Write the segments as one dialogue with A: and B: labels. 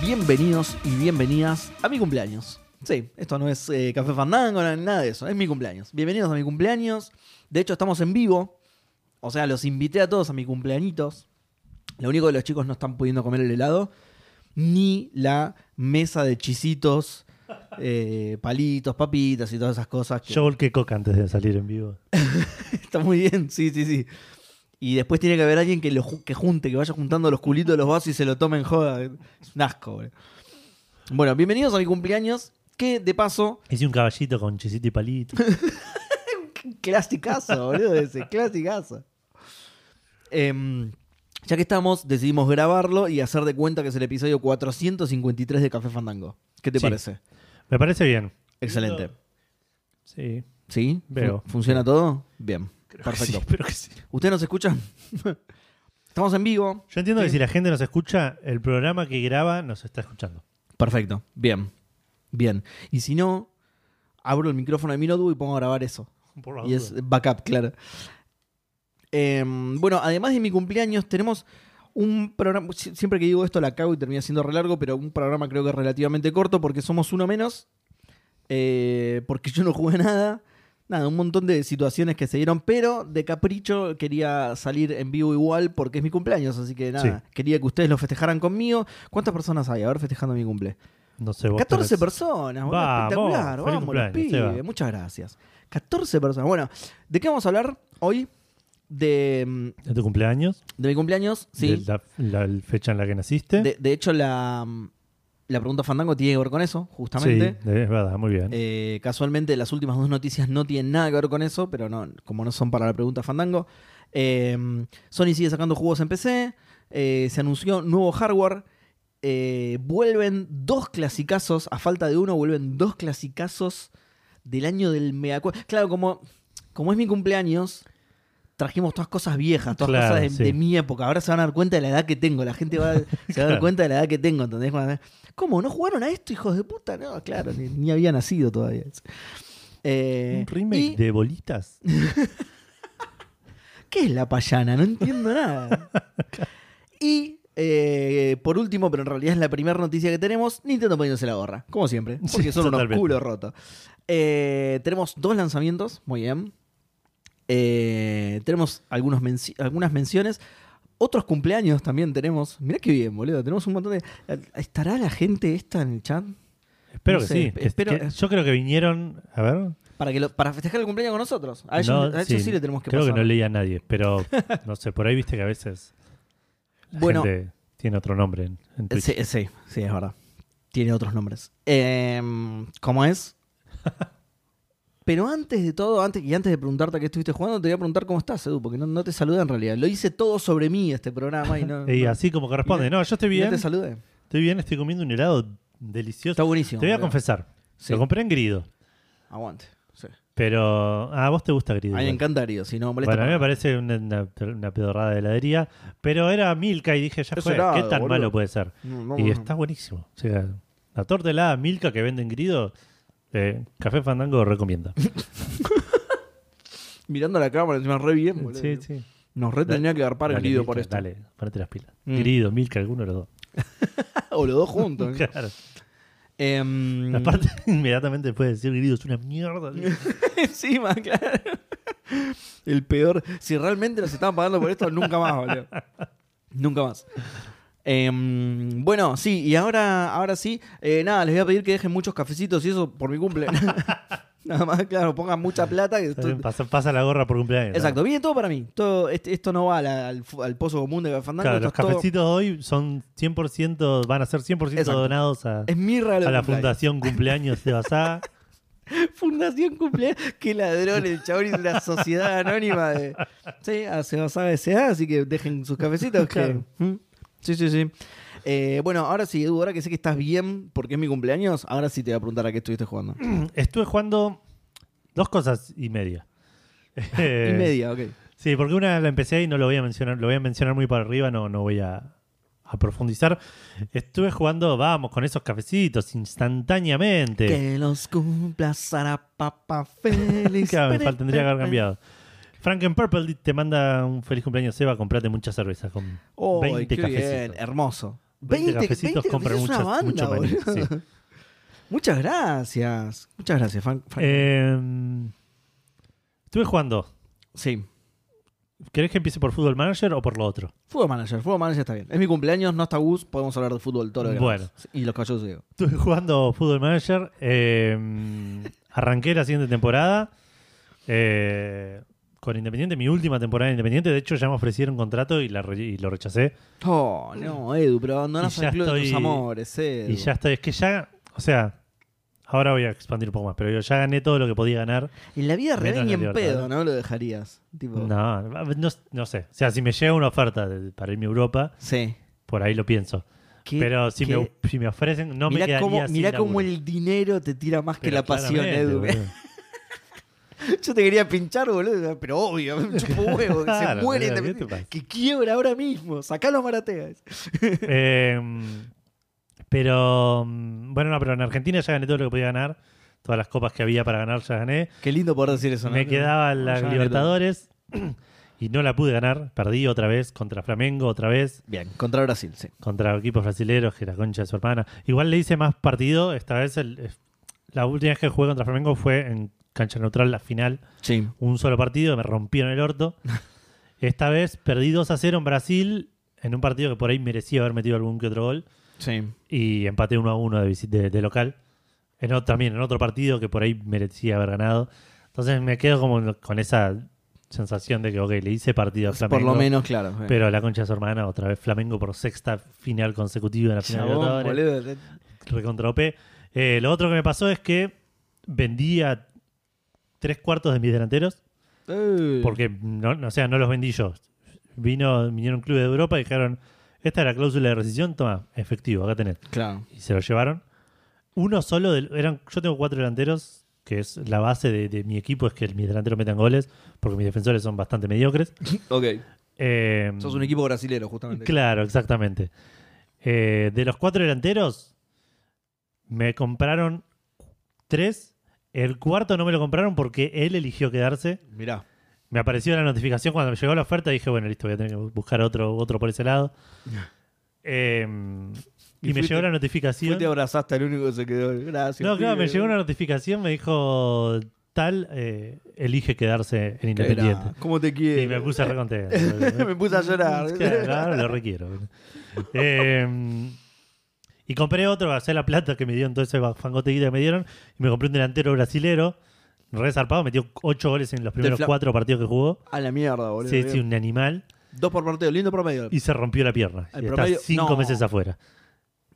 A: bienvenidos y bienvenidas a mi cumpleaños. Sí, esto no es eh, Café Fandango, no- nada de eso, es mi cumpleaños. Bienvenidos a mi cumpleaños. De hecho, estamos en vivo. O sea, los invité a todos a mi cumpleañitos. Lo único que los chicos no están pudiendo comer el helado, ni la mesa de chisitos, eh, palitos, papitas y todas esas cosas. que-
B: Yo volqué coca antes de salir en vivo.
A: Está muy bien, sí, sí, sí. Y después tiene que haber alguien que, lo ju- que junte, que vaya juntando los culitos de los vasos y se lo tome en joda. Es un asco, boludo. Bueno, bienvenidos a mi cumpleaños, que de paso,
B: Hice un caballito con chisito y palito.
A: clasicazo, boludo, ese, clasicazo. Em, ya que estamos, decidimos grabarlo y hacer de cuenta que es el episodio 453 de Café Fandango. ¿Qué te
B: Sí.
A: parece?
B: Me parece bien.
A: Excelente.
B: Sí.
A: ¿Sí? ¿Fu-
B: Veo.
A: ¿Funciona todo? Bien. Perfecto.
B: Sí, creo que sí.
A: ¿Ustedes nos escuchan? estamos en vivo.
B: Yo entiendo que
A: Sí.
B: si la gente nos escucha, el programa que graba nos está escuchando.
A: Perfecto, bien, bien. Y si no, abro el micrófono de mi notebook y pongo a grabar eso.
B: Por la
A: Y es
B: duda.
A: backup, claro. Em, bueno, además de mi cumpleaños, tenemos un programa. si- Siempre que digo esto la cago y termina siendo re largo, pero un programa creo que relativamente corto porque somos uno menos. eh, porque yo no jugué nada. Nada, un montón de situaciones que se dieron, pero de capricho quería salir en vivo igual porque es mi cumpleaños, así que nada, quería que ustedes lo festejaran conmigo. ¿Cuántas personas hay? A ver, festejando mi cumple.
B: No sé, vos
A: 14
B: tenés-
A: personas, boludo,
B: Vamos,
A: espectacular.
B: feliz
A: Vamos, los
B: cumpleaños,
A: pibes.
B: Seba.
A: Muchas gracias. 14 personas. Bueno, ¿de qué vamos a hablar hoy? De, mm,
B: ¿De tu cumpleaños?
A: de mi cumpleaños, sí.
B: ¿De la, la- la fecha en la que naciste?
A: De, de hecho, la, mm, la pregunta Fandango tiene que ver con eso,
B: sí,
A: justamente.
B: de- es verdad, muy bien.
A: Eh, casualmente, las últimas dos noticias no tienen nada que ver con eso, pero no, como no son para la pregunta Fandango. Eh, Sony sigue sacando juegos en PC. eh, se anunció nuevo hardware. eh, vuelven dos clasicazos. A falta de uno, vuelven dos clasicazos del año del Mega Cue- Claro, como, como es mi cumpleaños. Trajimos todas cosas viejas, todas
B: Claro,
A: cosas de,
B: sí.
A: de mi época. Ahora se van a dar cuenta de la edad que tengo. La gente va, a- se va a dar
B: Claro.
A: cuenta de la edad que tengo, ¿entendés? Van a ver, ¿Cómo? ¿No jugaron a esto, hijos de puta? No, claro, ni, ni había nacido todavía. Eh,
B: ¿Un remake
A: y-
B: de bolitas?
A: ¿Qué es la payana? No entiendo nada. y eh, por último, pero en realidad es la primera noticia que tenemos, Nintendo poniéndose la gorra, como siempre, porque
B: Sí,
A: son unos
B: totalmente.
A: culos rotos. Eh, tenemos dos lanzamientos, muy bien. Eh, tenemos algunos menci- algunas menciones. Otros cumpleaños también tenemos. Mirá qué bien, boludo. Tenemos un montón de. ¿Estará la gente esta en el chat?
B: Espero
A: No
B: que
A: sé,
B: sí. que-
A: espero-
B: que- yo creo que vinieron. A ver.
A: Para, que lo- para festejar el cumpleaños con nosotros. A ellos,
B: no,
A: a ellos sí. le tenemos que
B: Creo
A: pasar.
B: que no leía a nadie, pero no sé, por ahí viste que a veces. la
A: Bueno.
B: gente tiene otro nombre en, en Twitch.
A: Sí, sí, sí, es verdad. Tiene otros nombres. Em, ¿Cómo es? Pero antes de todo, antes, y antes de preguntarte a qué estuviste jugando, te voy a preguntar cómo estás, Edu, porque no, no te saludé en realidad. Lo hice todo sobre mí este programa y no,
B: Y
A: no-
B: así como
A: Y
B: corresponde.
A: no-
B: No, yo estoy
A: y no
B: bien.
A: te saludé.
B: Estoy bien, estoy comiendo un helado
A: Está
B: delicioso.
A: buenísimo.
B: Te voy a
A: boludo.
B: confesar.
A: Sí.
B: Lo compré en Grido.
A: Aguante. sí.
B: Pero. Ah, a vos te gusta Grido.
A: A mí me
B: igual.
A: encanta Darío, si no molesta.
B: Bueno, a mí me
A: para
B: parece una, una- una pedorrada de heladería. Pero era Milka y dije, ya
A: Es
B: fue.
A: helado,
B: ¿Qué tan
A: boludo.
B: malo puede ser?
A: nada. No, no,
B: y
A: no.
B: está buenísimo. O sea, la torta helada Milka que venden Grido, eh, Café Fandango recomienda.
A: Mirando a la cámara, encima re bien, boludo.
B: sí, sí.
A: Nos re
B: Dale,
A: tenía que agarpar
B: Dale,
A: Grido
B: Milka,
A: por esto.
B: Dale, ponete las pilas.
A: Mm.
B: Grido, Milka, alguno de los dos.
A: o los dos juntos.
B: Claro.
A: Em,
B: Aparte, inmediatamente después de decir Grido es una mierda.
A: Encima, claro. El peor. Si realmente nos estaban pagando por esto, nunca más, boludo. Nunca más. Em, bueno, sí, y ahora, ahora sí, eh, nada, les voy a pedir que dejen muchos cafecitos y eso por mi cumple. nada más, claro, pongan mucha plata. Que esto-
B: pasa, pasa la gorra por cumpleaños.
A: Exacto, viene todo para mí. Todo, este- esto no va a la- al, fu- al pozo común de Fandango. esto
B: Claro, los
A: es todo-
B: cafecitos hoy son 100%, van a ser 100%
A: Exacto.
B: donados a,
A: Es mi regalo
B: a
A: de
B: la
A: cumpleaños.
B: Fundación Cumpleaños de Basá.
A: Fundación Cumpleaños. Qué ladrón el chabón y la sociedad anónima de. Sí, ah, a Sebasaba S.A., así que dejen sus cafecitos. que-
B: Claro.
A: ¿Mm? Sí, sí, sí. Eh, bueno, ahora sí, Edu, ahora que sé que estás bien porque es mi cumpleaños, ahora sí te voy a preguntar a qué estuviste jugando.
B: Estuve jugando dos cosas y media.
A: y media, ok.
B: Eh, Sí, porque una la empecé y no lo voy a mencionar, lo voy a mencionar muy para arriba, no, no voy a, a profundizar. Estuve jugando, vamos, con esos cafecitos instantáneamente.
A: Que los cumplas, hará papá feliz.
B: Claro, me fal- tendría que haber cambiado. Franken Purple te manda un feliz cumpleaños, Seba. Comprate muchas cervezas con
A: Oh,
B: 20
A: qué bien,
B: cafecitos.
A: hermoso.
B: 20 cafecitos compran
A: cafés es
B: mucho,
A: una banda,
B: mucho maní,
A: boludo.
B: sí.
A: Muchas gracias. Muchas gracias, Frank. Frank.
B: Eh, estuve jugando.
A: sí.
B: ¿Querés que empiece por Football Manager o por lo otro?
A: Fútbol Manager, Fútbol Manager está bien. Es mi cumpleaños, no está Gus, podemos hablar de fútbol todo lo que
B: Bueno.
A: queramos. Y los caballos de Diego.
B: Estuve jugando Football Manager. eh, arranqué la siguiente temporada eh, con Independiente, mi última temporada de Independiente. De hecho, ya me ofrecieron contrato y, la re- y lo rechacé.
A: Oh, no, Edu, pero abandonás
B: Y
A: el
B: ya
A: club de tus
B: estoy-
A: amores, Edu.
B: Y ya estoy. Es que ya, o sea, ahora voy a expandir un poco más, pero yo ya gané todo lo que podía ganar.
A: En la vida real
B: Menos
A: ni
B: la
A: en
B: libertad.
A: pedo, ¿no? Lo dejarías. Tipo,
B: No, no, no sé. O sea, si me llega una oferta de- para irme a Europa,
A: Sí.
B: por ahí lo pienso.
A: ¿Qué-
B: pero si,
A: qué-
B: me, si me ofrecen, no me
A: mirá
B: quedaría
A: cómo,
B: sin
A: mirá
B: laburo.
A: cómo el dinero te tira más que
B: Pero
A: la pasión,
B: claramente,
A: Edu. ¿eh?
B: boludo.
A: Yo te quería pinchar, boludo, pero obvio, me chupo huevo, que se
B: Claro,
A: muere,
B: boludo,
A: Independiente,
B: ¿qué te pasa?
A: que quiebra ahora mismo, sacá los marateas.
B: Eh, pero mm, bueno, no, pero en Argentina ya gané todo lo que podía ganar. Todas las copas que había para ganar ya gané.
A: Qué lindo poder decir eso, ¿no?
B: Me quedaba
A: No,
B: la
A: ya gané
B: Libertadores y no la pude ganar. Perdí otra vez contra Flamengo, otra vez
A: todo. Bien, contra Brasil, sí.
B: contra equipos brasileños que la concha de su hermana. Igual le hice más partido. Esta vez el- eh, la última vez que jugué contra Flamengo fue en cancha neutral la final.
A: Sí.
B: Un solo partido, me rompieron el orto. Esta vez perdí 2 a 0 en Brasil en un partido que por ahí merecía haber metido algún que otro gol
A: Sí.
B: y empate 1 a 1 de, visi- de- de local. En otro- también en otro partido que por ahí merecía haber ganado. Entonces me quedo como con esa sensación de que, ok, le hice partido a Flamengo.
A: Por lo menos, claro. eh. bien.
B: Pero la concha de su hermana, otra vez Flamengo por sexta final consecutiva en la final de
A: Chabón,
B: Libertadores.
A: boludo. te-
B: Recontra OP. Eh, lo otro que me pasó es que vendía tres cuartos de mis delanteros.
A: Eh.
B: Porque, no, no- o sea, no los vendí yo. Vino, vinieron clubes de Europa y dijeron, esta es la cláusula de rescisión, toma, efectivo, acá tenés
A: Eh. Claro.
B: y se lo llevaron. Uno solo, del- eran, yo tengo cuatro delanteros, que es la base de, de mi equipo, es que mis delanteros metan goles, porque mis defensores son bastante mediocres.
A: Ok.
B: Eh,
A: Sos un equipo brasilero, justamente.
B: Claro, exactamente. Eh, de los cuatro delanteros, me compraron tres. El cuarto no me lo compraron porque él eligió quedarse.
A: Mirá.
B: Me apareció la notificación cuando me llegó la oferta. Dije, bueno, listo, voy a tener que buscar otro, otro por ese lado. Eh,
A: Y
B: y, me
A: fuiste-
B: llegó la
A: Tú
B: notificación.
A: te abrazaste al único que se quedó. Gracias.
B: No, claro, me
A: pibe.
B: llegó una notificación, me dijo tal, eh, elige quedarse en
A: Qué
B: Independiente.
A: grande. ¿Cómo te quiere?
B: Y me puse re contento.
A: Me puse a llorar.
B: Claro, lo requiero. Eh, y compré otro, hacer la plata que me dieron, todo ese fangoteguito que me dieron, y me compré un delantero brasilero, re zarpado, metió ocho goles en los primeros
A: Fla-
B: cuatro partidos que jugó.
A: A la mierda, boludo.
B: Sí, sí, un animal.
A: Dos por partido, lindo promedio.
B: Y se rompió la pierna.
A: El
B: Y está
A: promedio-
B: cinco
A: no.
B: meses afuera.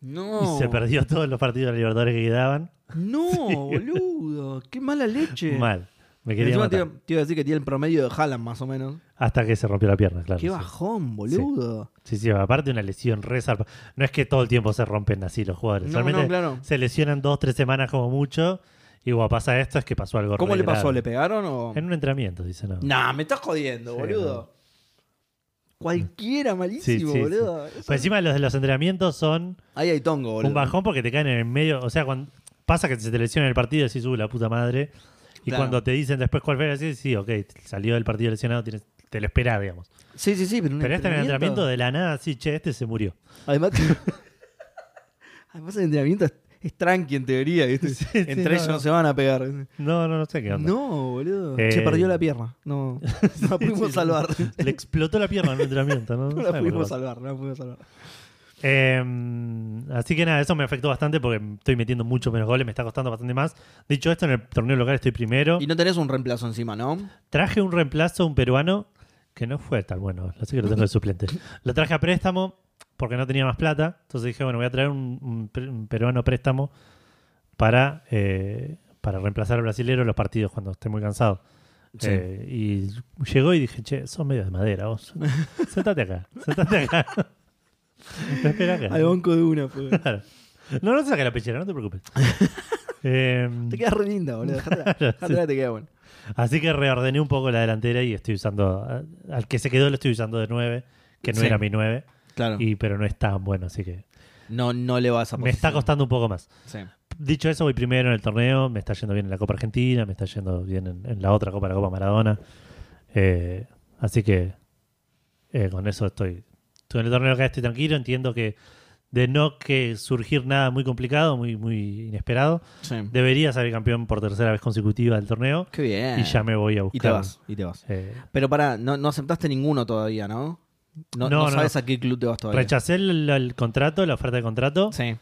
A: No.
B: Y se perdió todos los partidos de la Libertadores que quedaban.
A: No, boludo. Qué mala leche.
B: Mal. Me quería
A: Encima te,
B: matar.
A: iba- te iba a decir que tiene el promedio de Haaland, más o menos.
B: Hasta que se rompió la pierna, claro.
A: Qué
B: sí.
A: bajón, boludo.
B: Sí, sí, aparte una lesión re zarpa- No es que todo el tiempo se rompen así los jugadores.
A: No,
B: Solamente
A: no, claro.
B: se lesionan dos, tres semanas como mucho. Y bueno, pasa esto, es que pasó algo
A: ¿Cómo
B: re
A: le pasó?
B: grave.
A: ¿Le pegaron o.?
B: En un entrenamiento, dice, ¿no?
A: Nah, me estás jodiendo,
B: Sí,
A: boludo. Cualquiera
B: Sí, sí,
A: malísimo,
B: sí.
A: boludo. Eso-
B: Pues encima los de los entrenamientos son
A: Ahí hay tongo, boludo.
B: un bajón porque te caen en el medio. O sea, cuando pasa que se te lesiona en el partido, decís, uh, la puta madre. Y
A: Claro.
B: cuando te dicen después cuál fue, decís, sí, ok, salió del partido lesionado, tienes- te lo esperás, digamos.
A: Sí, sí, sí, pero, un
B: Pero este en el entrenamiento de la nada, sí, che, este se murió.
A: Además, Además, el entrenamiento es, es tranqui en teoría. ¿viste?
B: Sí, sí,
A: Entre
B: no,
A: ellos no
B: no.
A: se van a pegar.
B: No, no, no sé qué onda.
A: No, boludo.
B: Eh,
A: Che, perdió la pierna. No, no la pudimos
B: sí,
A: salvar.
B: Le explotó la pierna en un entrenamiento, ¿no?
A: No
B: sabemos
A: la
B: qué pasó.
A: pudimos salvar, no la pudimos salvar.
B: Eh, así que nada, eso me afectó bastante porque estoy metiendo mucho menos goles, me está costando bastante más. Dicho esto, en el torneo local estoy primero.
A: Y no tenés un reemplazo encima, ¿no?
B: Traje un reemplazo, un peruano, que no fue tan bueno, así que lo tengo de suplente. Lo traje a préstamo porque no tenía más plata, entonces dije, bueno, voy a traer un, un per- un peruano a préstamo para, eh, para reemplazar al brasilero en los partidos cuando esté muy cansado.
A: Sí.
B: Eh, y llegó y dije, che, sos medio de madera vos. Sentate acá, sentate acá. Espera acá.
A: Al banco de una, pues. fue.
B: Claro. No, no te saques la pechera, no te preocupes. Em,
A: Te queda re linda, boludo. Dejátela, dejátela, te queda bueno.
B: así que reordené un poco la delantera y estoy usando. a- Al que se quedó lo estoy usando de 9, que no
A: Sí.
B: era mi 9,
A: Claro.
B: y, pero no es tan bueno, así que
A: No, no le vas a
B: me está
A: posición.
B: costando un poco más.
A: Sí.
B: Dicho eso, voy primero en el torneo, me está yendo bien en la Copa Argentina, me está yendo bien en, en la otra Copa, la Copa Maradona. Eh, así que eh, con eso estoy. Estoy en el torneo acá, estoy tranquilo, entiendo que de no que surgir nada muy complicado, muy, muy inesperado,
A: Sí.
B: debería salir campeón por tercera vez consecutiva del torneo.
A: Qué bien.
B: Y ya me voy a
A: Eh.
B: buscar.
A: Y te vas, y te vas.
B: Eh,
A: Pero pará, no, no aceptaste ninguno todavía, ¿no? No,
B: No,
A: no
B: no,
A: sabes a qué club te vas todavía.
B: rechacé el, el contrato, la oferta de contrato,
A: Sí.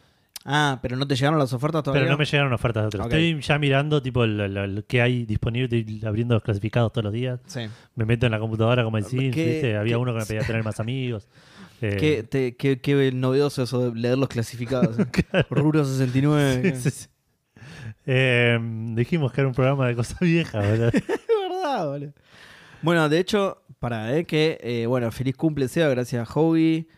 A: Ah, pero no te llegaron las ofertas todavía.
B: pero no me llegaron ofertas de otros.
A: Ok.
B: Estoy ya mirando tipo el, el- el que hay disponible, estoy abriendo los clasificados todos los días.
A: Sí.
B: Me meto en la computadora como el Sims,
A: ¿Qué-
B: ¿viste? Había
A: qué-
B: uno que me pedía tener más amigos. Eh,
A: Qué, te- qué- qué novedoso eso de leer los clasificados. Rubro 69.
B: sí, sí. Eh, dijimos que era un programa de cosas viejas, ¿verdad?
A: Es verdad, boludo. Bueno, de hecho, para eh, que, eh, bueno, feliz cumple Seba, gracias Hobby.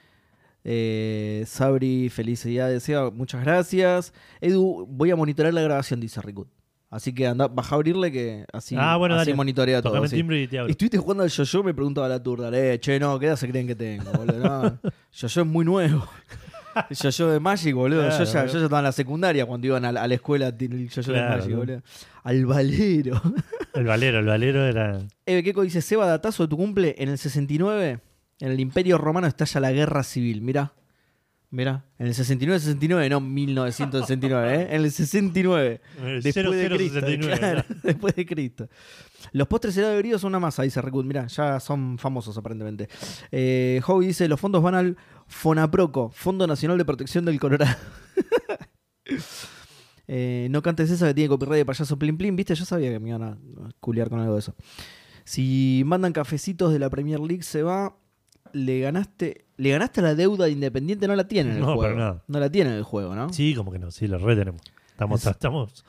A: Eh, Sabri, felicidades Seba, muchas gracias. Edu, voy a monitorear la grabación, dice Ricud. Así que anda, baja a abrirle que así,
B: Ah, bueno,
A: así
B: dale.
A: monitorea todo.
B: Tocame el
A: sí.
B: timbre y te abro.
A: Estuviste jugando al yo-yo, me preguntaba la turda, eh, che, no, ¿qué edad se creen que tengo, boludo? No, yo-yo es muy nuevo. El yo-yo de Magic, boludo. yo,
B: Claro,
A: ya,
B: boludo.
A: yo ya estaba en la secundaria cuando iban a, la- a la escuela el yo-yo de
B: Claro,
A: Magic,
B: boludo.
A: boludo. Al valero.
B: El valero, el valero era...
A: Eve Keiko dice, Seba, datazo de tu cumple, en el 69, en el Imperio Romano estalla la guerra civil, mirá. Mirá, en el 69, 69, no 1969, ¿eh? En el 69.
B: el
A: Después de Cristo,
B: 0069,
A: claro,
B: ¿verdad?
A: después de Cristo. Los postres cereales bebidos son una masa, dice Recut. Mirá, ya son famosos aparentemente. Eh, Hobby dice, los fondos van al FONAPROCO, Fondo Nacional de Protección del Colorado. Eh, no cantes esa que tiene copyright de payaso Plin Plin, viste, yo sabía que me iban a culiar con algo de eso. Si mandan cafecitos de la Premier League se va, le ganaste, le ganaste la deuda de Independiente, no la tienen en el
B: No,
A: juego.
B: para nada.
A: No la tienen en el juego, ¿no?
B: Sí, como que no, sí, lo retenemos. Estamos,
A: Es-
B: estamos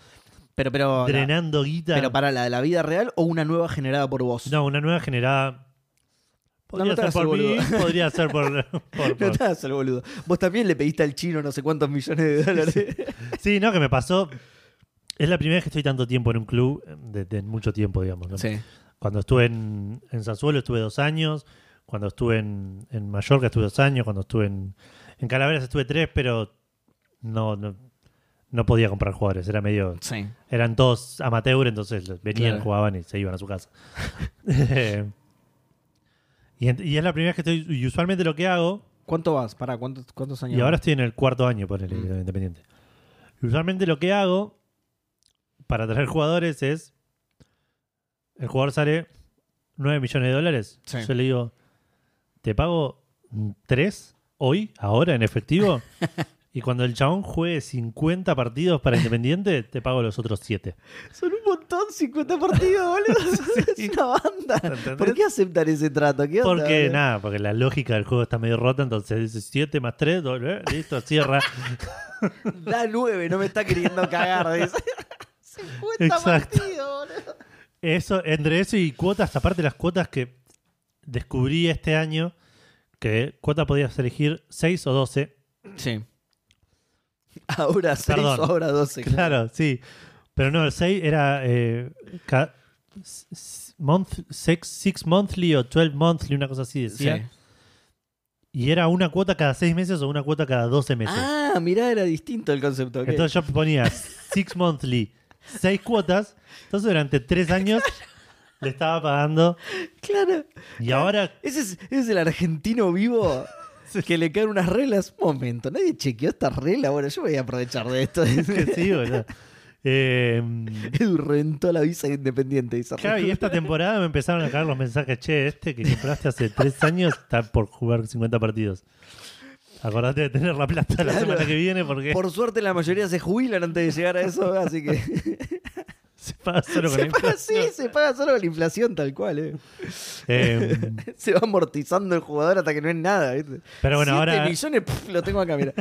A: Pero, pero. la-
B: drenando guita.
A: ¿Pero para la de la vida real o una nueva generada por vos?
B: No, una nueva generada.
A: no
B: Podría
A: te
B: ser
A: hagas el
B: por mí,
A: boludo.
B: podría ser por. por-
A: No
B: por-
A: te hagas el boludo. Vos también le pediste al chino no sé cuántos millones de dólares.
B: Sí, no, que me pasó. Es la primera vez que estoy tanto tiempo en un club, desde mucho tiempo, digamos. ¿no?
A: Sí.
B: Cuando estuve en, en Sansuelo estuve dos años, cuando estuve en, en Mallorca estuve dos años, cuando estuve en, en Calaveras estuve tres, pero no, no, no podía comprar jugadores, era medio...
A: Sí.
B: Eran todos amateur, entonces los- venían,
A: Claro.
B: jugaban y se iban a su casa. Eh, y, en- y es la primera vez que estoy, y usualmente lo que hago,
A: ¿Cuánto vas? Pará, ¿cuántos, cuántos años?
B: y ahora
A: vas?
B: estoy en el cuarto año por el
A: Mm.
B: Independiente. Y usualmente lo que hago para traer jugadores es. El jugador sale 9 millones de dólares.
A: Sí.
B: Yo le digo, te pago 3 hoy, ahora, en efectivo. y cuando el chabón juegue 50 partidos para Independiente, te pago los otros 7.
A: Son un montón, 50 partidos, boludo. Es una banda.
B: ¿Entendés?
A: ¿Por qué aceptar ese trato? ¿Qué onda,
B: Porque
A: boludo?
B: nada, porque la lógica del juego está medio rota, entonces dice 7 más 3, listo, cierra.
A: Da 9, no me está queriendo cagar. dice. 50
B: Exacto.
A: partidos, boludo.
B: Eso, entre eso y cuotas, aparte las cuotas que descubrí este año, que cuota podías elegir 6 o 12.
A: Sí. Ahora 6,
B: Perdón.
A: ahora 12.
B: Claro, sí. Pero no, el 6 era eh, ca- s- s- month, six, six monthly o 12 monthly, una cosa así decía.
A: Sí.
B: Y era una cuota cada 6 meses o una cuota cada 12 meses.
A: Ah, mirá, era distinto el concepto. ok.
B: Entonces yo ponía 6 monthly, 6 cuotas. Entonces durante 3 años le estaba pagando.
A: Claro.
B: Y ahora
A: Ese es, ese es el argentino vivo que le caen unas reglas. Momento, nadie chequeó esta regla. Bueno, yo me voy a aprovechar de esto.
B: que sí, boludo. Eh,
A: Edu reventó la visa independiente. dice.
B: claro, y esta temporada me empezaron a caer los mensajes, che, este que compraste hace tres años está por jugar 50 partidos. Acordate de tener la plata la
A: Claro.
B: semana que viene porque
A: Por suerte la mayoría se jubilan antes de llegar a eso, así que
B: se paga solo con
A: se
B: la
A: paga, sí,
B: inflación.
A: se paga solo con la inflación tal cual. eh.
B: Eh,
A: Se va amortizando el jugador hasta que no es nada. ¿viste?
B: pero bueno,
A: Siete
B: ahora
A: millones, puf, lo tengo acá, mira.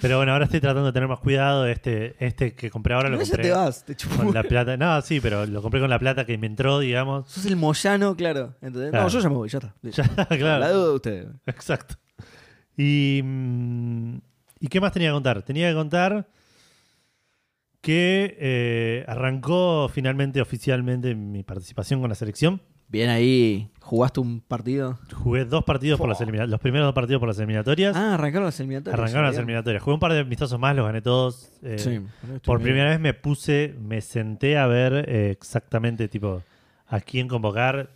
B: pero bueno, ahora estoy tratando de tener más cuidado. Este, este que compré ahora lo
A: No, ya
B: compré
A: te vas, te chupo.
B: con la plata. No, sí, pero lo compré con la plata que me entró, digamos.
A: Sos el Moyano, claro. ¿entendés?
B: Claro.
A: No, yo ya me voy, ya está.
B: Ya,
A: La
B: claro.
A: duda de ustedes.
B: Exacto. Y, mm, ¿Y qué más tenía que contar? Tenía que contar que eh, arrancó finalmente, oficialmente, mi participación con la selección.
A: Bien ahí, jugaste un partido.
B: Jugué dos partidos por las elimina- los primeros dos partidos por las eliminatorias.
A: Ah, arrancaron las eliminatorias.
B: Arrancaron las
A: Bien.
B: eliminatorias. Jugué un par de amistosos más, los gané todos. eh,
A: Sí.
B: por primera vez me puse, me senté a ver eh, exactamente tipo a quién convocar.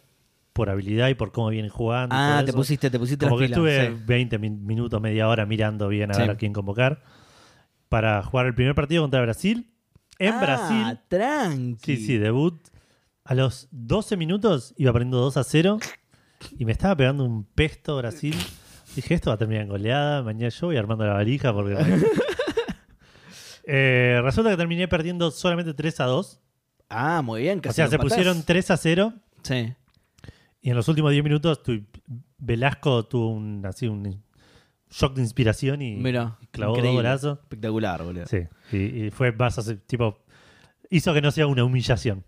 B: por habilidad y por cómo vienen jugando. y
A: Ah,
B: todo
A: te
B: eso.
A: pusiste, te pusiste
B: Como
A: las
B: que
A: pilas.
B: estuve
A: sí.
B: 20 min- minutos, media hora mirando bien a
A: Sí.
B: ver a quién convocar para jugar el primer partido contra Brasil. En
A: Ah,
B: Brasil.
A: Tranqui.
B: Sí, sí, debut. A los 12 minutos iba perdiendo 2 a 0 y me estaba pegando un pesto Brasil. Dije, esto va a terminar en goleada, mañana yo voy armando la valija porque... Eh, resulta que terminé perdiendo solamente 3 a 2.
A: Ah, muy bien.
B: O
A: casi
B: sea,
A: lo
B: se
A: empatás.
B: pusieron 3 a 0
A: Sí.
B: y en los últimos 10 minutos tu- Velasco tuvo un, así, un shock de inspiración y
A: Mira.
B: clavó
A: increíble.
B: dos golazos.
A: Espectacular, boludo.
B: Sí, y, y fue más así, tipo... Hizo que no sea una humillación.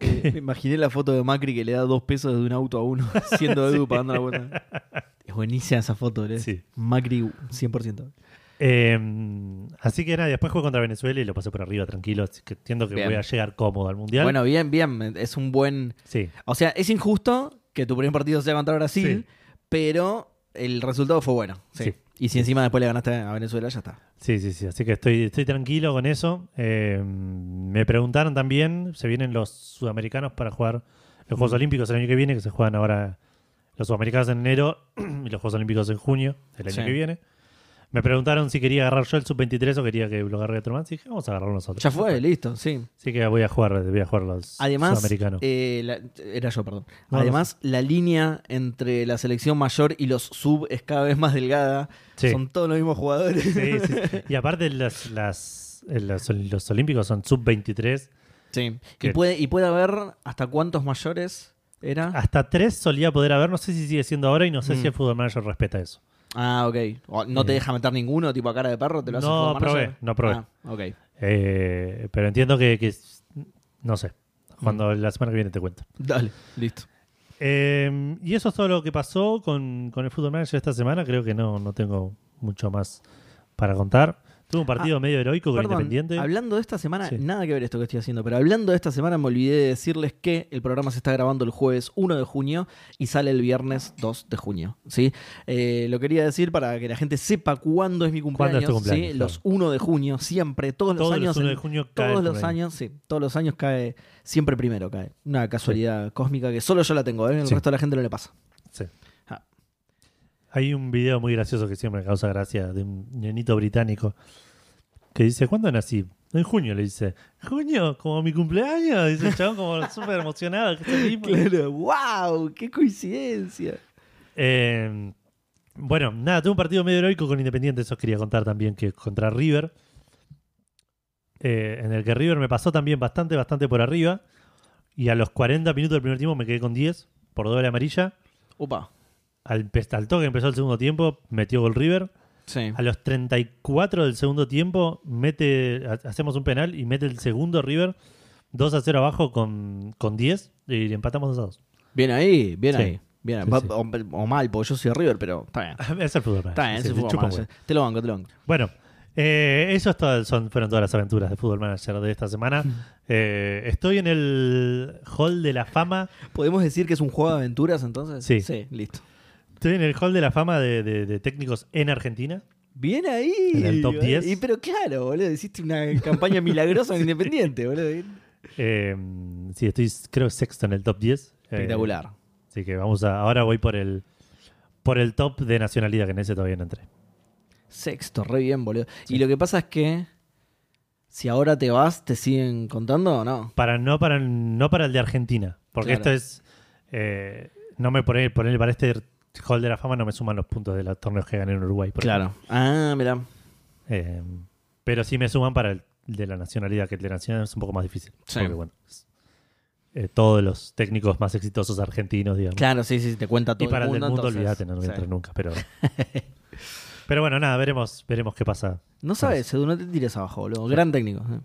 A: Eh, me imaginé la foto de Macri que le da dos pesos de un auto a uno haciendo Edu pagando la cuenta. Es buenísima esa foto, boludo.
B: Sí.
A: Macri 100%.
B: Eh, así que nada, después jugué contra Venezuela y lo pasé por arriba tranquilo. Así que entiendo que
A: Bien.
B: voy a llegar cómodo al mundial.
A: Bueno, bien, bien. Es un buen.
B: sí,
A: O sea, es injusto que tu primer partido sea contra Brasil, pero el resultado fue bueno. Sí.
B: Sí.
A: Y si encima después le ganaste a Venezuela, ya está.
B: sí, sí, sí. Así que estoy, estoy tranquilo con eso. Eh, me preguntaron también, se vienen los sudamericanos para jugar los
A: Mm.
B: Juegos Olímpicos el año que viene, que se juegan ahora los sudamericanos en enero y los Juegos Olímpicos en junio del año
A: Sí.
B: que viene. Me preguntaron si quería agarrar yo el sub-23 o quería que lo agarre otro más. Y dije, vamos a agarrar nosotros.
A: Ya fue, listo, sí.
B: Así que voy a jugar, voy a jugar los
A: Además,
B: sudamericanos.
A: eh, la- era yo, perdón.
B: No,
A: Además, la línea entre la selección mayor y los sub es cada vez más delgada.
B: Sí.
A: Son todos los mismos jugadores.
B: Sí, sí, sí. Y aparte las, las, eh, las- los olímpicos son sub-23.
A: Sí. Y
B: Que-
A: puede, y puede haber hasta cuántos mayores era.
B: Hasta 3 solía poder haber, no sé si sigue siendo ahora y no sé
A: Ah. Mm.
B: si el Football Manager respeta eso.
A: Ah, ok. O- no te
B: Eh.
A: deja meter ninguno, tipo a cara de perro, te lo hace
B: No
A: Football Manager?
B: probé, no probé.
A: Ah, ok.
B: Eh, pero entiendo que, que es- no sé,
A: Mm.
B: cuando la semana que viene te cuento.
A: Dale, listo.
B: Eh, y eso es todo lo que pasó con, con el Football Manager esta semana, creo que no, no tengo mucho más para contar. Tuve un partido medio heroico con
A: Ah, Perdón,
B: Independiente.
A: hablando de esta semana,
B: Sí.
A: nada que ver esto que estoy haciendo, pero hablando de esta semana me olvidé de decirles que el programa se está grabando el jueves 1 de junio y sale el viernes 2 de junio, ¿sí? Eh, lo quería decir para que la gente sepa cuándo es mi
B: ¿Cuándo
A: cumpleaños,
B: es tu cumpleaños?
A: ¿sí? Los 1 de junio, siempre, todos los
B: Todos
A: años.
B: los 1 de
A: en-
B: junio cae
A: todos
B: el
A: los
B: cumpleaños.
A: años, sí, todos los años cae, siempre primero cae. Una casualidad cósmica que solo yo la tengo, ¿eh? el
B: Sí.
A: resto de la gente no le pasa.
B: Sí.
A: Ah.
B: Hay un video muy gracioso que siempre me causa gracia de un nenito británico que dice, ¿cuándo nací? En junio, le dice. ¿Junio? ¿Como mi cumpleaños? Dice el chabón como súper emocionado. que pues. es el mismo.
A: wow, qué coincidencia.
B: Eh, bueno, nada, tuve un partido medio heroico con Independiente, eso quería contar también, que contra River. eh, en el que River me pasó también bastante, bastante por arriba. Y a los 40 minutos del primer tiempo me quedé con 10 por doble amarilla.
A: Opa,
B: Al, pe- al toque empezó el segundo tiempo, metió gol River.
A: sí.
B: A los 34 del segundo tiempo, mete, ha- hacemos un penal y mete el segundo River 2 a 0 abajo con, con 10 y empatamos 2
A: Bien ahí, bien
B: Sí.
A: ahí. Bien, ahí.
B: Sí,
A: Va-
B: sí.
A: O, o mal, porque yo soy de River, pero está bien.
B: a 2. Ah, es el fútbol.
A: Está bien,
B: sí,
A: ese
B: le
A: fútbol
B: chupa un
A: manager. Te lo banco, te lo banco.
B: huevo. Bueno, eh, eso es todo- son, fueron todas las aventuras de Fútbol Manager de esta semana. Eh, estoy en el Hall de la Fama.
A: ¿Podemos decir que es un juego de aventuras entonces?
B: Sí.
A: Sí, listo.
B: Estoy en el Hall de la Fama de, de- de técnicos en Argentina.
A: Bien ahí.
B: En el top
A: boludo.
B: 10.
A: Y, pero claro, boludo, hiciste una campaña milagrosa en Independiente, boludo.
B: Eh, sí, estoy creo sexto en el top 10. Eh,
A: Espectacular.
B: Así que vamos a. Ahora voy por el por el top de nacionalidad, que en ese todavía no entré.
A: Sexto, re bien, boludo.
B: Sí.
A: Y lo que pasa es que si ahora te vas, ¿te siguen contando o no?
B: Para, no, para, no para el de Argentina. Porque
A: Claro.
B: esto es. eh, no me pone, poner para este Hall de la Fama no me suman los puntos de los torneos que gané en Uruguay. por
A: Claro. Ah, mira.
B: ejemplo. Eh, pero sí me suman para el de la nacionalidad, que el de la nacionalidad es un poco más difícil.
A: Sí.
B: Porque, bueno, es- eh, todos los técnicos más exitosos argentinos, digamos.
A: Claro, sí, sí, te cuenta todo
B: y para el, del mundo,
A: entonces.
B: olvídate, no, no voy a
A: Sí.
B: entrar nunca. Pero, pero bueno, nada, veremos, veremos qué pasa
A: No sabes, Edu, no te tires abajo, boludo. Gran técnico. eh.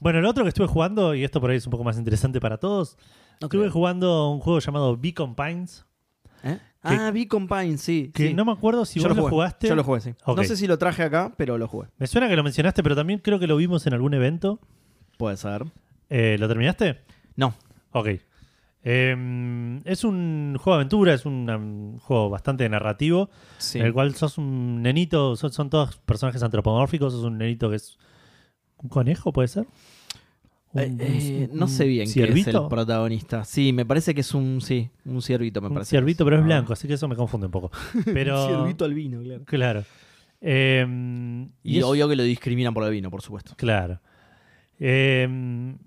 B: Bueno, el otro que estuve jugando, y esto por ahí es un poco más interesante para todos,
A: No
B: estuve
A: creo.
B: jugando un juego llamado Beacon Pines,
A: ¿Eh? Ah, Beacon Pine, sí.
B: que
A: sí.
B: no me acuerdo si
A: Yo lo
B: vos lo,
A: jugué,
B: jugaste.
A: Yo lo jugué, sí.
B: Ok.
A: No sé si lo traje acá, pero lo jugué.
B: Me suena que lo mencionaste, pero también creo que lo vimos en algún evento.
A: Puede ser.
B: Eh, ¿Lo terminaste?
A: No.
B: Ok. Eh, es un juego de aventura, es un, um, juego bastante narrativo,
A: Sí.
B: en el cual sos un nenito, son, son todos personajes antropomórficos, sos un nenito que es un conejo, ¿puede ser? Un-
A: Eh, eh,
B: un-
A: no sé bien
B: un
A: qué es el
B: ciervito.
A: protagonista. Sí, me parece que es un, sí, un ciervito, me
B: Un
A: parece.
B: ciervito, pero es
A: Ah.
B: blanco, así que eso me confunde un poco. Pero,
A: Ciervito albino, claro.
B: Claro. Eh,
A: Y,
B: es-
A: obvio que lo discriminan por albino, por supuesto.
B: Claro. Eh,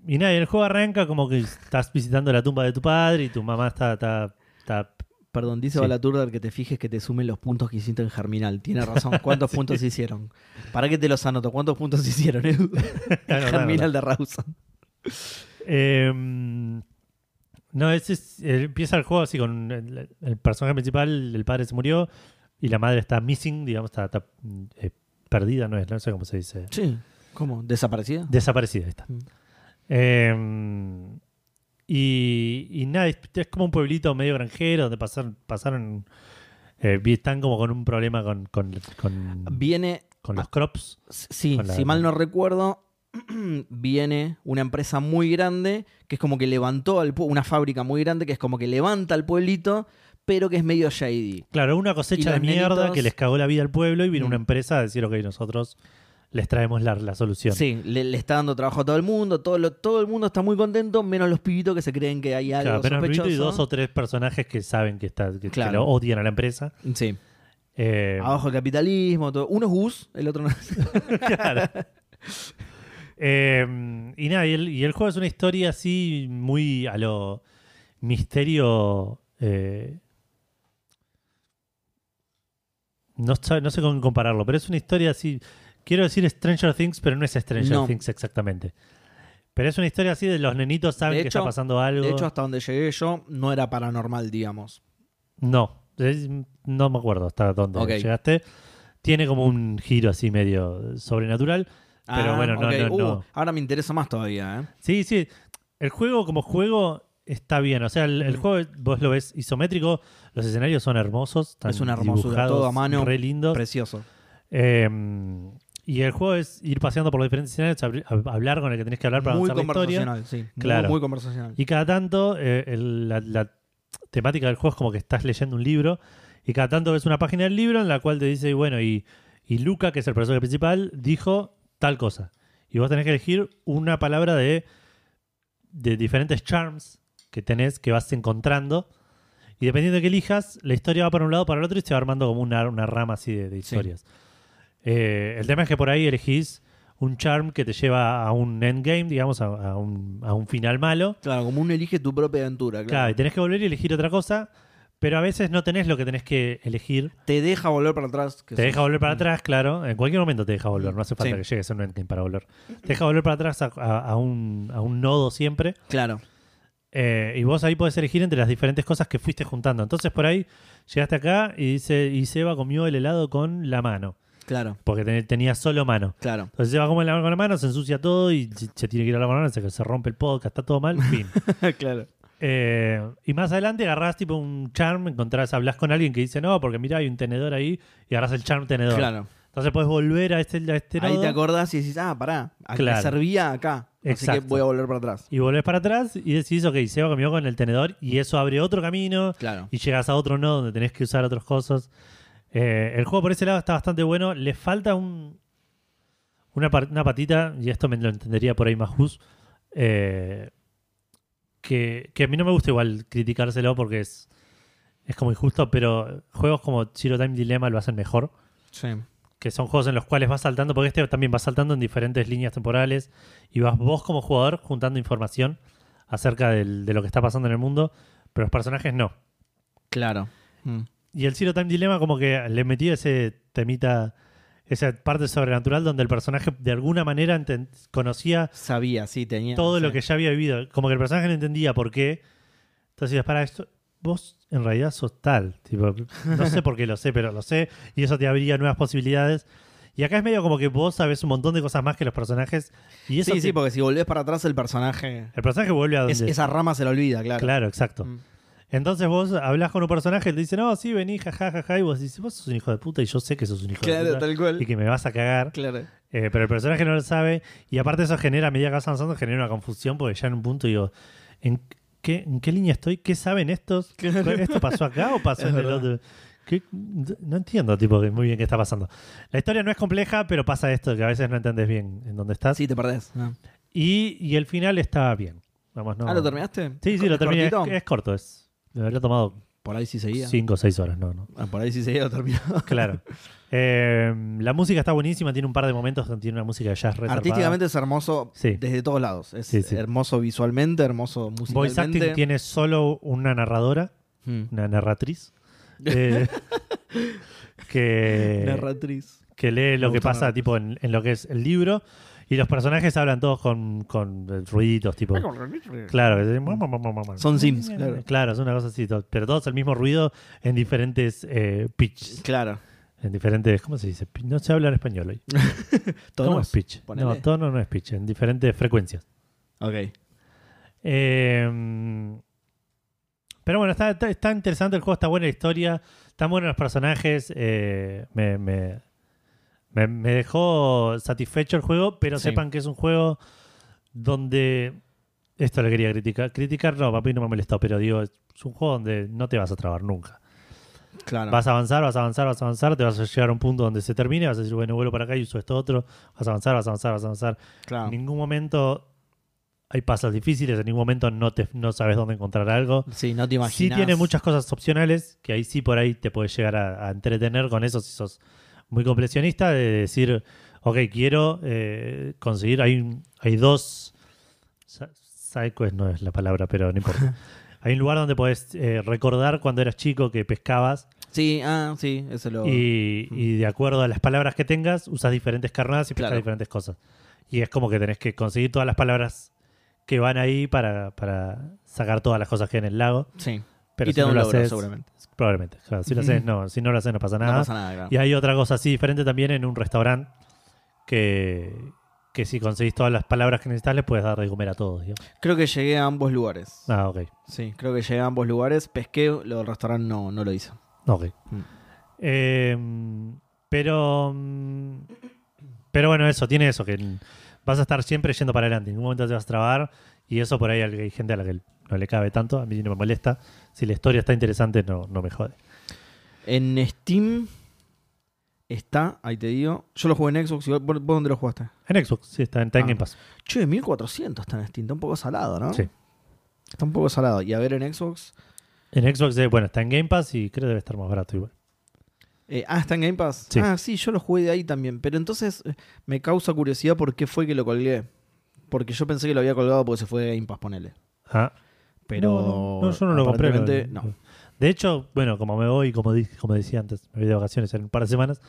B: y nada, y el juego arranca como que estás visitando la tumba de tu padre y tu mamá está. está, está-
A: Perdón, dice
B: Sí.
A: Balaturder que te fijes que te sumen los puntos que hiciste en Germinal. Tiene razón. ¿Cuántos puntos hicieron? ¿Para qué te los anoto? ¿Cuántos puntos hicieron, Edu? En
B: Claro,
A: Germinal
B: claro.
A: de Rawson.
B: Eh, no, ese es- eh, empieza el juego así con el, el personaje principal, el padre se murió y la madre está missing, digamos, está, está, mm, eh, perdida, no es, no sé cómo se dice.
A: Sí. ¿Cómo? ¿Desaparecida?
B: Desaparecida ahí está.
A: Mm.
B: Eh, y, y nada, es, es como un pueblito medio granjero donde pasaron. pasaron eh, vi- están como con un problema con, con, con,
A: Viene
B: con los crops.
A: Sí,
B: Con la-
A: si mal no recuerdo, viene una empresa muy grande que es como que levantó al pue- una fábrica muy grande que es como que levanta al pueblito, pero que es medio shady.
B: Claro, una
A: Y
B: cosecha
A: los
B: de mierda
A: nenitos-
B: que les cagó la vida al pueblo y vino
A: Mm.
B: una empresa a decir, ok, nosotros les traemos la, la solución.
A: Sí, le, le está dando trabajo a todo el mundo, todo, lo- todo el mundo está muy contento, menos los pibitos que se creen que hay algo
B: Claro, pero
A: sospechoso.
B: y dos o tres personajes que saben que, está, que, que
A: Claro.
B: lo odian a la empresa.
A: Sí,
B: Eh,
A: abajo el capitalismo, todo. uno es Gus, el otro no.
B: Claro. Eh, y nada, y el, y el juego es una historia así muy a lo misterio. eh, no, sa- no sé con qué compararlo, pero es una historia así. Quiero decir Stranger Things, pero no es Stranger
A: No.
B: Things exactamente. Pero es una historia así de los nenitos saben
A: De
B: que está
A: hecho-
B: pasando algo.
A: De hecho, hasta donde llegué yo, no era paranormal, digamos.
B: no, es- no me acuerdo hasta dónde
A: Ok.
B: llegaste. Tiene como un giro así medio sobrenatural. Pero bueno, no,
A: Ah, ok.
B: no, no.
A: Uh, Ahora me interesa más todavía, ¿eh?
B: Sí, sí. El juego como juego está bien. O sea, el,
A: Mm.
B: el juego vos lo ves isométrico. Los escenarios son hermosos. Están
A: Es una hermosura,
B: dibujados,
A: todo a mano,
B: Re lindos.
A: Precioso.
B: Eh, y el juego es ir paseando por los diferentes escenarios, abri- hab- hablar con el que tenés que hablar para
A: Muy
B: avanzar la historia.
A: conversacional, sí. Muy-
B: Claro.
A: Muy, conversacional.
B: Y cada tanto, eh, el- la, la temática del juego es como que estás leyendo un libro. Y cada tanto ves una página del libro en la cual te dice, y bueno, y, y Luca, que es el personaje principal, dijo tal cosa. Y vos tenés que elegir una palabra de, de diferentes charms que tenés, que vas encontrando. Y dependiendo de qué elijas, la historia va para un lado o para el otro y se va armando como una, una rama así de, de historias. Eh, el tema es que por ahí elegís un charm que te lleva a un endgame, digamos, a, a un, a un final malo.
A: Claro, como uno elige tu propia aventura,
B: Claro, y
A: claro.
B: tenés que volver y elegir otra cosa, pero a veces no tenés lo que tenés que elegir.
A: Te deja volver para atrás. que
B: Te
A: sí.
B: deja volver para atrás, claro. En cualquier momento te deja volver, no hace falta
A: Sí.
B: que llegues a un endgame para volver. Te deja volver para atrás a, a- a un, a un nodo siempre.
A: Claro.
B: eh, y vos ahí podés elegir entre las diferentes cosas que fuiste juntando. Entonces por ahí llegaste acá y dice, y Seba comió el helado con la mano.
A: Claro,
B: Porque ten- tenía solo mano.
A: claro.
B: Entonces Seba come el helado con la mano, se ensucia todo y se se tiene que ir a la mano, se, se rompe el podcast, está todo mal, fin.
A: claro.
B: Eh, y más adelante agarrás tipo un charm, encontrás, hablas con alguien que dice no, porque mira, hay un tenedor ahí y agarrás el charm tenedor.
A: Claro.
B: Entonces puedes volver a este, a este
A: Ahí
B: nodo
A: te acordás y decís, ah, pará, a-
B: Claro.
A: me servía acá. Así que
B: Exacto.
A: voy a volver para atrás.
B: y volvés para atrás y decís, ok, Seba comió con el tenedor y eso abre otro camino
A: Claro.
B: y llegas a otro nodo donde tenés que usar otras cosas. Eh, el juego por ese lado está bastante bueno. Le falta un una, par- una patita, y esto me lo entendería por ahí más Gus, eh, que, que a mí no me gusta igual criticárselo porque es, es como injusto, pero juegos como Zero Time Dilemma lo hacen mejor,
A: Sí.
B: que son juegos en los cuales vas saltando, porque este también vas saltando en diferentes líneas temporales y vas vos como jugador juntando información acerca del- de lo que está pasando en el mundo, pero los personajes no.
A: Claro. Mm.
B: Y el Zero Time Dilemma como que le metió ese temita, esa parte sobrenatural donde el personaje de alguna manera enten- conocía
A: Sabía, sí, tenía.
B: todo
A: sí.
B: lo que ya había vivido. Como que el personaje no entendía por qué. Entonces decías, para esto, vos en realidad sos tal. Tipo, no sé por qué lo sé, pero lo sé. Y eso te abría nuevas posibilidades. Y acá es medio como que vos sabes un montón de cosas más que los personajes. Y eso
A: Sí,
B: te-
A: sí, porque si volvés para atrás el personaje.
B: el personaje vuelve a donde...
A: es- esa rama se la olvida, claro.
B: Claro, exacto.
A: Mm.
B: Entonces vos hablas con un personaje, él te dice, no, sí, vení, jajaja, y vos dices, vos sos un hijo de puta y yo sé que sos un hijo de
A: Claro,
B: puta
A: tal cual.
B: y que me vas a cagar,
A: Claro.
B: Eh, pero el personaje no lo sabe y aparte eso genera, a medida que vas avanzando, genera una confusión porque ya en un punto digo, ¿en qué, en qué línea estoy? ¿Qué saben estos?
A: Claro.
B: ¿Esto pasó acá o pasó
A: Es
B: en el
A: verdad.
B: otro? ¿Qué? No entiendo, tipo, que muy bien qué está pasando. La historia no es compleja, pero pasa esto, que a veces no entendés bien en dónde estás.
A: Sí, te perdés. Ah.
B: Y, y el final está bien. Vamos, no.
A: Ah, ¿lo terminaste?
B: Sí, sí, lo
A: ¿Es
B: terminé. Es,
A: cortito?
B: es corto, es. Me habría tomado
A: Por ahí sí ¿eh? seguía.
B: 5 o 6 horas, no, no.
A: Ah, por ahí sí seguía lo terminado.
B: Claro. Eh, la música está buenísima, tiene un par de momentos donde tiene una música de jazz reservada.
A: Artísticamente es hermoso
B: Sí.
A: desde todos lados. Es
B: Sí, sí.
A: hermoso visualmente, hermoso
B: Voice
A: musicalmente.
B: acting tiene solo una narradora,
A: Mm.
B: una narratriz. eh, que,
A: Narratriz.
B: que lee lo
A: Me
B: que
A: gusta
B: pasa
A: narratriz.
B: tipo en, en lo que es el libro. Y los personajes hablan todos con, con ruiditos, tipo. Claro, es-
A: Son Sims, claro.
B: Claro, es una cosa así, to- pero todos el mismo ruido en diferentes eh, pitches,
A: Claro.
B: en diferentes, ¿cómo se dice? Pi- No se habla en español hoy.
A: Tonos.
B: ¿Cómo es pitch? No,
A: Ponele.
B: tono no es pitch, en diferentes frecuencias.
A: Ok.
B: Eh, pero bueno, está, está- está interesante el juego, está buena la historia, están buenos los personajes. eh, me, me- me- me dejó satisfecho el juego, pero
A: Sí.
B: sepan que es un juego donde. Esto le quería criticar. Criticar no, papi no me molestó, pero digo, es un juego donde no te vas a trabar nunca.
A: Claro.
B: Vas a avanzar, vas a avanzar, vas a avanzar, te vas a llegar a un punto donde se termine, vas a decir, bueno, vuelvo para acá y uso esto otro, vas a avanzar, vas a avanzar, vas a avanzar.
A: claro.
B: En ningún momento hay pasas difíciles, en ningún momento no, te, no sabes dónde encontrar algo.
A: Sí, no te imaginas.
B: Sí tiene muchas cosas opcionales, que ahí sí por ahí te puedes llegar a, a entretener con eso si sos muy completionista, de decir, ok, quiero eh, conseguir, hay, un- hay dos, sa- sidequests no es la palabra, pero no importa. Hay un lugar donde puedes recordar cuando eras chico que pescabas
A: Sí, ah, sí, eso lo.
B: y,
A: Mm.
B: y de acuerdo a las palabras que tengas, usas diferentes carnadas y pescas
A: Claro.
B: diferentes cosas. Y es como que tenés que conseguir todas las palabras que van ahí para, para sacar todas las cosas que hay en el lago.
A: Sí.
B: Pero
A: y
B: si
A: te da
B: no
A: un
B: lo
A: logro,
B: haces,
A: seguramente.
B: probablemente. Claro, si, lo
A: Ujú.
B: haces, no, si no lo haces, no pasa nada.
A: No pasa nada, claro.
B: Y hay otra cosa así diferente también en un restaurante que, que si conseguís todas las palabras que necesitas, les puedes dar de comer a todos. digo.
A: Creo que llegué a ambos lugares.
B: Ah, ok.
A: Sí, creo que llegué a ambos lugares. Pesqué, lo del restaurante no, no lo hice.
B: Ok.
A: Mm.
B: Eh, pero. mm, Pero bueno, eso, tiene eso, que n- vas a estar siempre yendo para adelante. En ningún momento te vas a trabar. Y eso por ahí al- hay gente a la que no le cabe tanto. A mí no me molesta. Si la historia está interesante, no, no me jode.
A: En Steam está, ahí te digo. Yo lo jugué en Xbox. y ¿Vos vos dónde lo jugaste?
B: En Xbox, sí, está en, está en
A: Ah.
B: Game Pass.
A: Che, 1400 está en Steam. Está un poco salado, ¿no?
B: Sí.
A: Está un poco salado. Y a ver en Xbox.
B: En Xbox, eh, bueno, está en Game Pass y creo que debe estar más barato igual.
A: eh, ah, está en Game Pass.
B: Sí.
A: Ah, sí, yo lo jugué de ahí también. Pero entonces eh, me causa curiosidad por qué fue que lo colgué. Porque yo pensé que lo había colgado porque se fue de Game Pass, ponele.
B: Ah,
A: Pero.
B: No, no, no, yo no lo compré. lo-
A: aparentemente, No.
B: De hecho, bueno, como me voy, como, di- como decía antes, me voy de vacaciones en un par de semanas,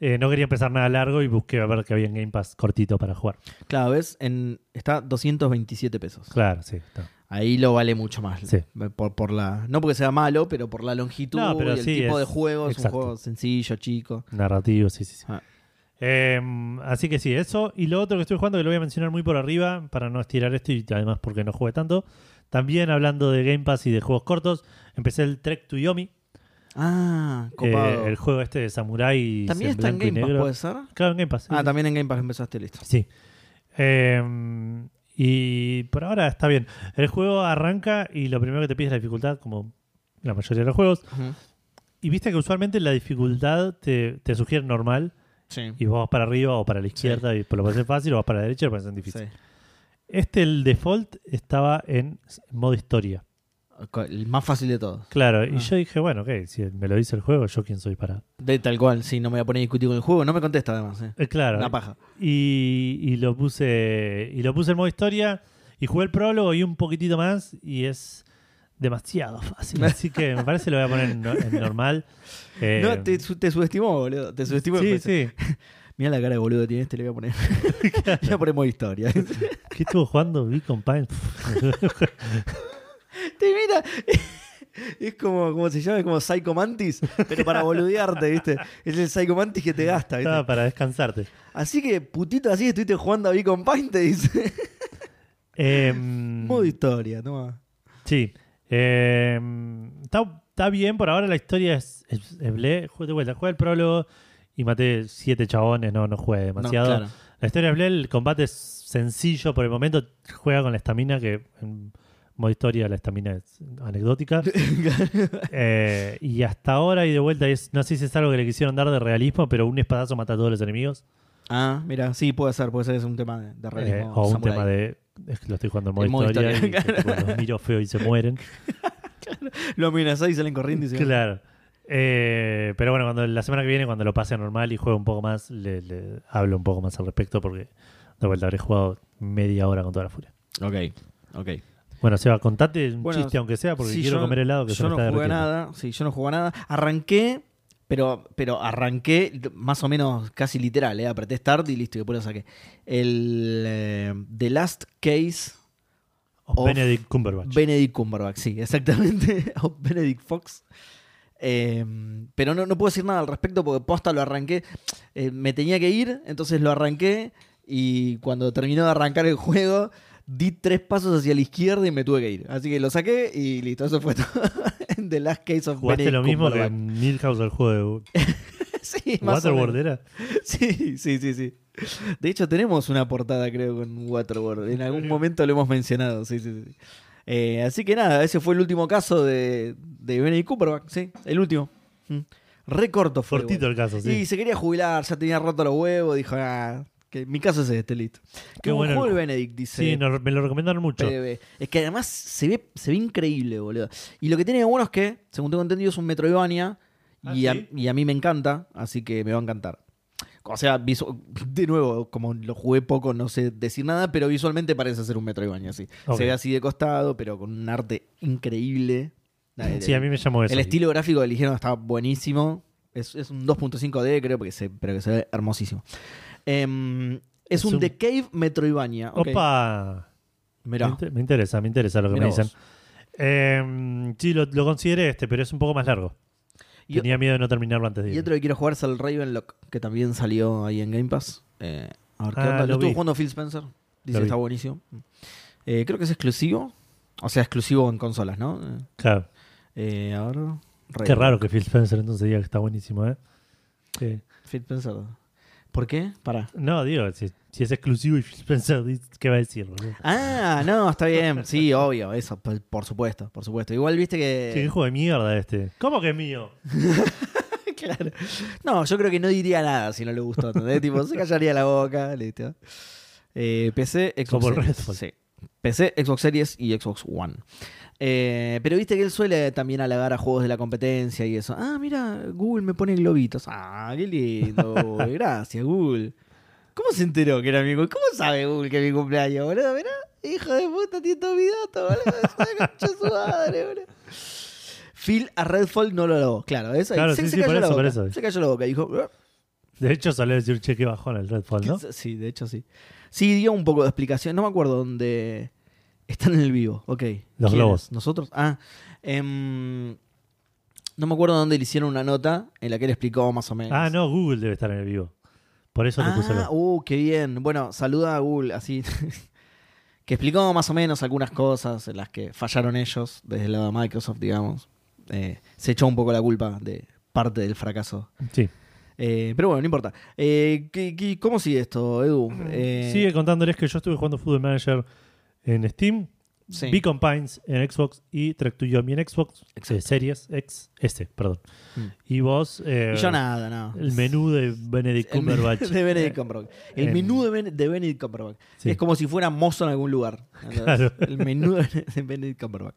B: eh, no quería empezar nada largo y busqué a ver qué había en Game Pass cortito para jugar.
A: Claro, ves, en, está 227 pesos.
B: Claro, sí. está.
A: Ahí lo vale mucho más. Eh,
B: Sí.
A: Por, por la, no porque sea malo, pero por la longitud
B: No, pero
A: y el
B: sí,
A: tipo de
B: es-
A: juego. Es un
B: exacto.
A: juego sencillo, chico.
B: Narrativo, sí, sí. sí.
A: Ah.
B: Em, así que sí, eso. Y lo otro que estoy jugando, que lo voy a mencionar muy por arriba, para no estirar esto y además porque no jugué tanto. También hablando de Game Pass y de juegos cortos, empecé el Trek to Yomi,
A: Ah, copado.
B: eh, el juego este de Samurai.
A: también está en Game Pass, ¿puede ser?
B: Claro, en Game Pass. sí,
A: Ah,
B: sí.
A: también en Game Pass empezaste, listo.
B: Sí. Eh, y por ahora está bien. El juego arranca y lo primero que te pide es la dificultad, como la mayoría de los juegos. Y viste que usualmente la dificultad te, te sugiere normal
A: Sí.
B: y vos vas para arriba o para la izquierda y lo pones en fácil o vas para la derecha y lo pones en difícil.
A: Sí.
B: Este, el default, estaba en s- modo historia.
A: El más fácil de todos.
B: Claro,
A: Ah.
B: y yo dije, bueno, ok, si me lo dice el juego, yo quién soy para...
A: De tal cual, sí, no me voy a poner a discutir con el juego. No me contesta además, eh.
B: Eh, claro,
A: Una paja.
B: y, y lo puse y lo puse en modo historia y jugué el prólogo y un poquitito más y es demasiado fácil así que me parece que lo voy a poner en, no- en normal Eh,
A: No, te, su- te subestimó, boludo. Te subestimó.
B: sí sí
A: Mira la cara de boludo que tiene este, le voy a poner. le voy a poner modo historia. te
B: qué estuvo jugando Beacon Pines
A: mira. Es como, ¿cómo se llama? Es como Psycho Mantis, pero para boludearte, ¿viste? Es el Psycho Mantis que te gasta, ¿viste?
B: estaba para descansarte
A: Así que, putito, así estuviste jugando a Beacon Pine, te dice.
B: Eh,
A: Modo historia, toma.
B: sí Eh, está, está bien por ahora la historia es, es, es ble- de vuelta jugué el prólogo y maté siete chabones no no jugué demasiado
A: No, claro.
B: La historia de Blade, el combate es sencillo por el momento. Juega con la estamina, que en modo historia la estamina es anecdótica. Eh, y hasta ahora y de vuelta, es, no sé si es algo que le quisieron dar de realismo, pero un espadazo mata a todos los enemigos.
A: Ah, mira, sí, puede ser, puede ser, es un tema de, de realismo
B: Eh, o un
A: samurái.
B: tema de. Es que lo estoy jugando en modo
A: En modo
B: historia,
A: historia,
B: y que, tipo, los miro feo y se mueren.
A: Lo amenazás y salen corriendo y se van.
B: Claro. Eh, pero bueno, cuando la semana que viene, cuando lo pase a normal y juegue un poco más, le, le hablo un poco más al respecto porque de vuelta habré jugado media hora con toda la furia.
A: Ok, ok.
B: Bueno, Seba, contate un
A: Bueno,
B: chiste aunque sea porque
A: Sí,
B: quiero
A: yo-
B: comer helado que se
A: Yo
B: me
A: no
B: está
A: jugué a
B: derritiendo.
A: nada, sí, yo no jugué a nada. Arranqué, pero, pero arranqué más o menos casi literal, ¿eh? apreté start y listo, y después lo saqué. El eh, The Last Case
B: O
A: Of
B: Benedict Cumberbatch.
A: Benedict Cumberbatch, sí, exactamente. O Benedict Fox. Eh, pero no, no puedo decir nada al respecto porque posta lo arranqué. Eh, me tenía que ir, entonces lo arranqué. Y cuando terminó de arrancar el juego, di tres pasos hacia la izquierda y me tuve que ir. Así que lo saqué y listo, eso fue todo. En The Last Case of
B: Jugaste
A: Benedict
B: lo mismo que
A: Cumberbatch.
B: Milhouse al juego de
A: sí, más o
B: Waterworld,
A: menos.
B: ¿era?
A: Sí, sí, sí, sí. De hecho, tenemos una portada, creo, con Waterworld. En algún momento lo hemos mencionado, sí, sí, sí. Eh, así que nada, ese fue el último caso de, de Benedict Cumberbatch, sí, el último. Mm. Re corto fue.
B: Cortito
A: igual.
B: el caso, sí.
A: Y se quería jubilar, ya tenía roto los huevos, dijo, ah, que mi caso es este, listo.
B: Qué
A: Qué
B: bueno
A: bueno.
B: el
A: el
B: ju-
A: Benedict, dice.
B: Sí, nos- me lo recomendaron mucho.
A: PB. Es que además se ve, se ve increíble, boludo. Y lo que tiene de bueno es que, según tengo entendido, es un Metroidvania.
B: Ah,
A: y, a,
B: ¿sí?
A: y a mí me encanta, así que me va a encantar. O sea, visu- de nuevo, como lo jugué poco, no sé decir nada, pero visualmente parece ser un Metroidvania, sí.
B: Ok.
A: Se ve así de costado, pero con un arte increíble. Dale,
B: Sí, a mí me llamó eso.
A: el estilo gráfico que eligieron está buenísimo. Es, es un 2.5D, creo, porque se, pero que se ve hermosísimo. Em, es,
B: Es
A: un,
B: un-
A: The Cave Metroidvania. Ok,
B: Opa. Me,
A: Mirá.
B: inter- me interesa, me interesa lo que
A: Mirá
B: me dicen.
A: vos.
B: Eh, sí, lo, lo consideré este, pero es un poco más largo.
A: Y-
B: Tenía miedo de no terminarlo antes de
A: Y
B: ir.
A: otro que quiero jugar es el Ravenlock, que también salió ahí en Game Pass. Eh, a ver qué
B: Ah,
A: onda. Lo,
B: lo
A: estuvo
B: vi.
A: jugando Phil Spencer. Dice
B: Lo vi.
A: está buenísimo. Eh, creo que es exclusivo. O sea, exclusivo en consolas, ¿no?
B: Claro.
A: Eh, a ver. Ravenlock.
B: Qué raro que Phil Spencer entonces diga que está buenísimo, ¿eh? Sí.
A: Phil Spencer. ¿Por qué? Para.
B: No, digo, si, si es exclusivo y Phil Spencer dice, ¿qué va a decir? boludo?
A: Ah, no, está bien. Sí, obvio, eso, por, por supuesto, por supuesto. Igual viste
B: Che, ¿Qué
A: que.
B: juego de mierda este? ¿Cómo que es mío?
A: claro. No, yo creo que no diría nada si no le gustó. ¿entendés? tipo, se callaría la boca, listo. Eh, PC, Xbox
B: Como el pues.
A: Series.
B: Redfall.
A: Sí. PC, Xbox Series y Xbox One. Eh, pero viste que él suele también halagar a juegos de la competencia y eso. Ah, mira, Google me pone globitos. Ah, qué lindo. Gracias, Google. ¿Cómo se enteró que era mi cumpleaños? ¿Cómo sabe Google que es mi cumpleaños, boludo? Mirá, hijo de puta, tiene todo mi dato, boludo. Esa concha de su madre, boludo. Phil a Redfall no lo alabó, claro. Eso, ahí
B: Claro,
A: se,
B: sí,
A: se
B: sí,
A: cayó
B: por
A: la
B: eso, por
A: boca.
B: eso.
A: Se cayó la boca. Dijo, "Ah,
B: De hecho, solía decir, che, qué bajón el Redfall, ¿no?
A: ¿qué- sí, de hecho sí. Sí, dio un poco de explicación. No me acuerdo dónde están en el vivo. Ok. ¿Quiénes?
B: globos.
A: ¿Nosotros? Ah. em, no me acuerdo dónde le hicieron una nota en la que él explicó más o menos.
B: Ah, no, Google debe estar en el vivo. Por eso le puse
A: Ah,
B: acá.
A: uh, qué bien. Bueno, saluda a Google, así. que explicó más o menos algunas cosas en las que fallaron ellos desde el lado de Microsoft, digamos. Eh, se echó un poco la culpa de parte del fracaso.
B: Sí.
A: Eh, pero bueno, no importa. Eh, ¿qué- qué- cómo sigue esto, Edu? Eh,
B: Mm, Sigue contándoles que yo estuve jugando Football Manager en Steam,
A: sí.
B: Beacon Pines en Xbox y Trek to Yomi en Xbox, eh, Series X, este, perdón.
A: Mm.
B: Y vos, eh,
A: Y yo nada, nada.
B: el menú de Benedict
A: El menú
B: Cumberbatch.
A: de Benedict Cumberbatch. El
B: en-
A: menú de, Ben- de Benedict Cumberbatch.
B: Sí.
A: Es como si fuera mozo en algún lugar. ¿entendés?
B: Claro.
A: El menú de de Benedict Cumberbatch.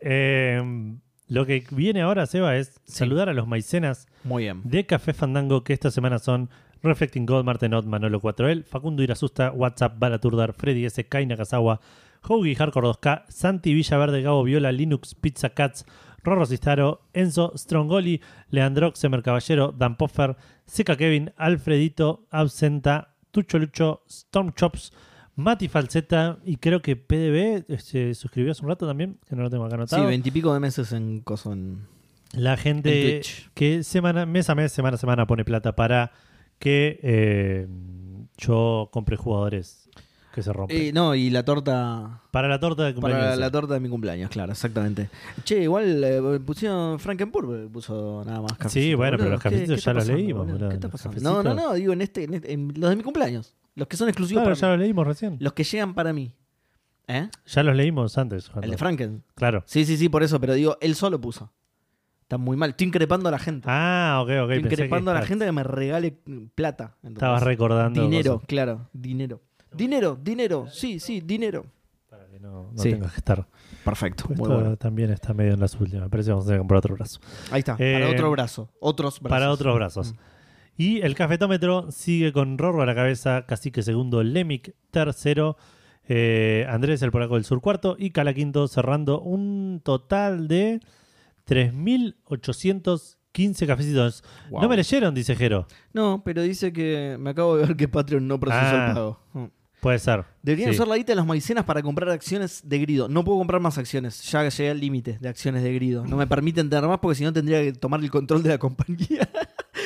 B: Eh, lo que viene ahora, Seba, es saludar a los maicenas
A: Muy bien.
B: de Café Fandango que esta semana son Reflecting God, Marten Ott, Manolo 4L, Facundo Irasusta, WhatsApp, Balaturdar, Freddy S, Kai Nakazawa, Hogi Hardcore 2K, Santi Villaverde, Gabo Viola, Linux, Pizza Cats, Rorro Cistaro, Enzo Strongoli, Leandro Xemer Caballero, Dan Poffer, Seca Kevin, Alfredito, Absenta, Tucho Lucho, Storm Chops, Mati Falseta y creo que PDB eh, se suscribió hace un rato también, que no lo tengo acá
A: Sí,
B: anotado.
A: veintipico de meses en coso en-
B: La
A: En
B: gente
A: Twitch.
B: que semana, mes a mes, semana a semana pone plata para que eh, yo compre jugadores que se rompen.
A: Eh, no, y la torta.
B: para la torta de cumpleaños.
A: Para la torta de mi cumpleaños, claro, exactamente. Che, igual eh, pusieron Frankenburg, puso nada más cafecito,
B: Sí, bueno, pero
A: boludo.
B: los cafecitos
A: ¿Qué- qué
B: ya
A: está
B: los
A: pasando,
B: leímos, boludo?
A: ¿Qué está
B: Los
A: pasando?
B: cafecitos.
A: No, no, no, digo en este, en este- en los de mi cumpleaños. Los que son exclusivos
B: Claro, ya
A: para
B: los
A: mí.
B: leímos recién.
A: Los que llegan para mí. ¿Eh?
B: Ya los leímos antes. cuando-
A: El de Franken.
B: Claro.
A: Sí, sí, sí, por eso, pero digo, él solo puso. Está muy mal. Estoy increpando a la gente.
B: Ah, ok, ok.
A: Estoy
B: pensé que
A: increpando a la
B: estabas-
A: gente que me regale plata. ¿entendés?
B: Estabas recordando.
A: Dinero,
B: cosas
A: claro. Dinero. Dinero, dinero. Sí, sí, dinero.
B: Para que no, no
A: Sí.
B: tengas que estar.
A: Perfecto.
B: Pues
A: Muy
B: esto
A: bueno.
B: también está medio en las últimas. Me parece que vamos a tener que comprar otro brazo.
A: Ahí está. para
B: Eh,
A: otro brazo. Otros brazos. Mm.
B: Para otros brazos. Y el cafetómetro sigue con Rorro a la cabeza, Cacique segundo, Lemic tercero, eh, Andrés el polaco del sur cuarto y Cala quinto cerrando un total de 3.815 cafecitos.
A: Wow.
B: No me leyeron, dice Jero.
A: No, pero dice que me acabo de ver que Patreon no procesó
B: Ah.
A: el pago. Mm.
B: Puede ser.
A: Deberían
B: Sí.
A: usar la guita de las maicenas para comprar acciones de grido. No puedo comprar más acciones. Ya llegué al límite de acciones de grido. No me permiten tener más porque si no tendría que tomar el control de la compañía.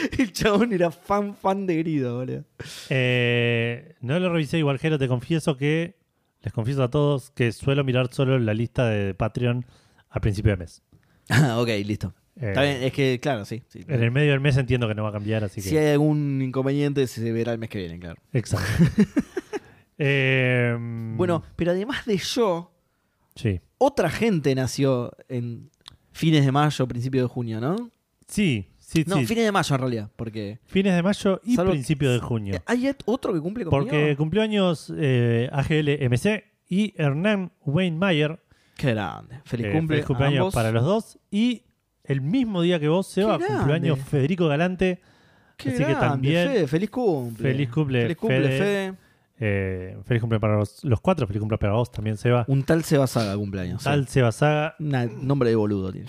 A: el chabón era fan, fan de grido, boludo.
B: Eh, no lo revisé igual, Jero. Te confieso que, les confieso a todos, que suelo mirar solo la lista de Patreon al principio de mes.
A: Ah, ok, listo.
B: Eh,
A: Está bien, es que, claro, sí. sí.
B: En el medio del mes entiendo que no va a cambiar, así que...
A: Si hay algún inconveniente, se verá el mes que viene, claro.
B: Exacto. Eh,
A: Bueno, pero además de yo,
B: Sí.
A: otra gente nació en fines de mayo, principio de junio, ¿no?
B: Sí, sí,
A: No,
B: sí.
A: fines de mayo en realidad, porque
B: Fines de mayo y
A: Salvo-
B: principio de junio.
A: hay et- otro que cumple conmigo.
B: Porque cumplió años eh, AGLMC y Hernán Weinmayer.
A: Qué grande. Feliz
B: eh,
A: cumple.
B: feliz cumpleaños
A: a ambos.
B: para los dos. Y el mismo día que vos, Seba,
A: Qué
B: cumplió años
A: grande.
B: Federico Galante.
A: Qué
B: así que
A: grande,
B: también-
A: Fede, feliz cumple.
B: Feliz cumple,
A: Feliz cumple,
B: Fede.
A: Fede.
B: Eh, feliz cumple para los, los cuatro. Feliz cumple para vos también, Seba.
A: Un tal Sebasaga cumpleaños.
B: Tal Seba Saga.
A: sí. Nah, nombre de boludo tiene.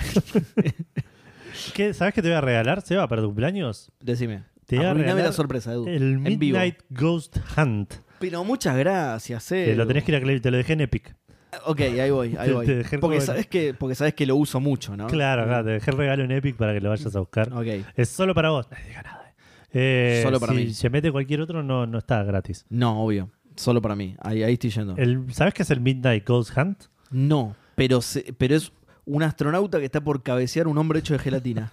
B: ¿Qué- ¿Sabés qué te voy a regalar, Seba, para tu cumpleaños?
A: Decime.
B: Te voy a
A: Arruiname
B: regalar
A: la sorpresa, Edu.
B: El
A: en vivo.
B: Midnight Ghost Hunt.
A: Pero muchas gracias, Edu.
B: Te lo tenés que ir a Cleveland, te lo dejé en Epic.
A: Ok, ahí voy, ahí
B: Te-
A: voy.
B: te dejé el
A: porque,
B: juego.
A: sabes que, porque sabes que lo uso mucho, ¿no?
B: Claro, claro, te dejé el regalo en Epic para que lo vayas a buscar.
A: Ok.
B: Es solo para vos. No diga nada. eh. Eh,
A: Solo para
B: si
A: mí.
B: se mete cualquier otro, no, no está gratis.
A: No, obvio. Solo para mí. Ahí, ahí estoy yendo.
B: El, ¿Sabes qué es el Midnight Ghost Hunt?
A: No, pero, se- pero es un astronauta que está por cabecear un hombre hecho de gelatina.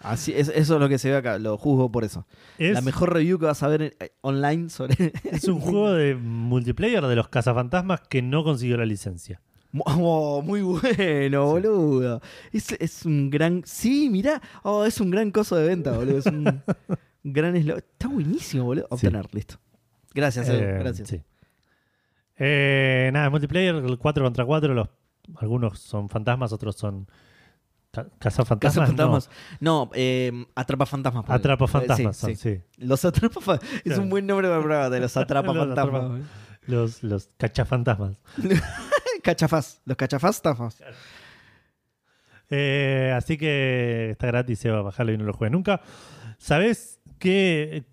A: Así, es- eso es lo que se ve acá, lo juzgo por eso.
B: Es,
A: La mejor review que vas a ver eh, online sobre.
B: es un juego de multiplayer de los cazafantasmas que no consiguió la licencia.
A: Oh, muy bueno, boludo. Es, es un gran. Sí, mirá. Oh, es un gran coso de venta, boludo. Es un gran eslo- Está buenísimo, boludo. Obtener, listo. Gracias, Edu,
B: Eh,
A: Gracias.
B: sí. Eh, nada, es multiplayer, el 4 contra 4. Los, algunos son fantasmas, otros son ca- cazafantasmas.
A: Casa
B: no.
A: fantasmas. No, eh, atrapa fantasmas. ponele.
B: Atrapa fantasmas,
A: Eh,
B: son,
A: sí, sí.
B: sí.
A: Los atrapa fa- Es un buen nombre para el programa, de los atrapa
B: Los
A: fantasmas.
B: atrapa- Los, los cachafantasmas.
A: Cachafaz. Los cachafaz tafas.
B: Eh, así que está gratis, se va a bajarlo y no lo juegue nunca. ¿Sabes qué,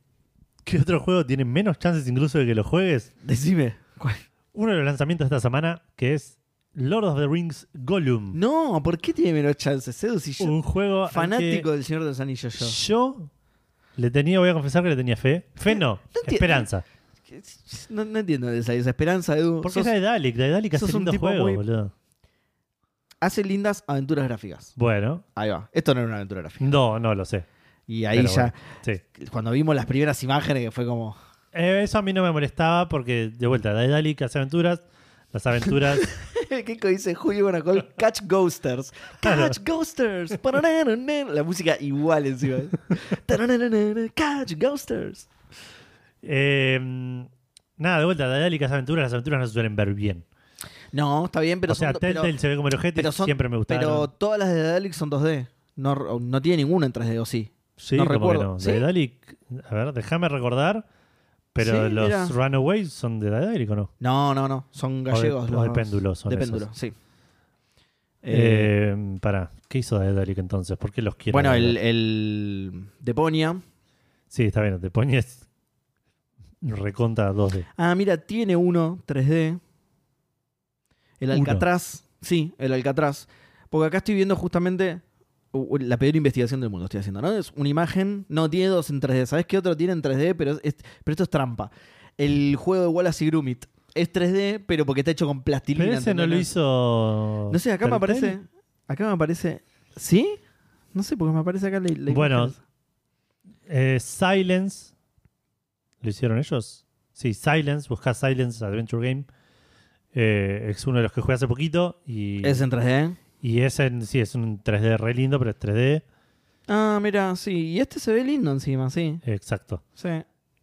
B: qué otro juego tiene menos chances incluso de que lo juegues?
A: Decime. ¿cuál?
B: Uno de los lanzamientos de esta semana, que es Lord of the Rings Gollum.
A: No, ¿por qué tiene menos chances, Edu? Si yo-
B: un juego al
A: fanático
B: que
A: del Señor de los Anillos, yo.
B: yo le tenía, voy a confesar que le tenía fe. Fe no,
A: enti-
B: esperanza.
A: No, no entiendo esa desesperanza, Edu.
B: Porque
A: Sos-
B: es Daedalic, Daedalic hace
A: sos un
B: lindos
A: tipo
B: juegos,
A: muy-
B: boludo.
A: Hace lindas aventuras gráficas.
B: Bueno,
A: Ahí va. Esto no era una aventura gráfica.
B: no, no lo sé.
A: Y ahí
B: Pero
A: ya,
B: bueno, sí.
A: cuando vimos las primeras imágenes, que fue como.
B: Eh, eso a mí no me molestaba porque, de vuelta, Daedalic hace aventuras. Las aventuras
A: Kiko dice Julio Bonacol, Catch Ghosters. Catch Ghosters. Parananan. La música igual encima. Tarananan, Catch Ghosters.
B: Eh, nada, de vuelta, Daedalic, las aventuras, las aventuras no se suelen ver bien.
A: No, está bien, pero
B: o sea,
A: son. pero-
B: Telltale se ve como el ojete,
A: pero son-
B: siempre me gustaron.
A: Pero todas las de Dalek son 2D. No, no tiene ninguna en 3D, o sí.
B: sí,
A: no
B: como
A: recuerdo.
B: que no.
A: ¿Sí?
B: Daedalic, a ver, déjame recordar, pero
A: Sí,
B: los
A: mira.
B: Runaways son de Daedalic o no?
A: No, no, no. Son gallegos.
B: o de, o
A: los
B: de péndulo son
A: De
B: esos.
A: péndulo, sí. Eh,
B: Eh, pará, ¿qué hizo Daedalic entonces? ¿Por qué los quiero?
A: Bueno,
B: ver?
A: el, el Deponia.
B: Sí, está bien, te pones reconta 2D.
A: Ah, mira, tiene uno 3D. El
B: Uno.
A: Alcatraz. Sí, el Alcatraz. Porque acá estoy viendo justamente u- u- la peor investigación del mundo, estoy haciendo, ¿no? Es una imagen. No, tiene dos en 3D. ¿Sabes qué otro tiene en 3D? Pero, es- es- pero esto es trampa. El juego de Wallace y Grumit. Es 3D, pero porque está hecho con plastilina.
B: Pero ese no lo
A: ¿entendés?
B: hizo.
A: No sé, acá me
B: Telltale.
A: aparece. Acá me aparece. ¿Sí? No sé, porque me aparece acá la, la
B: Bueno,
A: imagen.
B: Eh, Silence. ¿Lo hicieron ellos? Sí, Silence. Buscá Silence Adventure Game. Eh, es uno de los que jugué hace poquito. Y,
A: Es en 3D.
B: Y es en- sí, es un 3D re lindo, pero es 3D.
A: Ah, mira, sí. Y este se ve lindo encima, sí.
B: Exacto.
A: sí.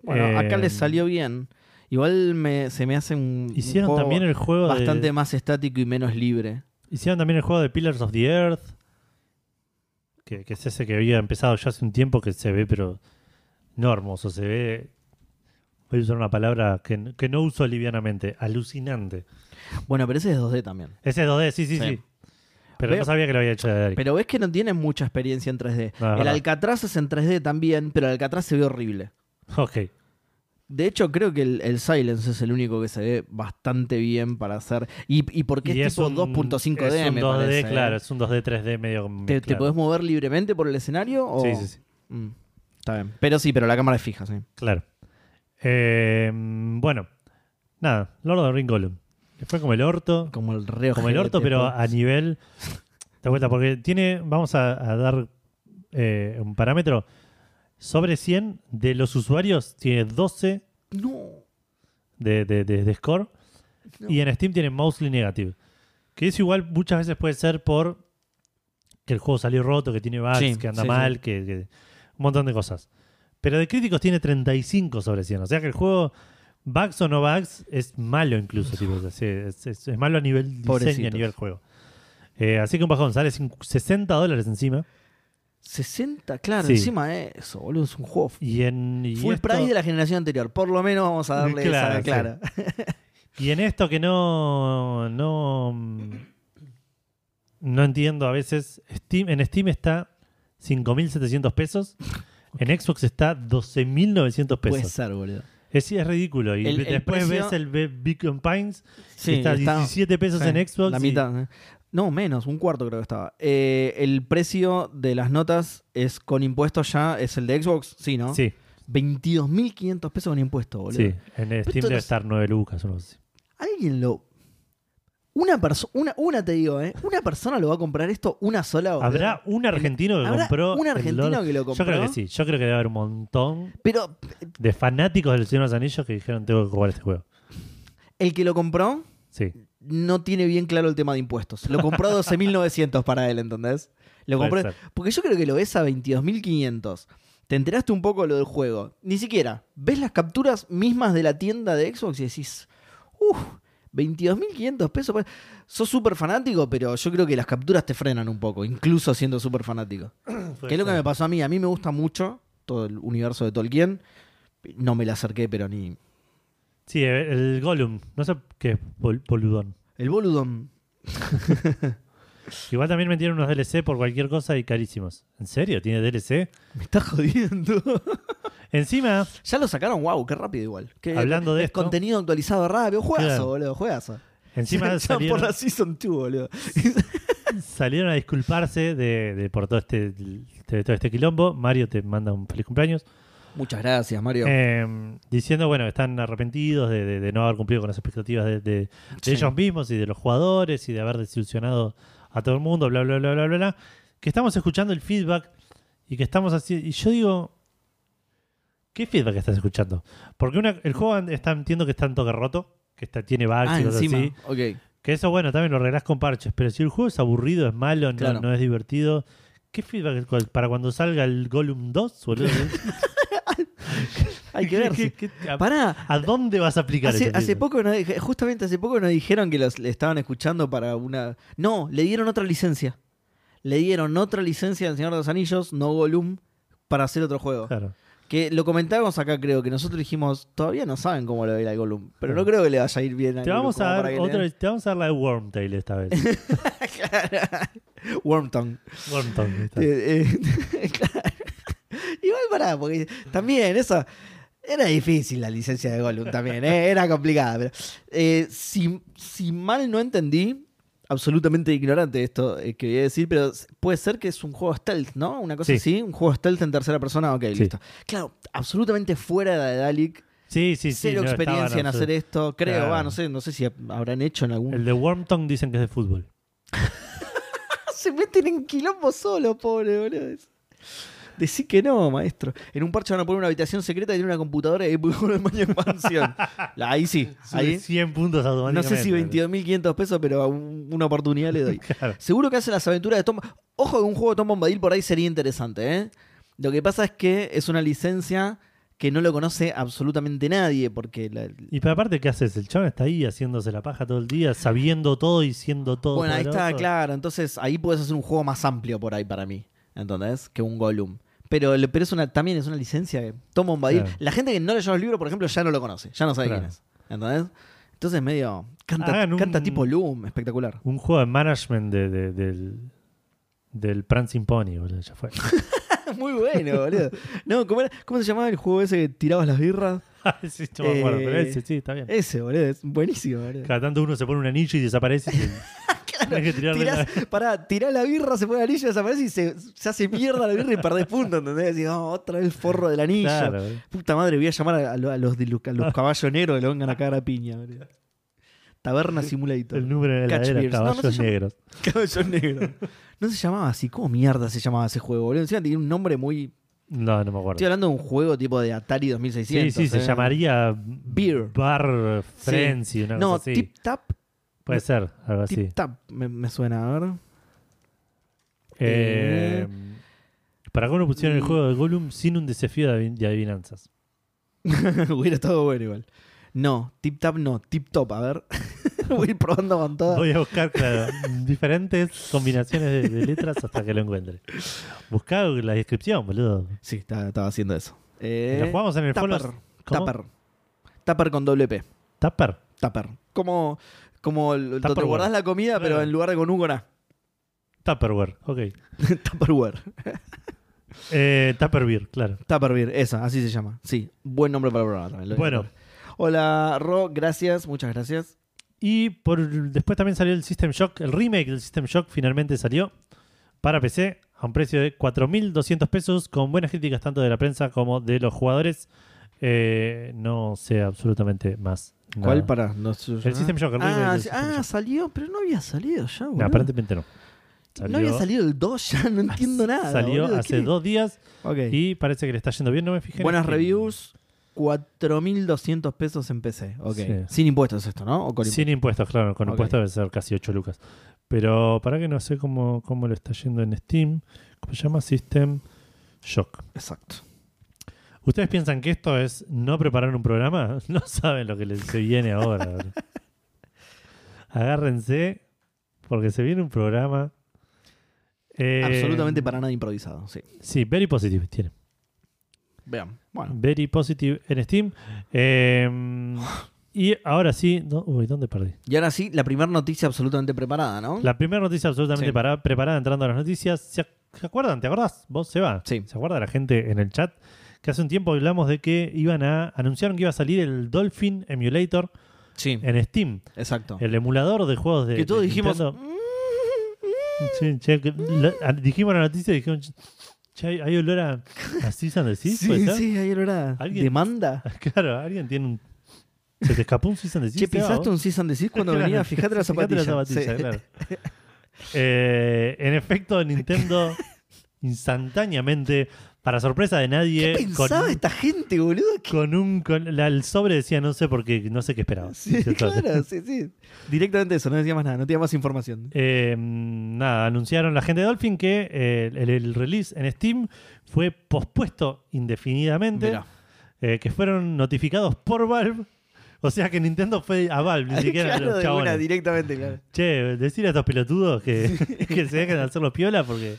A: Bueno,
B: Eh,
A: acá le salió bien. Igual me, se me hace un, un
B: Hicieron
A: juego
B: también el juego
A: bastante
B: de,
A: más estático y menos libre.
B: Hicieron también el juego de Pillars of the Earth. Que, que es ese que había empezado ya hace un tiempo que se ve, pero no hermoso. Se ve. Voy a usar una palabra que, n- que no uso livianamente. Alucinante.
A: Bueno, pero ese es 2D también.
B: Ese es 2D, sí, sí,
A: Sí.
B: sí. Pero
A: Veo-
B: no sabía que lo había hecho de Eric.
A: Pero ves que no tiene mucha experiencia en 3D.
B: No, es
A: el
B: verdad.
A: Alcatraz es en 3D también, pero el Alcatraz se ve horrible.
B: Ok.
A: De hecho, creo que el, el Silence es el único que se ve bastante bien para hacer. Y, y porque
B: Y
A: es, tipo
B: un-
A: 2.5D,
B: es un
A: me
B: 2D,
A: parece. ¿eh?
B: claro. Es un 2D, 3D medio. como
A: ¿Te, te
B: mezclado.
A: podés mover libremente por el escenario? O...
B: Sí, sí, sí.
A: Mm, está bien. Pero sí, pero la cámara es fija, sí.
B: Claro. Eh, bueno, nada. Lord of the Ring Gollum. Le Fue como el orto.
A: Como el reo.
B: como el orto, pero a nivel. De vuelta, porque tiene. Vamos a, a dar eh, un parámetro. Sobre 100 de los usuarios tiene 12
A: No.
B: de, de- de- de score.
A: No.
B: Y en Steam tiene mostly negative. Que es igual, muchas veces puede ser por que el juego salió roto, que tiene bugs,
A: Sí,
B: que anda
A: sí,
B: mal,
A: sí.
B: Que, que- un montón de cosas. Pero de críticos tiene 35 sobre 100. O sea que el juego, bugs o no bugs, es malo incluso. tipo, es, es- es- es malo a nivel diseño, y a
A: Pobrecitos.
B: nivel juego. Eh, así que un bajón sale cincu- 60 dólares encima.
A: 60, claro,
B: Sí.
A: encima de eso, boludo, es un juego.
B: Y en, y
A: Full
B: esto-
A: price de la generación anterior, por lo menos vamos a darle
B: Claro,
A: esa clara.
B: Y en esto que no. No. No entiendo a veces. Steam, en Steam está 5.700 pesos. En Xbox está 12.900
A: Puede
B: pesos.
A: ser, boludo.
B: Es, es ridículo. Y
A: Pues, El- el
B: después
A: precio-
B: ves el Be- Beacon Pines.
A: Sí,
B: que está, 17 pesos
A: sí,
B: en Xbox.
A: La
B: y-
A: mitad. eh. No, menos, un cuarto creo que estaba. Eh, el precio de las notas es con impuestos ya, es el de Xbox, sí, ¿no?
B: Sí,
A: 22.500 pesos con impuestos, boludo.
B: sí. En Steam
A: esto
B: debe
A: no-
B: estar 9 lucas. o algo así.
A: Alguien lo. Una persona, una, una te digo, ¿eh? Una persona lo va a comprar esto, una sola. boludo.
B: ¿Habrá un argentino que
A: ¿Habrá
B: compró?
A: un
B: el
A: argentino
B: Lord-
A: que lo compró?
B: Yo creo que sí. Yo creo que debe haber un montón
A: Pero
B: de fanáticos del Señor de los Anillos que dijeron: Tengo que jugar este juego.
A: el que lo compró
B: Sí.
A: no tiene bien claro el tema de impuestos. Lo compró a 12.900 para él, ¿entendés? Lo
B: puede
A: compró.
B: ser.
A: Porque yo creo que lo ves a 22.500. Te enteraste un poco de lo del juego. Ni siquiera. Ves las capturas mismas de la tienda de Xbox y decís, uff, 22.500 pesos. pa- Sos súper fanático, pero yo creo que las capturas te frenan un poco, incluso siendo súper fanático. Que es lo que me pasó a mí. A mí me gusta mucho todo el universo de Tolkien. No me la acerqué, pero ni...
B: Sí, e, el Gollum. No sé qué es bol- boludón.
A: El Boludón.
B: Igual también metieron unos DLC por cualquier cosa y carísimos. ¿En serio? ¿Tiene DLC?
A: Me está jodiendo.
B: Encima,
A: ya lo sacaron, wow, qué rápido igual. Qué-
B: Hablando de
A: es
B: esto-
A: Contenido actualizado rápido. Juegazo,
B: Claro.
A: boludo, juegazo.
B: encima
A: Ya por la
B: salieron,
A: Season 2, boludo.
B: salieron a disculparse de, de por todo este, de todo este quilombo. Mario te manda un feliz cumpleaños.
A: Muchas gracias, Mario.
B: Eh, diciendo, bueno, que están arrepentidos de, de- de no haber cumplido con las expectativas de, de- de
A: Sí.
B: ellos mismos y de los jugadores y de haber desilusionado a todo el mundo, bla, bla, bla, bla, bla, bla. Que estamos escuchando el feedback y que estamos así. Y yo digo, ¿qué feedback estás escuchando? Porque una- el juego an- está, entiendo que está en toque roto, que está, tiene bugs
A: ah,
B: y cosas
A: encima.
B: así.
A: Ok.
B: Que eso, bueno, también lo arreglás con parches. Pero si el juego es aburrido, es malo, no-
A: Claro.
B: no, es divertido. ¿Qué feedback es cual- para cuando salga el Gollum 2? boludo?
A: Hay que
B: ¿Qué-
A: ver.
B: qué-
A: si-
B: qué- a-
A: Pará.
B: ¿A dónde vas a aplicar
A: Hace,
B: eso?
A: hace poco nos dije- justamente hace poco nos dijeron que los le estaban escuchando para una. No, le dieron otra licencia. Le dieron otra licencia al Señor de los Anillos, no Golum, para hacer otro juego.
B: Claro.
A: Que lo comentábamos acá, creo, que nosotros dijimos, todavía no saben cómo le va a ir al Golum. Pero no
B: Claro.
A: creo que le vaya a ir bien al
B: Te
A: Gollum
B: vamos,
A: como
B: a
A: para
B: dar
A: que le
B: otra,
A: den-
B: te vamos a dar la de Wormtail esta vez.
A: Wormtongue.
B: Wormtongue, está.
A: Eh, eh, claro. Igual pará, porque también eso. Era difícil la licencia de Gollum también, eh, era complicada. Pero, eh, si, si mal no entendí, absolutamente ignorante esto eh, que voy a decir, pero s- puede ser que es un juego stealth, ¿no? Una cosa
B: Sí.
A: así, un juego stealth en tercera persona, ok, listo. Claro, absolutamente fuera de la de Dalek,
B: Sí, sí, sí.
A: cero
B: no,
A: experiencia
B: estaban
A: en hacer
B: absolut-
A: esto, creo,
B: Claro.
A: va, no sé, no sé si ha- habrán hecho en algún...
B: El de Wormtongue dicen que es de fútbol.
A: Se meten en quilombo solo, pobre, boludo. Decí que no, maestro. En un parche van a poner una habitación secreta y tiene una computadora y ahí puede poner el baño en mansión. La- Ahí ¿Ah, sí.
B: Sube
A: Ahí.
B: 100 puntos
A: No
B: automáticamente.
A: sé si 22.500 pesos, pero a un- una oportunidad le doy.
B: Claro.
A: Seguro que hacen las aventuras de Tom. Ojo que un juego de Tom Bombadil por ahí sería interesante, ¿eh? Lo que pasa es que es una licencia que no lo conoce absolutamente nadie, porque la-
B: Y pero aparte, ¿qué haces? El chabón está ahí haciéndose la paja todo el día, sabiendo todo y siendo todo.
A: Bueno, ahí está,
B: poderoso.
A: claro. Entonces ahí puedes hacer un juego más amplio por ahí para mí, ¿entendés? Que un Gollum. Pero, el- pero es una, también es una licencia que Tom Bombadil.
B: Claro.
A: La gente que no leyó los libros, por ejemplo, ya no lo conoce, ya no sabe
B: Claro.
A: quién es. ¿Entendés? Entonces medio. Canta,
B: Hagan un-
A: canta tipo Loom, espectacular.
B: Un juego de management de- de- del, del Prancing Pony, boludo, ya fue. Ah,
A: Muy bueno, boludo. No, ¿cómo, era- cómo se llamaba el juego ese que tirabas las birras?
B: sí, no me acuerdo, pero
A: Eh,
B: ese sí, está bien.
A: Ese, boludo, es buenísimo, boludo.
B: Cada tanto uno se pone un anillo y desaparece. y- Tenés que tirarle
A: Tirás, pará, tirás la birra, se pone el anillo, desaparece y se, se hace mierda la birra y perdés puntos, ¿entendés? Y, "Oh, otra vez el forro del anillo.
B: la- Claro, boludo.
A: Puta madre, voy a llamar a, a lo- a los, de Lu- a
B: Ah.
A: los caballos negros que le vengan a cagar a piña, boludo. Taberna Simulator.
B: El número de la
A: Catch
B: era,
A: Bears. No, no se
B: caballos
A: llama-
B: negros.
A: Caballos negros. No se llamaba así. ¿Cómo mierda se llamaba ese juego, boludo? Encima tenía un nombre muy.
B: No, no me acuerdo.
A: Estoy hablando de un juego tipo de Atari
B: Sí,
A: 2600.
B: sí, se
A: ¿eh?
B: llamaría
A: Beer.
B: Bar Frenzy, una
A: No,
B: cosa así.
A: Tip Tap.
B: Puede ser, algo así.
A: Tip Tap me, me suena, a ver.
B: Eh, ¿Para cómo pusieron el
A: Mm.
B: juego de Gollum sin un desafío de, adivin- de adivinanzas?
A: Hubiera estado bueno igual. No, tip tap no, tip top, a ver. Voy a ir probando con todas.
B: Voy a buscar, claro, diferentes combinaciones de, de letras hasta que lo encuentre. Buscá la descripción, boludo.
A: Sí, está- estaba haciendo eso. Eh,
B: ¿Lo jugamos en el
A: Tupper,
B: Follows? ¿Cómo?
A: Tupper. Tupper con doble P.
B: Tupper.
A: Tupper. Como, como el- donde
B: Tupperware.
A: guardás la comida, pero
B: Claro.
A: en lugar de con Hugo, na.
B: Tupperware, ok.
A: Tupperware.
B: Eh, Tupperware, claro.
A: Tupperware, esa, así se llama. Sí, buen nombre para el programa también. lo voy a
B: Bueno.
A: anotar. Hola, Ro, gracias, muchas gracias.
B: Y por, después también salió el System Shock, el remake del System Shock finalmente salió para PC a un precio de 4.200 pesos con buenas críticas tanto de la prensa como de los jugadores. Eh, no sé absolutamente más. nada.
A: ¿Cuál para? No, sé-
B: El System Shock, el remake
A: Ah,
B: del
A: sí,
B: System
A: ah,
B: Shock.
A: salió, pero no había salido ya,
B: No,
A: boludo.
B: aparentemente no.
A: No había salido el 2 ya, no entiendo nada.
B: Salió
A: boludo,
B: hace
A: ¿qué?
B: dos días
A: Ok.
B: y parece que le está yendo bien, no me fijé. en este?
A: Buenas
B: Steam.
A: reviews, 4.200 pesos en PC. Ok.
B: Sí.
A: Sin impuestos esto, ¿no? ¿O con
B: Sin
A: impuestos?
B: impuestos, claro, con
A: Ok.
B: impuestos debe ser casi 8 lucas. Pero para que no sé cómo, cómo lo está yendo en Steam, ¿cómo se llama? System Shock.
A: Exacto.
B: ¿Ustedes piensan que esto es no preparar un programa? No saben lo que les se viene ahora. bro. Agárrense, porque se viene un programa. Eh,
A: Absolutamente para nada improvisado, sí.
B: Sí, Very Positive tiene.
A: Vean. Bueno.
B: Very Positive en Steam. Eh, y ahora sí. no- uy, ¿dónde perdí?
A: Y ahora sí, la primera noticia absolutamente preparada, ¿no?
B: La primera noticia absolutamente
A: Sí.
B: para- preparada entrando a las noticias. ¿Se, ac- se acuerdan? ¿Te acordás? ¿Vos se va?
A: Sí.
B: ¿Se acuerda la gente en el chat? Que hace un tiempo hablamos de que iban a. anunciaron que iba a salir el Dolphin Emulator
A: Sí,
B: en Steam.
A: exacto.
B: El emulador de juegos eh, de.
A: que todos
B: de
A: dijimos...
B: Nintendo.
A: "Mm,
B: Che, che, que la- a- dijimos la noticia y dijeron. Che, hay, hay olor a. ¿A Season de
A: Sí,
B: Seas? ¿Puede
A: sí,
B: ser?
A: ahí lo era.
B: ¿Alguien?
A: ¿Demanda?
B: Claro, alguien tiene un. ¿Se te escapó un Season de Seas?
A: Che, pisaste un Season Desist cuando
B: Claro.
A: venía, fíjate la
B: Fíjate
A: zapatilla.
B: zapatilla,
A: Sí.
B: claro. Eh, en efecto, Nintendo instantáneamente, para sorpresa de nadie,
A: ¿Qué pensaba este esta gente, boludo? ¿Qué-
B: con un con la- el sobre decía no sé por qué, no sé qué esperaba.
A: Sí,
B: Dice el sobre.
A: claro, sí, sí. Directamente eso, no decía más nada, no tenía más información.
B: Eh, nada, anunciaron la gente de Dolphin que eh, el, el release en Steam fue pospuesto indefinidamente,
A: Mirá.
B: eh, que fueron notificados por Valve. O sea que Nintendo fue a Valve, ni siquiera a
A: Claro,
B: los
A: de
B: chabones.
A: una, directamente, claro.
B: Che, decirle a estos pelotudos que, que se dejen de hacerlo piola porque.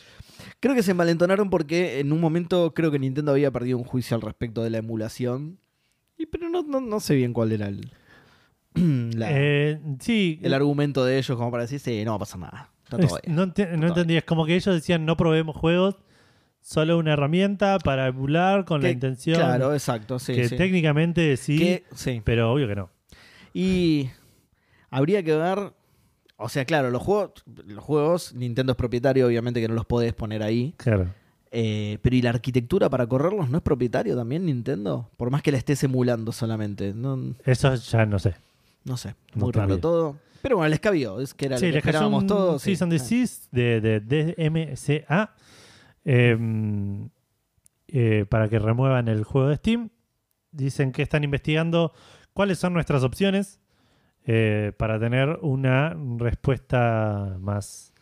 A: Creo que se envalentonaron porque en un momento creo que Nintendo había perdido un juicio al respecto de la emulación. Y pero no, no, no sé bien cuál era el, la-
B: Eh, sí.
A: el argumento de ellos como para decir, sí, no va a pasar nada. Está
B: es-
A: todo bien.
B: no enti- no
A: bien.
B: entendí. Es como que ellos decían no probemos juegos, solo una herramienta para emular con la
A: Que-
B: intención.
A: Claro, exacto, sí.
B: que
A: sí.
B: técnicamente sí,
A: Que- sí.
B: pero obvio que no.
A: Y habría que ver. O sea, claro, los juegos, los juegos, Nintendo es propietario, obviamente que no los podés poner ahí.
B: Claro.
A: Eh, pero ¿y la arquitectura para correrlos no es propietario también Nintendo? Por más que la estés emulando solamente. No,
B: Eso ya no sé.
A: No sé,
B: No
A: muy raro
B: sabía.
A: todo. Pero bueno, les cabió, es que era lo que
B: les cayó
A: esperábamos Ah.
B: un
A: todos. sí.
B: Season
A: Ah.
B: Desist de, de DMCA. Eh, eh, para que remuevan el juego de Steam. Dicen que están investigando cuáles son nuestras opciones eh, para tener una respuesta más,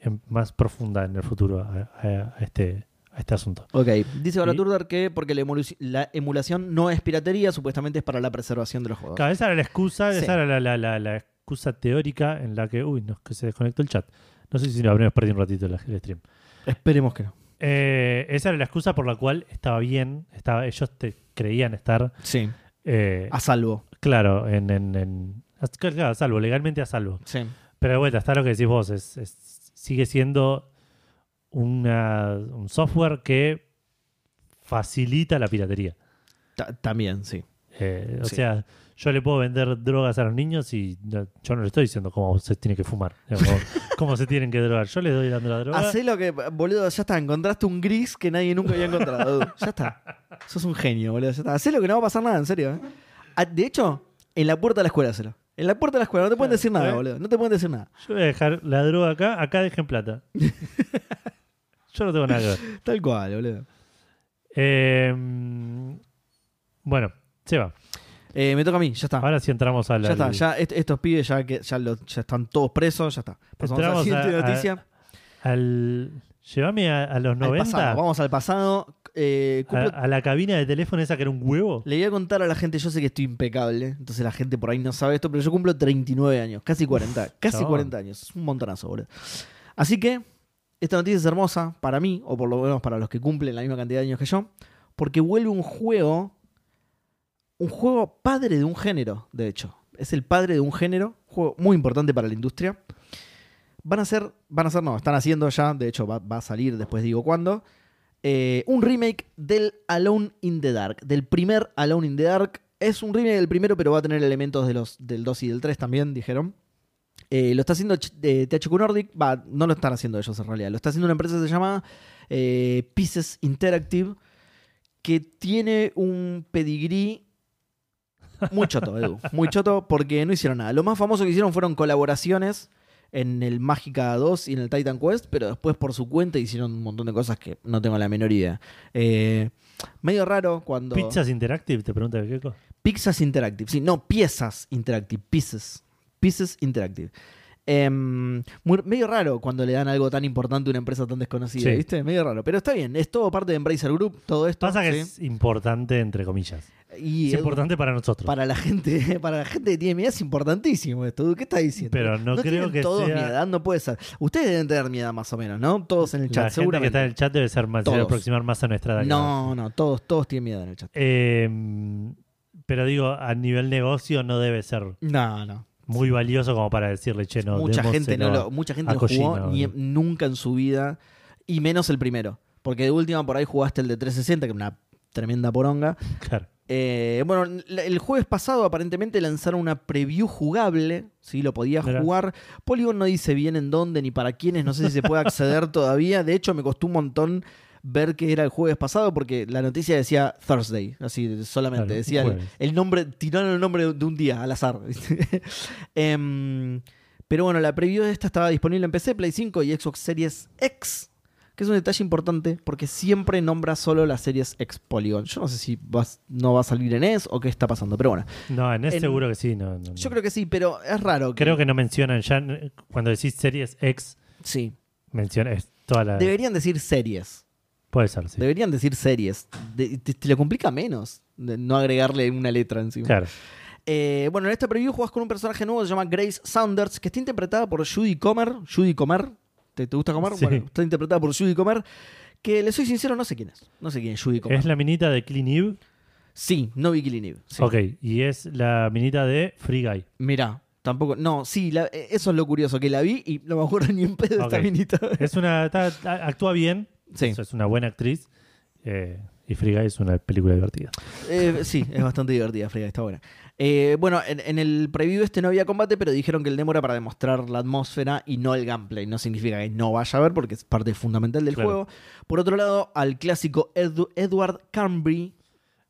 B: em- más profunda en el futuro a, a- a este, a este asunto.
A: Ok. Dice ahora
B: Y-
A: Turdar que porque la, emulu- la emulación no es piratería, supuestamente es para la preservación de los juegos.
B: Claro, esa era la excusa,
A: Sí.
B: esa era la, la- la- la excusa teórica en la que, uy, no, que se desconectó el chat. No sé si lo habremos perdido un ratito el, el stream.
A: Esperemos que no.
B: Eh, esa era la excusa por la cual estaba bien, estaba, ellos te creían estar
A: Sí.
B: eh,
A: A salvo.
B: claro, en, en- en- a- claro, a salvo, legalmente a salvo.
A: Sí.
B: Pero de vuelta, está lo que decís vos, es, es- sigue siendo una- un software que facilita la piratería.
A: Ta- también, sí.
B: Eh, o
A: Sí.
B: sea, yo le puedo vender drogas a los niños y no- yo no le estoy diciendo cómo se tiene que fumar, digamos, cómo, cómo se tienen que drogar. Yo les doy dando la droga.
A: Hacé lo que, boludo, ya está, encontraste un gris que nadie nunca había encontrado. Dude. ya está. Sos un genio, boludo, ya está. Hacé lo que no va a pasar nada, en serio. ¿eh? Ah, De hecho, en la puerta de la escuela, hacelo. En la puerta de la escuela, no te pueden
B: Claro,
A: decir nada,
B: ¿eh?
A: boludo. No te pueden decir nada.
B: Yo voy a dejar la droga acá, acá dejen plata. yo no tengo nada que ver.
A: Tal cual, boludo.
B: Eh, mm, bueno, se va.
A: Eh, me toca a mí, ya está.
B: Ahora sí entramos a la.
A: ya está, ya est- estos pibes ya que ya, los- ya están todos presos, ya está. Pasamos a la
B: Entramos
A: siguiente
B: a- a-
A: noticia.
B: Al, llévame a, a los
A: Al
B: 90,
A: pasado. Vamos al pasado. Eh,
B: a,
A: cumplo-
B: a la cabina de teléfono esa que era un huevo.
A: Le voy a contar a la gente, yo sé que estoy impecable, entonces la gente por ahí no sabe esto, pero yo cumplo 39 años, casi 40, casi
B: chabón.
A: 40 años, es un montonazo, boludo. Así que esta noticia es hermosa para mí, o por lo menos para los que cumplen la misma cantidad de años que yo, porque vuelve un juego, un juego padre de un género, de hecho. Es el padre de un género, juego muy importante para la industria. Van a ser, van a ser, no, están haciendo ya, de hecho va, va a salir, después digo cuándo, eh, un remake del Alone in the Dark, del primer Alone in the Dark. Es un remake del primero, pero va a tener elementos de los, del 2 y del 3 también, dijeron. Eh, lo está haciendo Ch- eh, THQ Nordic, va, no lo están haciendo ellos en realidad, lo está haciendo una empresa que se llama eh, Pieces Interactive, que tiene un pedigrí muy choto, Edu, muy choto, porque no hicieron nada. Lo más famoso que hicieron fueron colaboraciones en el Mágica 2 y en el Titan Quest, pero después por su cuenta hicieron un montón de cosas que no tengo la menor idea. Eh, medio raro cuando...
B: Pizzas Interactive, te pregunta qué cosa.
A: Ah, Pizzas Interactive. Sí, no, piezas Interactive. Pieces. Pieces Interactive. Em, muy- medio raro cuando le dan algo tan importante a una empresa tan desconocida,
B: Sí.
A: ¿viste? Medio raro. Pero está bien, es todo parte de Embracer Group, todo esto.
B: Pasa que
A: ¿sí?
B: es importante, entre comillas.
A: Y,
B: es
A: Edu,
B: importante para nosotros.
A: para la gente, para la gente que tiene mi edad es importantísimo esto. Edu, ¿Qué estás diciendo?
B: Pero no creo
A: tienen
B: que
A: todos
B: sea-
A: mi edad, no puede ser. Ustedes deben tener mi edad más o menos, ¿no? Todos en el
B: la
A: chat,
B: gente que
A: seguramente.
B: está en el chat debe ser más, se debe
A: Todos.
B: aproximar más a nuestra edad.
A: no, no, todos, todos tienen mi edad en el chat.
B: Eh, pero digo, a nivel negocio no debe ser
A: No, no.
B: muy valioso como para decirle, che, no,
A: mucha gente no
B: démoselo
A: lo, mucha gente
B: a
A: lo jugó
B: Kojima,
A: ni-
B: boludo.
A: nunca en su vida y menos el primero porque de última por ahí jugaste el de 360 que es una tremenda poronga
B: a- Claro.
A: Eh, bueno la- el jueves pasado aparentemente lanzaron una preview jugable sí lo podías
B: Mirá.
A: jugar Polygon no dice bien en dónde ni para quiénes no sé si se puede acceder todavía de hecho me costó un montón ver que era el jueves pasado porque la noticia decía Thursday así solamente
B: Claro,
A: decía el,
B: jueves.
A: el nombre tiraron el nombre de un día al azar Em, pero bueno, la preview de esta estaba disponible en PC, Play 5 y Xbox Series X. Que es un detalle importante porque siempre nombra solo las series X Polygon. Yo no sé si vas- no va a salir en E S o qué está pasando, pero bueno.
B: No, en ese
A: En-
B: seguro que sí. No, no,
A: Yo
B: no.
A: creo que sí, pero es raro.
B: Creo que no mencionan ya, eh, cuando decís series X,
A: Sí.
B: menciona es toda la...
A: Deberían decir series.
B: Puede ser, sí.
A: Deberían decir series. De- te, te lo complica menos de no agregarle una letra encima.
B: Claro.
A: Eh, bueno, en esta preview jugás con un personaje nuevo que se llama Grace Saunders, que está interpretada por Judy Comer. Judy Comer, ¿te, te gusta comer?
B: Sí.
A: Bueno, está interpretada por Judy Comer, que le soy sincero, no sé quién es. No sé quién es Judy Comer.
B: Es la minita de Clean Eve.
A: Sí, no Vicky Liniv. Sí.
B: Ok, y es la minita de Free Guy.
A: Mirá, tampoco. No, sí, la- eh, eso es lo curioso, que la vi y no me acuerdo ni en pedo de esta
B: Ok.
A: minita.
B: Es una... está- está- actúa bien.
A: Sí.
B: Es una buena actriz. eh, y Free Guy es una película divertida.
A: Eh, sí, es bastante divertida, Frida, está buena. Eh, bueno, en, en el preview este no había combate, pero dijeron que el demo era para demostrar la atmósfera y no el gameplay. No significa que no vaya a haber, porque es parte fundamental del
B: Claro.
A: juego. Por otro lado, al clásico Edu- Edward Cambry,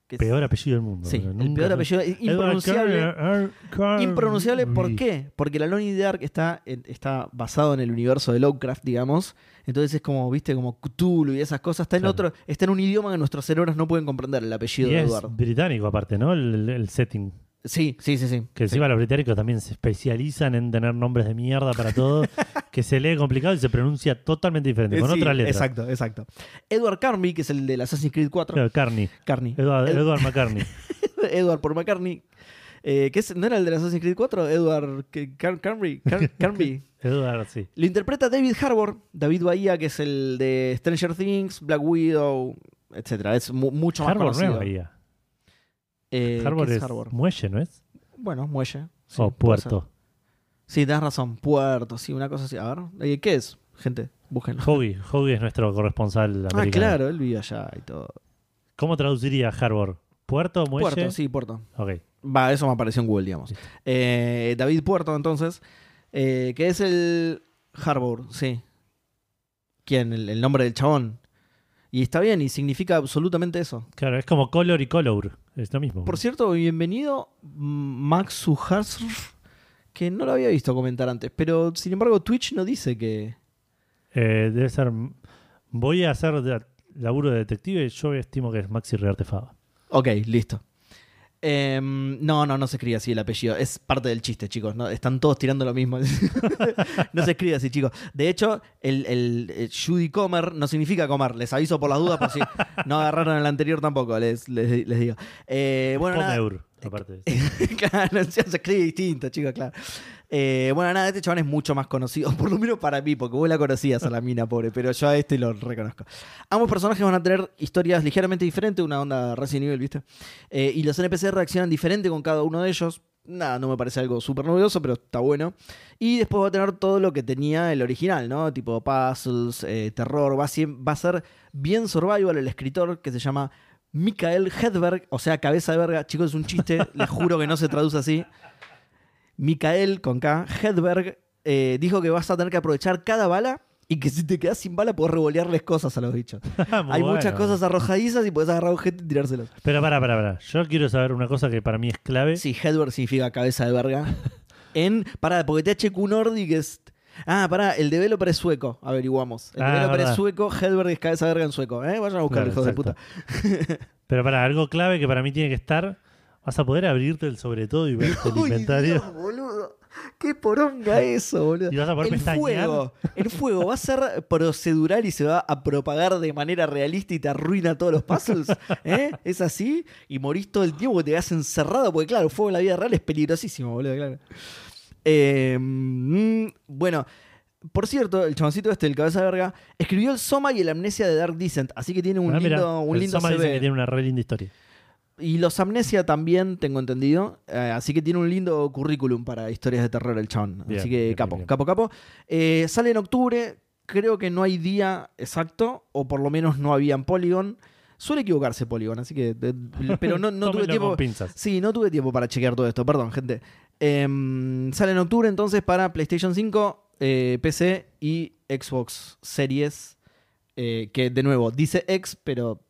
A: que es-
B: Peor apellido del mundo.
A: Sí,
B: boludo.
A: el peor
B: Nunca se-
A: apellido es
B: Edward
A: impronunciable.
B: Carver- Carver-
A: Impronunciable, ¿por qué? Porque la Lonnie Dark está, en- está basado en el universo de Lovecraft, digamos. Entonces es como, viste, como Cthulhu y esas cosas. Está en
B: Claro.
A: otro, está en un idioma que nuestros cerebros no pueden comprender el apellido
B: Y
A: de
B: es
A: Edward.
B: británico aparte, ¿no? El, el- el setting.
A: Sí, sí, sí, sí.
B: Que encima los británicos también se especializan en tener nombres de mierda para todo, que se lee complicado y se pronuncia totalmente diferente, con
A: Eh, Sí,
B: otras letras.
A: Exacto, exacto. Edward Carney, que es el del Assassin's Creed 4.
B: Claro, Carney.
A: Carney.
B: Edward,
A: Ed-
B: Edward McCartney.
A: Edward por McCartney. Eh, que es- ¿No era el de Assassin's Creed 4? Edward que- Car- Carnby. Car- Carnby.
B: Edward, sí.
A: Lo interpreta David Harbour, David Bahía, que es el de Stranger Things, Black Widow, etcétera. Es mu- mucho más
B: Harbor no
A: conocido.
B: es bahía.
A: Eh, ¿qué
B: Harbor
A: es
B: es
A: Harbour?
B: muelle, ¿no es?
A: Bueno, muelle. Sí,
B: o
A: puede ser.
B: puerto.
A: Sí, tenés razón. Puerto, sí, una cosa así. A ver, eh, ¿qué es? Gente, búsquenlo.
B: Hoggy. Hoggy es nuestro corresponsal
A: Ah,
B: americano.
A: claro, él vive allá y todo.
B: ¿Cómo traduciría Harbor? ¿Puerto muelle?
A: Puerto, sí, Puerto.
B: Ok.
A: Va, eso me apareció en Google, digamos.
B: Listo.
A: Eh, David Puerto, entonces, eh, que es el Harbour, sí. ¿Quién? El, el nombre del chabón. Y está bien, y significa absolutamente eso.
B: Claro, es como color y color. Es lo mismo.
A: Por cierto, bienvenido mm, Max Ujarsr, que no lo había visto comentar antes, pero sin embargo Twitch no dice que...
B: Eh, debe ser. Voy a hacer de- laburo de detective y yo estimo que es Maxi Rearte Fava.
A: Ok, listo. Em, no, no, no se escribe así el apellido. Es parte del chiste, chicos. ¿no? Están todos tirando lo mismo. no se escribe así, chicos. De hecho, el, el, eh, Judy Comer no significa comer. Les aviso por las dudas, por si no agarraron el anterior tampoco, les, les, les digo. Eh, bueno, nada.
B: Comeur, aparte.
A: claro, se escribe distinto, chicos, claro. Eh, bueno, nada, este chabón es mucho más conocido, por lo menos para mí, porque vos la conocías a la mina, pobre, pero yo a este lo reconozco. Ambos personajes van a tener historias ligeramente diferentes, una onda Resident Evil, ¿viste? Eh, y los NPC reaccionan diferente con cada uno de ellos. Nada, no me parece algo súper novedoso, pero está bueno. Y después va a tener todo lo que tenía el original, ¿no? Tipo puzzles, eh, terror. Va a, siem- va a ser bien survival el escritor que se llama Mikael Hedberg, o sea, cabeza de verga. Chicos, es un chiste, les juro que no se traduce así. Mikael con K, Hedberg, eh, dijo que vas a tener que aprovechar cada bala y que si te quedas sin bala podés revolearles cosas a los bichos. Hay muchas cosas arrojadizas y podés agarrar objetos y tirárselos.
B: Pero pará, pará, pará. Yo quiero saber una cosa que para mí es clave.
A: Sí, Hedberg significa cabeza de verga. En. Pará, porque THQ Nordic es. Ah, pará, el developer es sueco, averiguamos. El
B: Ah,
A: developer es
B: verdad.
A: sueco, Hedberg es cabeza de verga en sueco. ¿eh? Vayan a buscarlo,
B: Claro,
A: hijos de puta.
B: exacto. Pero pará, algo clave que para mí tiene que estar. Vas a poder abrirte el sobre todo y ver el
A: Uy,
B: inventario.
A: Dios, boludo. Qué poronga eso, boludo.
B: ¿Y vas a poder
A: el
B: pestañear?
A: fuego, el fuego va a ser procedural y se va a propagar de manera realista y te arruina todos los puzzles. ¿eh? ¿Es así? Y morís todo el tiempo que te quedás encerrado, porque claro, el fuego en la vida real es peligrosísimo, boludo, claro. Eh, mm, bueno, por cierto, el chaboncito este, el cabeza de verga, escribió el Soma y el Amnesia de Dark Descent, así que tiene un
B: Ah,
A: lindo,
B: mirá,
A: un
B: el
A: lindo
B: Soma
A: CV.
B: dicen que tiene una re linda historia.
A: Y los Amnesia también, tengo entendido. eh, así que tiene un lindo currículum para historias de terror el chabón.
B: Bien,
A: así que
B: bien,
A: capo,
B: bien, bien.
A: capo, capo. Eh, sale en octubre. Creo que no hay día exacto, o por lo menos no había en Polygon. Suele equivocarse Polygon, así que. de- pero no, no tuve
B: Tómenlo
A: tiempo.
B: con pinzas.
A: Sí, no tuve tiempo para chequear todo esto, perdón, gente. Em, sale en octubre entonces para PlayStation 5, eh, PC y Xbox Series. eh, que de nuevo dice X, pero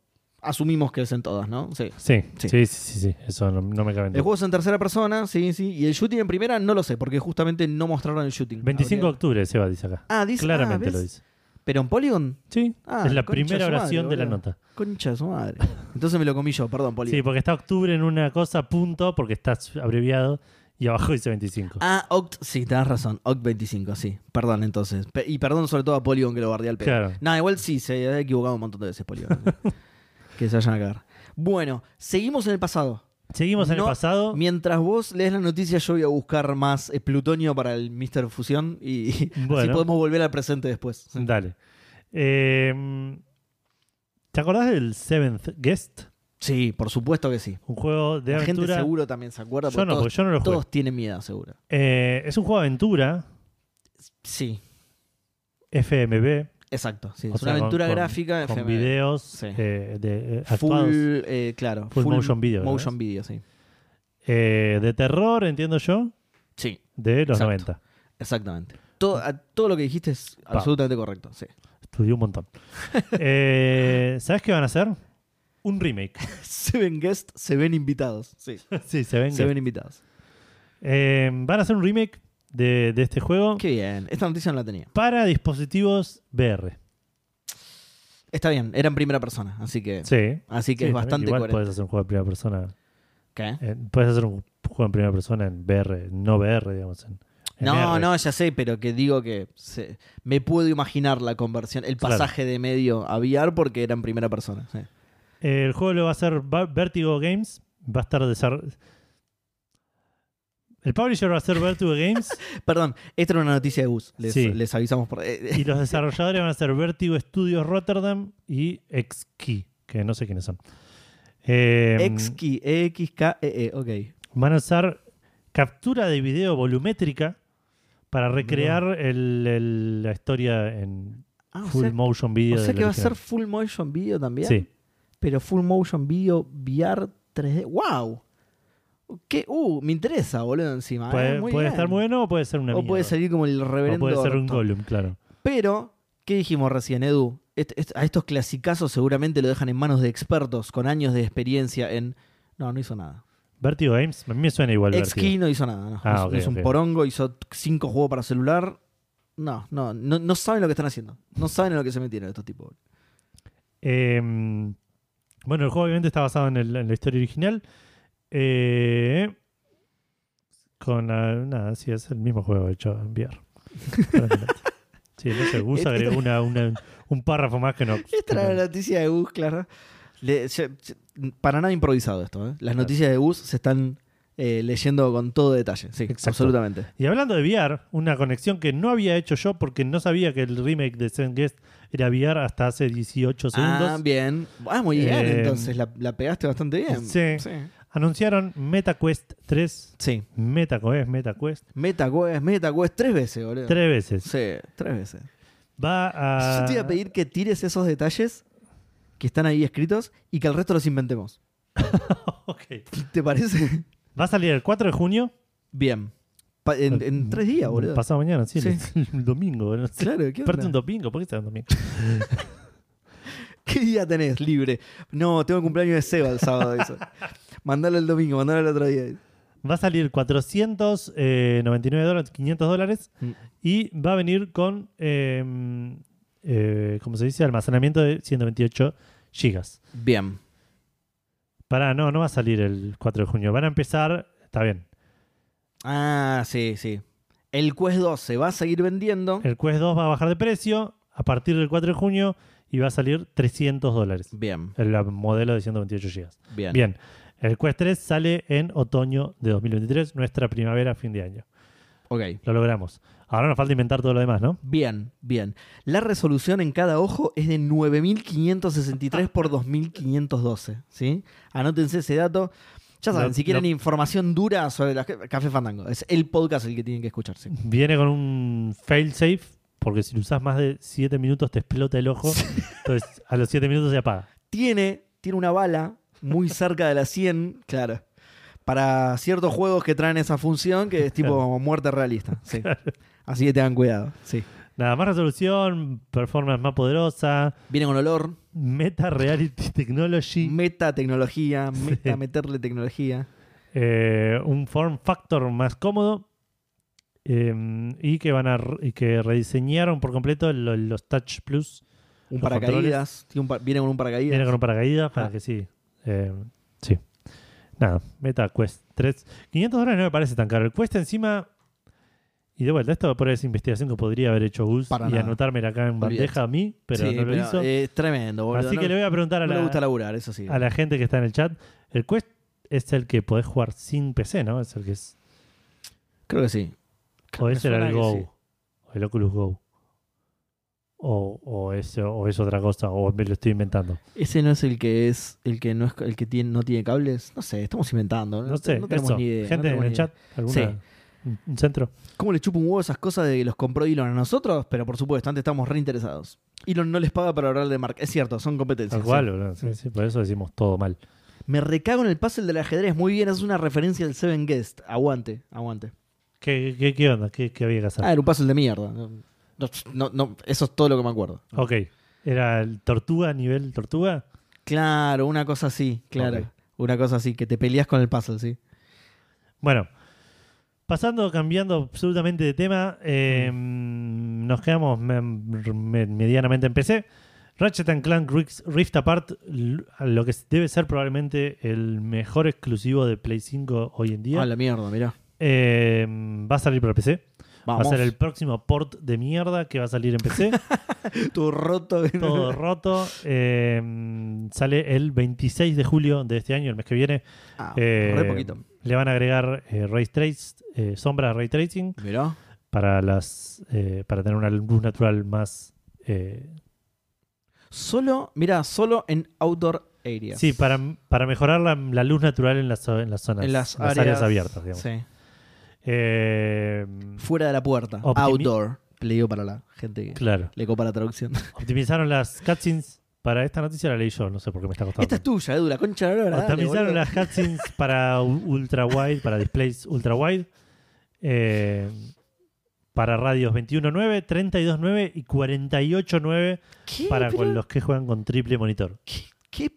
A: asumimos que es en todas, ¿no? Sí.
B: Sí,
A: Sí.
B: sí, sí, sí. sí. Eso no, no me cabe
A: El
B: en duda.
A: juego es en tercera persona, sí, sí. Y el shooting en primera no lo sé, porque justamente no mostraron el shooting.
B: 25 de
A: Habría-
B: octubre, Seba dice acá.
A: Ah, dice.
B: Claramente
A: ah, ¿ves?
B: lo dice.
A: Pero en Polygon,
B: Sí,
A: Ah,
B: es la
A: concha de su
B: primera
A: madre,
B: oración de la
A: boludo.
B: nota.
A: concha de su madre. Entonces me lo comí yo, perdón,
B: Sí,
A: Polygon.
B: porque está octubre en una cosa, punto, porque está abreviado, y abajo dice 25.
A: Ah, Oct, sí, tenés razón. Oct 25, sí. Perdón, entonces. Pe- y perdón sobre todo a Polygon que lo guardé al pedo.
B: Claro.
A: No, igual sí, se ha equivocado un montón de veces Polygon. ¿eh? que se vayan a cagar. Bueno, seguimos en el pasado.
B: Seguimos en
A: No,
B: el pasado.
A: Mientras vos lees la noticia, yo voy a buscar más eh, plutonio para el Mr. Fusión y así
B: Bueno.
A: podemos volver al presente después.
B: Dale. Eh, ¿Te acordás del Seventh Guest?
A: Sí, por supuesto que sí.
B: Un juego de
A: La gente
B: aventura.
A: seguro también se acuerda.
B: yo
A: Porque
B: no,
A: todos,
B: porque yo no lo juego.
A: todos tienen miedo, seguro.
B: es un juego de aventura,
A: Sí,
B: FMV.
A: exacto. sí.
B: o
A: Es
B: sea,
A: una
B: con-
A: aventura
B: con-
A: gráfica.
B: Con
A: FMV.
B: videos
A: Sí.
B: eh, de, eh,
A: Full,
B: actuados
A: eh, claro.
B: Full motion video, ¿verdad?
A: Motion video, sí.
B: eh, de terror, entiendo yo,
A: Sí,
B: de los
A: Exacto.
B: 90.
A: exactamente. Todo,
B: Ah.
A: a- todo lo que dijiste es absolutamente correcto. Sí.
B: Estudié un montón. Eh, ¿Sabes qué van a hacer? un remake.
A: se ven guests, se ven invitados. Sí,
B: sí, se ven.
A: se ven invitados.
B: Eh, van a hacer un remake de, de este juego
A: Qué bien. Esta noticia no la tenía.
B: para dispositivos VR.
A: Está bien, era en primera persona, así que.
B: Sí.
A: Así que
B: Sí,
A: es
B: también,
A: bastante
B: Igual
A: coherente.
B: puedes hacer un juego en primera persona.
A: ¿Qué?
B: eh, puedes hacer un juego en primera persona en VR, no VR, digamos. en- en
A: No,
B: R.
A: no, ya sé, pero que digo que se- me puedo imaginar la conversión, el
B: Claro.
A: pasaje de medio a VR porque era en primera persona. sí.
B: El juego lo va a hacer Va- Vertigo Games. Va a estar desarrollado. El publisher va a ser Vertigo Games
A: Perdón, esta era una noticia de Gus, les,
B: Sí.
A: les avisamos por... eh, eh,
B: y los desarrolladores van a ser Vertigo Studios Rotterdam y XKey, que no sé quiénes son. Eh,
A: X-Key, E-X-K-E-E, E, ok.
B: van a usar captura de video volumétrica para recrear el- el- la historia en
A: Ah, o
B: full
A: sea,
B: motion
A: o
B: video.
A: sea
B: del
A: que va a
B: original.
A: ser full motion video también.
B: Sí.
A: Pero full motion video VR 3D. ¡Wow! ¿Qué? Uh, me interesa, boludo, encima.
B: Puede,
A: eh, muy
B: puede
A: bien.
B: estar bueno o puede ser una
A: O puede
B: mierda.
A: salir como el
B: O
A: reverendo.
B: puede ser un
A: orto.
B: Gollum, claro.
A: Pero, ¿qué dijimos recién, Edu? Est- est- a estos clasicazos seguramente lo dejan en manos de expertos con años de experiencia en. No, no hizo nada.
B: Vertigo Games, a mí me suena igual. Vertigo.
A: Ex-Key no hizo nada. No,
B: Ah,
A: No hizo-
B: ok,
A: no hizo
B: ok.
A: un porongo, hizo cinco juegos para celular. No, no, no, no saben lo que están haciendo. No saben en lo que se metieron estos tipos.
B: Eh, bueno, el juego obviamente está basado en, el- en la historia original. Eh, con la- nada, sí, es el mismo juego hecho en VR. sí, no sé, Gus agregó una- una- un párrafo más que no.
A: Esta era la noticia de Gus, claro. Le- se- se- para nada improvisado esto. ¿eh? Las
B: Claro.
A: noticias de Gus se están eh, leyendo con todo detalle. Sí,
B: Exacto.
A: absolutamente.
B: Y hablando de VR, una conexión que no había hecho yo porque no sabía que el remake de Zen Guest era VR hasta hace 18 segundos.
A: Ah, bien. Ah, muy bien.
B: Eh,
A: entonces la, la pegaste bastante bien.
B: sí. Anunciaron MetaQuest 3.
A: Sí.
B: MetaQuest, MetaQuest.
A: MetaQuest, MetaQuest tres Ah. veces, boludo.
B: Tres veces.
A: Sí, tres veces.
B: Va a.
A: Yo te iba a pedir que tires esos detalles que están ahí escritos y que el resto los inventemos.
B: Ok.
A: ¿Te parece?
B: Va a salir el 4 de junio.
A: Bien. Pa- en, en tres días, boludo.
B: Pasado mañana, sí. el-
A: Sí.
B: El, domingo. No sé.
A: Claro, ¿qué
B: Aparte un
A: onda?
B: domingo. ¿Por qué está un domingo?
A: ¿Qué día tenés libre? No, tengo cumpleaños de Seba el sábado. Eso. mandalo el domingo, mandalo el otro día.
B: Va a salir eh, 499 dólares, 500 dólares.
A: Mm.
B: Y va a venir con, eh, eh, ¿cómo se dice? Almacenamiento de 128 gigas.
A: Bien.
B: Pará, no, no va a salir el 4 de junio. Van a empezar, está bien.
A: Ah, sí, sí. El Quest 2 se va a seguir vendiendo.
B: El Quest 2 va a bajar de precio a partir del 4 de junio y va a salir 300 dólares.
A: Bien,
B: El modelo de 128 gigas.
A: bien.
B: Bien, el Quest 3 sale en otoño de 2023, nuestra primavera, fin de año.
A: Ok.
B: Lo logramos. Ahora nos falta inventar todo lo demás, ¿no?
A: Bien, bien. La resolución en cada ojo es de 9563 por 2512, ¿sí? Anótense ese dato. Ya saben,
B: Lo-
A: si quieren
B: lo-
A: información dura sobre la Café Fandango, es el podcast el que tienen que escuchar, sí.
B: Viene con un fail safe, porque si lo usas más de 7 minutos te explota el ojo. Entonces, a los 7 minutos se apaga.
A: Tiene, tiene una bala muy cerca de la 100, claro. Para ciertos juegos que traen esa función que es tipo muerte realista, sí. Así que tengan cuidado, sí.
B: Nada más resolución, performance más poderosa,
A: Viene con olor,
B: meta reality technology,
A: meta tecnología, meta
B: Sí.
A: meterle tecnología.
B: eh, un form factor más cómodo. eh, y que van a re- y que rediseñaron por completo lo- los Touch Plus
A: Un
B: Los
A: paracaídas, tiene un pa- viene con un paracaídas.
B: Viene con un paracaídas para
A: Ah.
B: que sí. Eh, sí. Nada, Meta Quest 3. 500 dólares no me parece tan caro. El Quest encima. Y de vuelta, esto por esa investigación que podría haber hecho Gus
A: Para
B: y
A: nada.
B: anotármela acá en
A: Olvídate.
B: bandeja a mí, pero
A: Sí,
B: no lo
A: pero
B: hizo.
A: Es tremendo, boludo.
B: Así
A: no,
B: que le voy a preguntar a
A: no
B: la,
A: le gusta laburar, eso sí.
B: a la gente que está en el chat. El Quest es el que podés jugar sin PC, ¿no? Es el que es.
A: Creo que sí.
B: O
A: Me
B: ese era
A: suena
B: el
A: que
B: Go.
A: sí.
B: O el Oculus Go. O, o, ese- o es otra cosa, o me lo estoy inventando.
A: Ese no es el que es el que no es el que tiene, no tiene cables. No sé, estamos inventando. No,
B: No sé,
A: no tenemos
B: eso.
A: ni idea. no
B: Gente en
A: tenemos
B: el
A: ni
B: chat, alguna,
A: Sí.
B: un- un centro.
A: idea. ¿Cómo le chupa un huevo esas cosas de que los compró Elon a nosotros? Pero por supuesto, antes estamos reinteresados. Elon no les paga para hablar de marca. Es cierto, son competencias.
B: Tal cual,
A: sí.
B: boludo. Sí, sí, por eso decimos todo mal.
A: Me recago en el puzzle del ajedrez. Muy bien, es una referencia del Seven Guest. Aguante, aguante.
B: ¿Qué, qué, qué onda? ¿Qué, qué había que hacer?
A: Ah, era un puzzle de mierda. No, no, no, eso es todo lo que me acuerdo.
B: ok. ¿Era el tortuga nivel tortuga?
A: Claro, una cosa así, claro.
B: Ok. Ah,
A: Una cosa así, que te peleas con el puzzle, sí.
B: Bueno, pasando, cambiando absolutamente de tema, eh, nos quedamos me- me- medianamente en PC. Ratchet and Clank Rift- Rift Apart, l- lo que debe ser probablemente el mejor exclusivo de Play 5 hoy en día,
A: A la mierda, mirá.
B: eh, va a salir para PC.
A: Vamos.
B: Va a ser el próximo port de mierda que va a salir en PC.
A: Tu roto.
B: todo roto. Eh, sale el 26 de julio de este año, el mes que viene.
A: Ah,
B: Eh,
A: re poquito.
B: Le van a agregar eh, ray trace, eh, sombra ray tracing
A: Mirá.
B: para las eh, para tener una luz natural más eh,
A: Solo, mirá, solo en outdoor areas.
B: sí para, para mejorar la, la luz natural en las en las zonas
A: en las,
B: áreas abiertas digamos.
A: Sí.
B: Eh,
A: Fuera de la puerta.
B: Optimi-
A: outdoor. Le digo para la gente que
B: claro
A: le copa la traducción.
B: optimizaron las cutscenes para esta noticia la leí yo no sé por qué me está costando
A: Esta es tuya, Edu, la concha de la lora, dale,
B: optimizaron
A: boludo.
B: las cutscenes para u- ultra wide para displays ultra wide eh, para radios 21.9, 32.9 y 48.9
A: ¿Qué?
B: para
A: Pero-
B: con los que juegan con triple monitor.
A: ¿Qué, qué,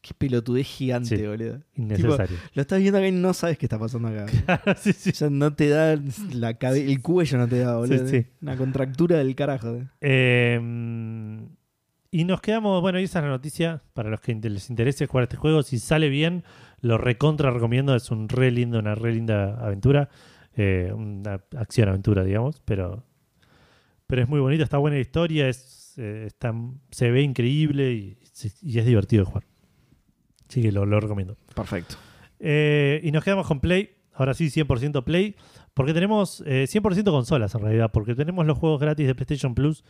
A: qué pelotudez gigante,
B: Sí.
A: boludo.
B: Innecesario.
A: Lo estás viendo acá y no sabes qué está pasando acá.
B: Sí, sí.
A: O sea, no te da la cabe- el cuello no te da, boludo.
B: Sí, sí.
A: Una contractura del carajo.
B: Eh, y nos quedamos, bueno, y esa es la noticia para los que inte- les interese jugar este juego. Si sale bien, lo recontra recomiendo. Es un re lindo, una re linda aventura. Eh, una acción-aventura, digamos, pero, pero es muy bonito, está buena la historia, es, eh, está- se ve increíble y, y es divertido de jugar. Así que lo, lo recomiendo.
A: Perfecto.
B: Eh, y nos quedamos con Play. Ahora sí, 100% Play. Porque tenemos eh, 100% consolas en realidad. Porque tenemos los juegos gratis de PlayStation Plus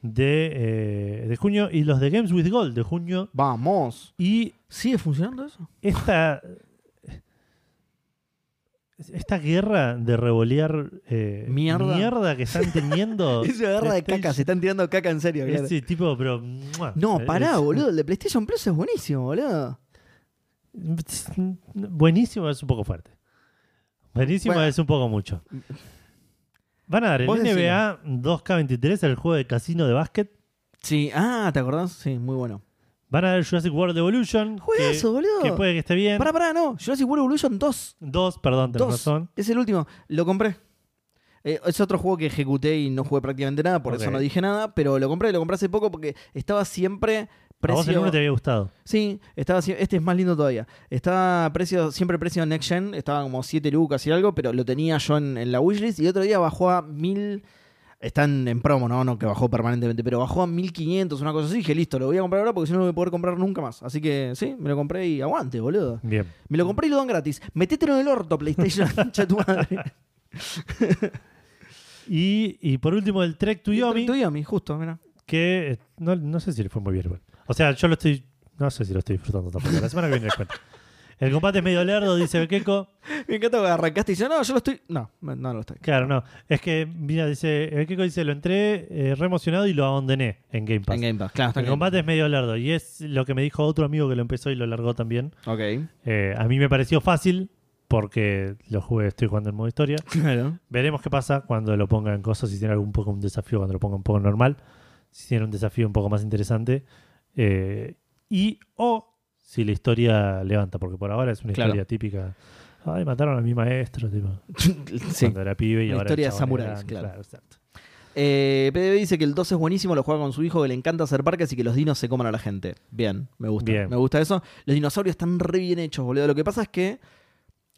B: de, eh, de junio y los de Games with Gold de junio.
A: Vamos.
B: Y
A: ¿Sigue funcionando eso?
B: esta. Esta guerra de revolear eh,
A: Mierda.
B: que están teniendo.
A: Eso agarra de
B: PlayStation-
A: caca, se están tirando caca en serio. claro.
B: Ese tipo, pero. ¡mua!
A: No,
B: Es-
A: pará, boludo. El de PlayStation Plus es buenísimo, boludo.
B: Buenísimo es un poco fuerte. Buenísimo
A: Bueno.
B: es un poco mucho. Van a dar el
A: Vos
B: NBA 2K23, el juego de casino de básquet.
A: Sí, ah, ¿te acordás? Sí, muy bueno.
B: Van a dar el Jurassic World Evolution. que-
A: Juegazo, boludo.
B: que, puede que esté bien.
A: Pará, pará, no. Jurassic World Evolution 2.
B: Dos, perdón, tenés
A: Dos.
B: razón.
A: Es el último. Lo compré. Eh, es otro juego que ejecuté y no jugué prácticamente nada, por eso
B: Ok.
A: no dije nada, pero lo compré, lo compré hace poco porque estaba siempre
B: A vos el
A: precio.
B: uno te había gustado.
A: Sí, estaba, sie- este es más lindo todavía. Estaba a precio, siempre precio Next Gen, estaba como 7 lucas y algo, pero lo tenía yo en, en la wishlist y otro día bajó a 1000. Están en promo, ¿no? No que bajó permanentemente, pero bajó a 1500, una cosa así. Y dije, listo, lo voy a comprar ahora porque si no lo voy a poder comprar nunca más. Así que sí, me lo compré y aguante, boludo.
B: Bien.
A: Me lo compré y lo dan gratis. Metételo en el orto, PlayStation, concha de tu madre.
B: Y, y por último, el Trek to Yomi,
A: Tuyomi, justo, mira.
B: que eh, no, no sé si le fue muy bien. igual. O sea, yo lo estoy. No sé si lo estoy disfrutando tampoco. La semana que viene les cuento. El combate es medio lerdo, dice Bequeco.
A: Me encanta que arrancaste y dice, no, yo lo estoy. No, no, no lo estoy.
B: Claro, no. Es que, mira, dice, eh, Keiko dice, lo entré eh, re emocionado y lo abandoné en Game Pass.
A: En Game Pass, claro, está en
B: el
A: Game
B: combate es medio largo y es lo que me dijo otro amigo que lo empezó y lo largó también.
A: Pass. Ok.
B: Eh, a mí me pareció fácil porque lo jugué, estoy jugando en modo historia.
A: Claro.
B: Veremos qué pasa cuando lo pongan en cosas, si tiene algún poco un desafío, cuando lo pongan un poco normal, si tiene un desafío un poco más interesante. eh, y o si la historia levanta, porque por ahora es una
A: Claro.
B: historia típica. Ay, mataron a mi maestro, tipo
A: sí.
B: cuando era pibe y
A: Una
B: ahora el
A: historia de
B: chabón es
A: samuráis,
B: grande,
A: claro.
B: exacto.
A: Eh, PDB dice que el 2 es buenísimo, lo juega con su hijo, que le encanta hacer parques y que los dinos se coman a la gente. Bien, me gusta.
B: Bien.
A: Me gusta eso. Los dinosaurios están re bien hechos, boludo. Lo que pasa es que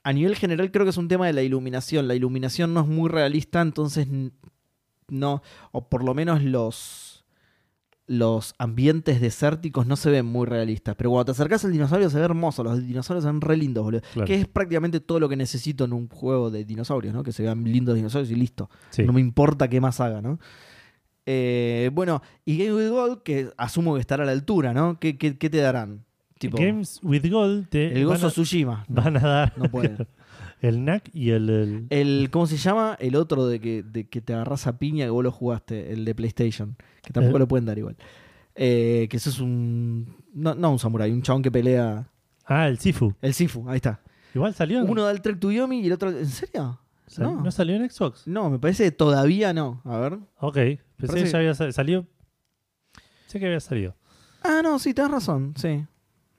A: a nivel general creo que es un tema de la iluminación. La iluminación no es muy realista, entonces n- no, o por lo menos los los ambientes desérticos no se ven muy realistas, pero cuando te acercas al dinosaurio se ve hermoso, los dinosaurios se ven re lindos, boludo.
B: Claro.
A: Que es prácticamente todo lo que necesito en un juego de dinosaurios, ¿no? Que se vean lindos dinosaurios y listo.
B: Sí.
A: No me importa qué más haga, ¿no? Eh, bueno, y Game with Gold, que asumo que estará a la altura, ¿no? ¿Qué, qué- qué te darán? Tipo,
B: Games with Gold te
A: el
B: eh, van,
A: Gozo
B: a,
A: Tsushima. No,
B: van a dar
A: no Eh, puede.
B: el NAC y el, el-
A: El, ¿Cómo se llama? El otro de que, de que te agarras a piña que vos lo jugaste, el de PlayStation. Que tampoco
B: Eh.
A: lo pueden dar igual. Eh, que eso es un. No, no un samurái, un chabón que pelea.
B: Ah, el Sifu.
A: El Sifu, ahí está.
B: Igual salió en,
A: Uno da el Trek to Yomi y el otro. ¿En serio?
B: sal-
A: no.
B: no. salió en Xbox.
A: No, me parece que todavía no. A ver.
B: Ok, pensé
A: Parece
B: que
A: que-
B: ya había sa- salido. Sé que había salido.
A: Ah, no, sí, tenés razón, sí.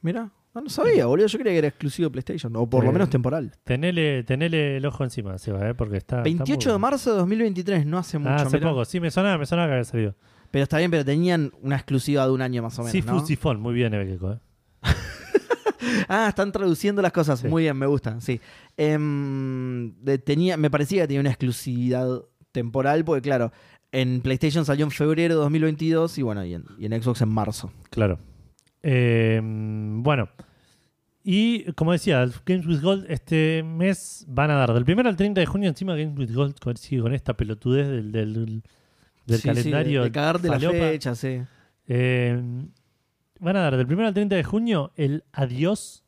A: Mira, no, no sabía, boludo. Yo creía que era exclusivo de PlayStation, o por lo
B: Eh,
A: menos temporal.
B: Tenele, tenele el ojo encima, Seba, ¿eh? porque está. está
A: 28
B: muy
A: de
B: bueno.
A: marzo de 2023, no hace mucho.
B: Ah, hace
A: mirá.
B: poco, sí, me sonaba, me sonaba que había salido.
A: Pero está bien, pero tenían una exclusiva de un año más o menos.
B: Sí,
A: ¿no?
B: Fusifón, muy bien, Ebelco. ¿eh?
A: Ah, están traduciendo las cosas.
B: Sí.
A: Muy bien, me gustan, sí. Em, de- tenía, me parecía que tenía una exclusividad temporal, porque claro, en PlayStation salió en febrero de 2022 y bueno, y en, y en Xbox en marzo.
B: Claro. Eh, bueno. Y como decía, Games with Gold este mes van a dar del 1 al 30 de junio encima Games with Gold con- sigue con esta pelotudez del, del, del
A: Sí, sí, de-
B: calendario.
A: de, cagar de
B: falopa.
A: la fecha, sí.
B: Eh, van a dar del 1 al 30 de junio el Adiós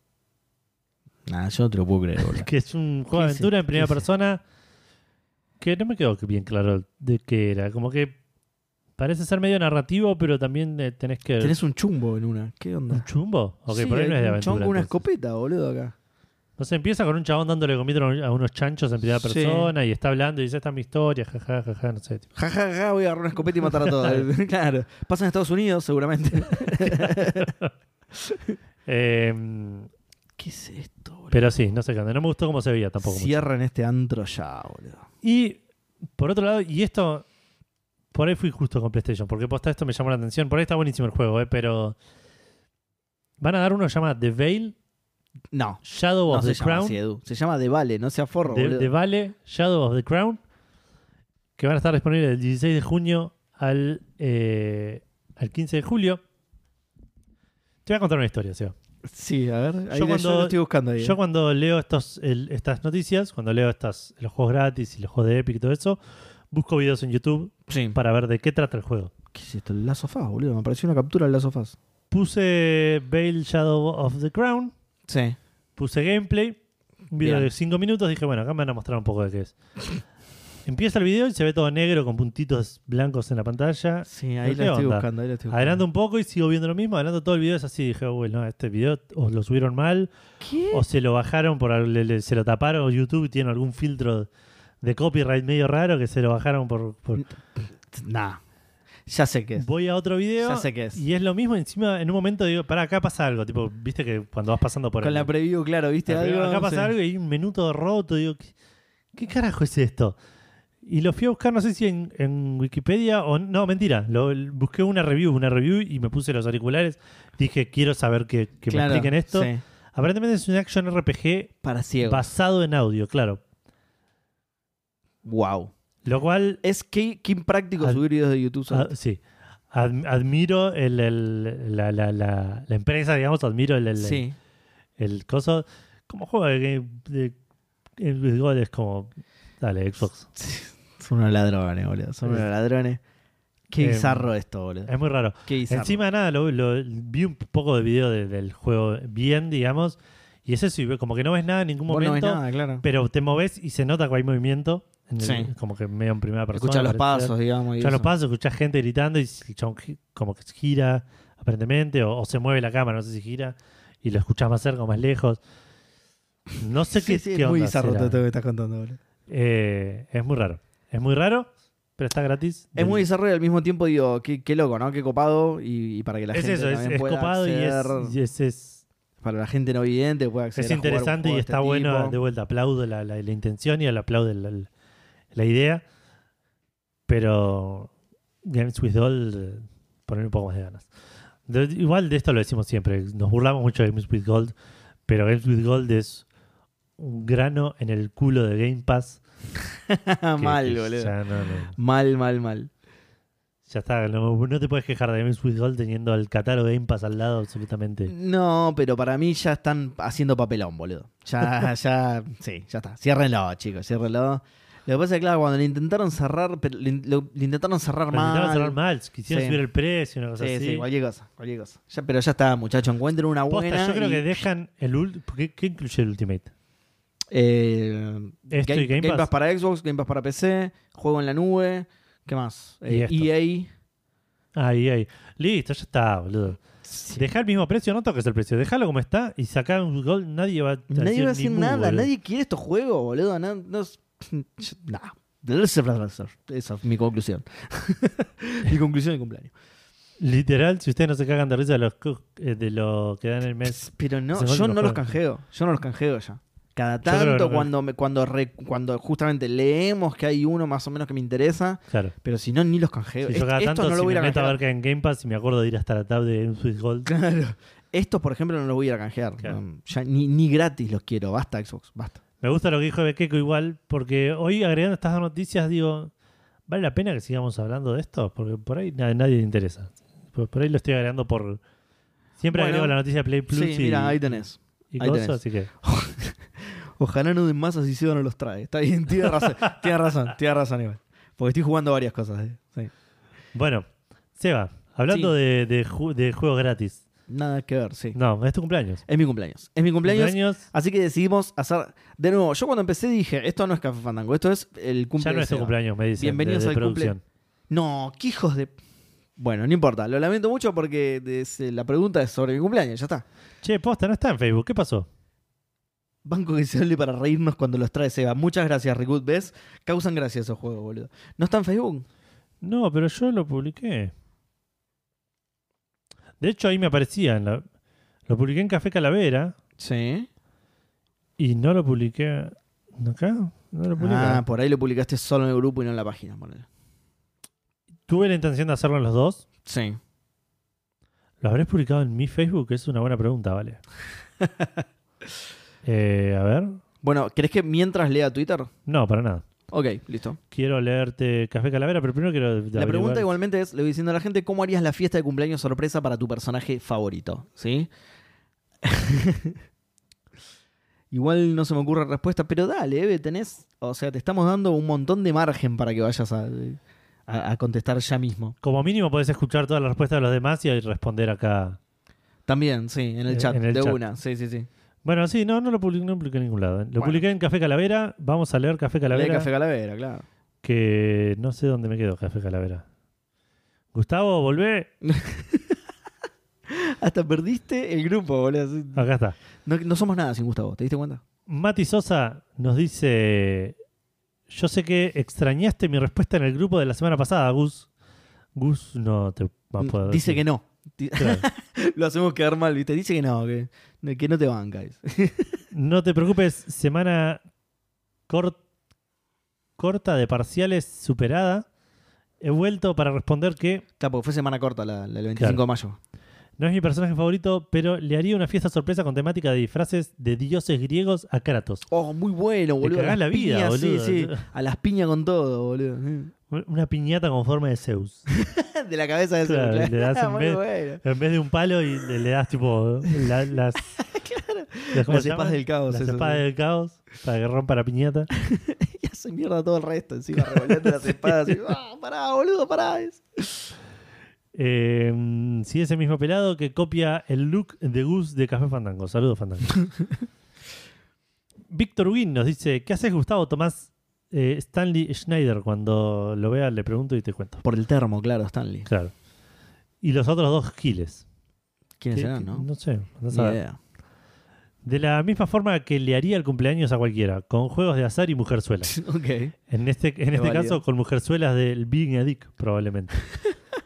A: Nah, yo no te lo puedo creer, boludo.
B: que es un juego de
A: ¿Qué es
B: aventura
A: esto?
B: en primera
A: ¿Qué es
B: persona que no me quedó bien claro de qué era. Como que parece ser medio narrativo, pero también eh, tenés que...
A: Tenés un chumbo en una. ¿Qué
B: ¿Un
A: onda?
B: chumbo? Ok,
A: Sí,
B: por ahí no
A: hay
B: es de
A: un chabón
B: aventura.
A: con una
B: entonces.
A: escopeta, boludo, acá.
B: Entonces empieza con un chabón dándole comida a un- a unos chanchos en primera
A: Sí.
B: persona y está hablando y dice, esta es mi historia, jajaja, jaja, no sé. tipo.
A: Ja, ja, ja, voy a agarrar una escopeta y matar a todos. claro. Pasa en Estados Unidos, seguramente.
B: Eh,
A: ¿Qué es esto, boludo?
B: pero sí, no sé qué onda. No me gustó cómo se veía tampoco. mucho.
A: Cierren este antro ya, boludo.
B: Y por otro lado, y esto, por ahí fui justo con PlayStation, porque posta esto me llamó la atención. Por ahí está buenísimo el juego, eh, pero van a dar uno que se llama The Veil,
A: No,
B: Shadow
A: No
B: of
A: se
B: the
A: llama
B: Crown.
A: así, Edu. Se llama De Vale, no sea forro,
B: de,
A: boludo.
B: de Vale, Shadow of the Crown, que van a estar disponibles del 16 de junio al, eh, al 15 de julio. Te voy a contar una historia, Seba.
A: Sí, a ver. ahí yo,
B: Yo cuando-
A: yo lo estoy buscando ahí.
B: Yo
A: eh.
B: cuando leo estos, el- estas noticias, cuando leo estas, los juegos gratis y los juegos de Epic y todo eso, busco videos en YouTube
A: Sí.
B: para ver de qué trata el juego.
A: ¿Qué es esto? El Lazo Faz, boludo. Me apareció una captura del Lazo Faz.
B: Puse Veil Shadow of the Crown,
A: Sí.
B: puse gameplay, un video
A: Bien.
B: de 5 minutos, dije, bueno, acá me van a mostrar un poco de qué es. Empieza el video y se ve todo negro con puntitos blancos en la pantalla.
A: Sí, ahí
B: ahí ¿Qué
A: lo
B: lo estoy
A: estoy
B: onda?
A: buscando, ahí lo estoy buscando.
B: Adelanto un poco y sigo viendo lo mismo. Adelanto todo el video, es así. Dije, bueno, este video o lo subieron mal
A: ¿Qué?
B: o se lo bajaron, por al- le- le- se lo taparon. YouTube tiene algún filtro de copyright medio raro que se lo bajaron por... por-
A: Nah. Ya sé qué es.
B: Voy a otro video
A: Ya sé qué es.
B: y es lo mismo. Encima, en un momento digo, para acá pasa algo. Tipo, viste que cuando vas pasando por
A: Con
B: el-
A: la preview, claro, ¿viste
B: Acá
A: algo?
B: acá pasa
A: Sí.
B: algo y hay un menú todo roto. Digo, ¿qué, qué carajo es esto? Y lo fui a buscar, no sé si en, en Wikipedia o... No, mentira. Lo, busqué una review, una review y me puse los auriculares. Dije, quiero saber que, que
A: Claro,
B: me expliquen esto.
A: sí.
B: Aparentemente es un action RPG
A: Para ciegos.
B: basado en audio, claro.
A: Wow.
B: Lo cual...
A: Es que, que impráctico
B: Al-
A: subir videos de YouTube. sobre
B: ah, sí. Ad- admiro el, el- la, la- la- la empresa, digamos. Admiro el... el-
A: esto. sí.
B: el coso. Como juego de, game- de, de gol es como. Dale, Xbox.
A: Son unos ladrones, boludo. Son unos ladrones. Qué
B: Em,
A: bizarro esto, boludo.
B: Es muy raro.
A: Qué bizarro.
B: Encima de nada, lo, lo- vi un poco de video de- del juego bien, digamos. Y es eso, y ve- como que no ves nada en ningún
A: Vos no ves
B: momento.
A: nada, claro.
B: pero te moves y se nota que hay movimiento. en el-
A: Sí.
B: Como que medio en primera persona.
A: Escuchás los
B: parece.
A: pasos, digamos. y
B: Escuchás los
A: eso.
B: pasos, escuchás gente gritando y el chabón gi- como que gira, aparentemente, o, o se mueve la cámara, no sé si gira, y lo escuchás más cerca o más lejos. No sé
A: Sí,
B: qué,
A: sí,
B: qué
A: es muy
B: onda
A: bizarro
B: será.
A: todo esto que estás contando, boludo.
B: Eh, es muy raro. Es muy raro, pero está gratis.
A: Es
B: Del-
A: muy bizarro y al mismo tiempo digo, qué, qué loco, ¿no? Qué copado. Y, y para que la
B: Es
A: gente
B: eso, es,
A: también
B: es
A: pueda
B: copado y es,
A: acceder,
B: y es, es-
A: Para la gente no vidente pueda acceder
B: es
A: a jugar un
B: interesante
A: juego
B: y
A: de
B: está
A: este
B: bueno.
A: tipo.
B: De vuelta, aplaudo la, la- la intención y al aplaudo la, la- la idea. Pero Games with Gold, eh, poner un poco más de ganas. De- igual de esto lo decimos siempre, nos burlamos mucho de Games with Gold, pero Games with Gold es un grano en el culo de Game Pass. que-
A: mal,
B: que
A: boludo.
B: ya no- no-
A: Mal, mal, mal.
B: Ya está, no, no te puedes quejar de Games with Gold teniendo el catálogo de Game Pass al lado absolutamente.
A: No, pero para mí ya están haciendo papelón, boludo. Ya, ya, sí, ya está. Ciérrenlo, chicos, ciérrenlo. Lo que pasa es que, claro, cuando le intentaron cerrar, pero le, lo- le intentaron cerrar
B: Lo
A: mal.
B: intentaron cerrar mal, quisieron
A: Sí.
B: subir el precio, una cosa
A: Sí,
B: así.
A: sí, cualquier cosa, cualquier cosa. Ya, pero ya está, muchachos, encuentren una
B: Posta,
A: buena.
B: yo creo
A: y-
B: que dejan el último. ¿qué, qué incluye el Ultimate?
A: Eh,
B: Esto y Game Pass.
A: para Xbox, Game Pass para PC, juego en la nube, ¿qué más?
B: Y
A: Eh,
B: esto.
A: EA.
B: Ahí, ahí. Listo, ya está, boludo. Deja el mismo precio, no toques el precio. Dejalo como está y saca un gol. Nadie va a
A: Nadie va a
B: ni
A: decir
B: mu,
A: nada,
B: boludo.
A: nadie quiere estos juegos, boludo. No, no, es- yo- nah. Esa es mi conclusión. mi conclusión de cumpleaños.
B: Literal, si ustedes no se cagan de risa de, los, cu- eh, de lo que dan el mes.
A: Pss, Pero no,
B: Se nota
A: yo
B: que
A: no
B: los
A: los
B: juegan.
A: canjeo. Yo no los canjeo ya. Cada
B: creo que
A: tanto,
B: no.
A: cuando, me, cuando, re- cuando justamente leemos que hay uno más o menos que me interesa,
B: Claro.
A: pero si no, ni los canjeo.
B: Si
A: Est-
B: yo cada
A: estos
B: tanto
A: no lo
B: si
A: voy a ir
B: me
A: a
B: meto a ver
A: canjear.
B: que en Game Pass y me acuerdo de ir hasta la tab de Swiss Gold.
A: Claro. Estos, por ejemplo, no los voy a ir a canjear.
B: Claro.
A: No, ya ni, ni gratis los quiero. Basta, Xbox. Basta.
B: Me gusta lo que dijo Bequeco igual, porque hoy agregando estas dos noticias, digo, ¿vale la pena que sigamos hablando de esto? Porque por ahí na- nadie le interesa. Por, por ahí lo estoy agregando por... Siempre
A: Bueno.
B: agrego la noticia de Play Plus
A: sí,
B: y,
A: mira, ahí tenés.
B: y
A: ahí
B: cosas,
A: tenés.
B: así que...
A: Ojalá no den más así Seba no los trae. Está bien, tiene razón. tiene razón, tiene razón igual. Porque estoy jugando varias cosas. eh. Sí.
B: Bueno, Seba, hablando
A: Sí.
B: de, de ju- de juegos gratis.
A: Nada que ver, sí.
B: No, es tu cumpleaños.
A: Es mi cumpleaños. Es mi cumpleaños.
B: Cumpleaños,
A: Así que decidimos hacer. De nuevo, yo cuando empecé dije: Esto no es Café Fandango, esto es el
B: ya
A: cumpleaños.
B: no es tu cumpleaños, me dicen,
A: Bienvenidos
B: de,
A: al
B: de
A: cumple-
B: producción.
A: No, qué hijos de. Bueno, no importa, lo lamento mucho porque es- eh, la pregunta es sobre mi cumpleaños, ya está.
B: Che, posta, no está en Facebook, ¿qué pasó?
A: Banco que se hable para reírnos cuando los trae Seba. Muchas gracias, Ricut. ¿Ves? Causan gracia esos juegos, boludo. ¿No está en Facebook?
B: No, pero yo lo publiqué. De hecho, ahí me aparecía. en la- Lo publiqué en Café Calavera
A: Sí.
B: y no lo publiqué. ¿Acá? No lo publiqué.
A: Ah, por ahí lo publicaste solo en el grupo y no en la página, ponele.
B: Tuve la intención de hacerlo en los dos.
A: Sí.
B: ¿Lo habré publicado en mi Facebook? Es una buena pregunta, vale. Eh, a ver.
A: Bueno, ¿querés que mientras lea Twitter?
B: No, para nada.
A: Ok, listo.
B: Quiero leerte Café Calavera, pero primero quiero.
A: La pregunta
B: averiguar-
A: igualmente es, le voy diciendo a la gente, ¿cómo harías la fiesta de cumpleaños sorpresa para tu personaje favorito? ¿Sí? Igual no se me ocurre respuesta, pero dale, Eve, tenés... O sea, te estamos dando un montón de margen para que vayas a, a- a contestar ya mismo.
B: Como mínimo podés escuchar todas las respuestas de los demás y ahí responder acá.
A: También, sí, en el
B: En-
A: chat,
B: en el
A: de
B: chat.
A: una. Sí, sí, sí.
B: Bueno, sí, no, no lo publiqué, no lo publiqué en ningún lado. ¿eh? Lo
A: Bueno.
B: publiqué en Café Calavera. Vamos a leer Café
A: Lee
B: Calavera.
A: Café Calavera, claro.
B: Que no sé dónde me quedo, Café Calavera. Gustavo, volvé.
A: Hasta perdiste el grupo, boludo.
B: Acá está.
A: No, no somos nada sin Gustavo, ¿te diste cuenta?
B: Mati Sosa nos dice: Yo sé que extrañaste mi respuesta en el grupo de la semana pasada, Gus. Gus no te va a poder.
A: Dice que no. Di-
B: Claro.
A: Lo hacemos quedar mal, ¿viste? Dice que no, que, que no te banca. dice.
B: No te preocupes, semana cor- corta de parciales superada. He vuelto para responder que
A: Claro, porque fue semana corta la, la del 25
B: Claro.
A: de mayo.
B: no es mi personaje favorito, pero le haría una fiesta sorpresa con temática de disfraces de dioses griegos a Kratos.
A: Oh, muy bueno, boludo.
B: cagás
A: A las
B: la vida,
A: piñas, sí,
B: boludo.
A: sí. A las piñas con todo, boludo.
B: Una piñata con forma de Zeus.
A: De la cabeza de ese.
B: Claro,
A: claro.
B: le das en
A: muy
B: vez-
A: bueno.
B: En vez de un palo y le, le das tipo la- las, las- ¿cómo
A: Las
B: se llama?
A: espadas del caos.
B: Las
A: eso,
B: espadas
A: sí.
B: del caos para que rompa la piñata.
A: Y hace mierda todo el resto encima, revolviendo las espadas. Y, ah, pará, boludo, pará. Es-
B: Eh, sí, ese mismo pelado que copia el look de Gus de Café Fandango. Saludos, Fandango. Víctor Huguín nos dice: ¿Qué haces, Gustavo Tomás eh, Stanley Schneider? Cuando lo vea, le pregunto y te cuento.
A: Por el termo, claro, Stanley.
B: Claro. Y los otros dos giles.
A: ¿Quiénes
B: Que-
A: serán,
B: que-
A: no?
B: No sé. andás
A: Ni
B: a ver.
A: idea.
B: De la misma forma que le haría el cumpleaños a cualquiera, con juegos de azar y mujerzuela.
A: ok.
B: En este, en este
A: válido.
B: caso, con mujerzuelas del Big Dick, probablemente.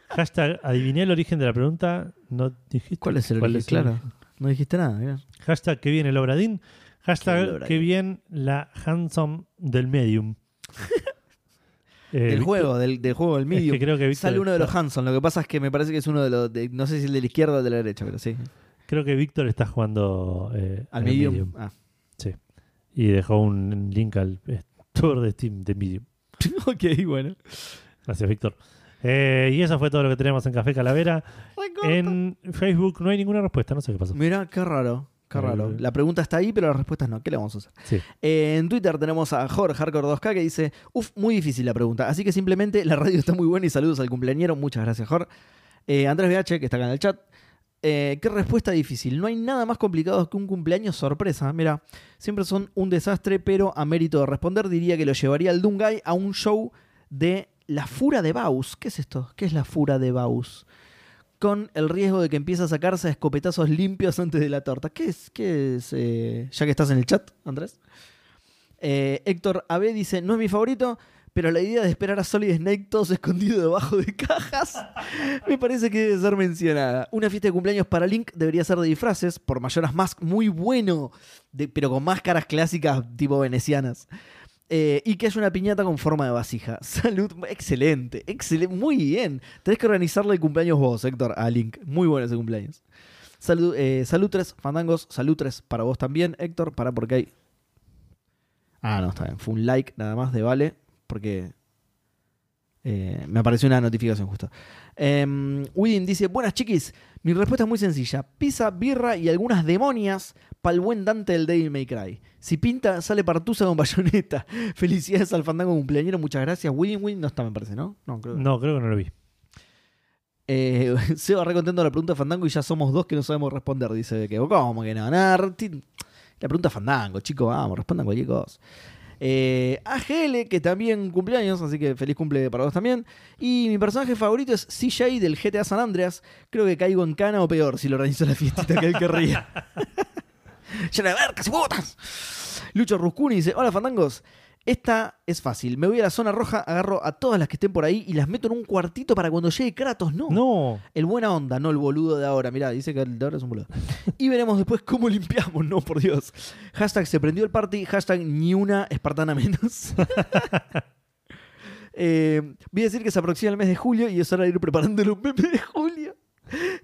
B: Hashtag, adiviné el origen de la pregunta. No dijiste.
A: ¿Cuál es el origen? Claro. No dijiste nada, mirá.
B: Hashtag, que bien el
A: Qué
B: Obradín.
A: bien el
B: Hashtag,
A: Obradín.
B: que bien la handsome del medium. Eh,
A: Del
B: Víctor-
A: juego, del, del juego del
B: es que
A: medium.
B: creo que Víctor
A: Sale uno de
B: está-
A: los Hanson. Lo que pasa es que me parece que es uno de los. de- no sé si el de la izquierda o de la derecha, pero sí.
B: Creo que Víctor está jugando eh,
A: Al medium.
B: Medium.
A: Ah.
B: Y dejó un link al eh, tour de Steam de Medium.
A: ok, bueno.
B: Gracias, Víctor. Eh, y eso fue todo lo que tenemos en Café Calavera. En Facebook no hay ninguna respuesta, no sé qué pasó.
A: Mira, qué raro. Qué raro.
B: Eh.
A: La pregunta está ahí, pero las respuestas no. ¿Qué le vamos a hacer?
B: Sí.
A: Eh, en Twitter tenemos a Jorge Hardcore2K que dice: Uf, muy difícil la pregunta. Así que simplemente la radio está muy buena y saludos al cumpleañero. Muchas gracias, Jorge. Eh, Andrés BH, que está acá en el chat. Eh, qué respuesta difícil. No hay nada más complicado que un cumpleaños sorpresa. Mira, siempre son un desastre, pero a mérito de responder, diría que lo llevaría al Dungay a un show de La Fura de Baus. ¿Qué es esto? ¿Qué es la Fura de Baus? Con el riesgo de que empiece a sacarse a escopetazos limpios antes de la torta. ¿Qué es? ¿Qué es? eh? Ya que estás en el chat, Andrés. Eh, Héctor AB dice: No es mi favorito, Pero la idea de esperar a Solid Snake todos escondidos debajo de cajas me parece que debe ser mencionada. Una fiesta de cumpleaños para Link debería ser de disfraces, por Mayoras Mask muy bueno, de- pero con máscaras clásicas tipo venecianas. Eh, y que haya una piñata con forma de vasija. Salud, excelente, excelente, muy bien. Tenés que organizarle el cumpleaños vos, Héctor, a Link. Muy bueno ese cumpleaños. Salud, eh, salutres, fandangos, salutres para vos también, Héctor, para porque hay. Ah, no, está bien. Fue un like nada más de Vale, porque eh, me apareció una notificación justo. Em, Widin dice: Buenas chiquis, mi respuesta es muy sencilla: pizza, birra y algunas demonias para el buen Dante del Devil May Cry. Si pinta, sale partusa con bayoneta. Felicidades al fandango cumpleañero, muchas gracias. Widin Widin no está, me parece, ¿no? No, creo que
B: No, creo que no lo vi.
A: eh, Seba re contento de la pregunta de Fandango y ya somos dos que no sabemos responder, dice que ¿Cómo que no? Nah, re- ti- la pregunta de Fandango, chicos, vamos, respondan cualquier cosa. Eh, AGL, que también cumpleaños, así que feliz cumple para vos también. Y mi personaje favorito es CJ del GTA San Andreas. Creo que caigo en cana o peor si lo organizo la fiestita que él querría. Llena de vercas y botas. Lucho Ruscuni dice: Hola, fandangos. Esta es fácil. Me voy a la zona roja, agarro a todas las que estén por ahí y las meto en un cuartito para cuando llegue Kratos. No.
B: No.
A: El buena onda, no el boludo de ahora. Mirá, dice que el de ahora es un boludo. Y veremos después cómo limpiamos, no, por Dios. Hashtag se prendió el party, hashtag ni una espartana menos. Eh, voy a decir que se aproxima el mes de julio y es hora de ir preparando un meme de julio.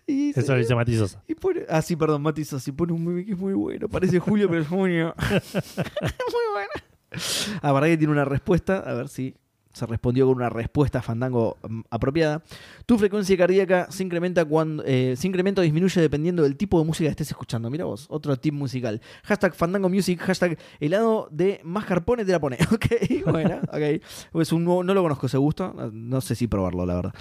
A: Y
B: Eso lo dice Mati Sosa.
A: y pone- ah, sí, perdón, Mati Sassi pone un meme que es muy bueno. Parece Julio, pero es junio. muy bueno. Ah, verdad que tiene una respuesta. A ver si se respondió con una respuesta fandango mm, apropiada. Tu frecuencia cardíaca se incrementa cuando eh, se incrementa o disminuye dependiendo del tipo de música que estés escuchando. Mira vos, otro tip musical. Hashtag fandango music, hashtag helado de mascarpone te la pone. Ok, bueno, ok. Es un nuevo- no lo conozco ese gusto. No sé si probarlo, la verdad.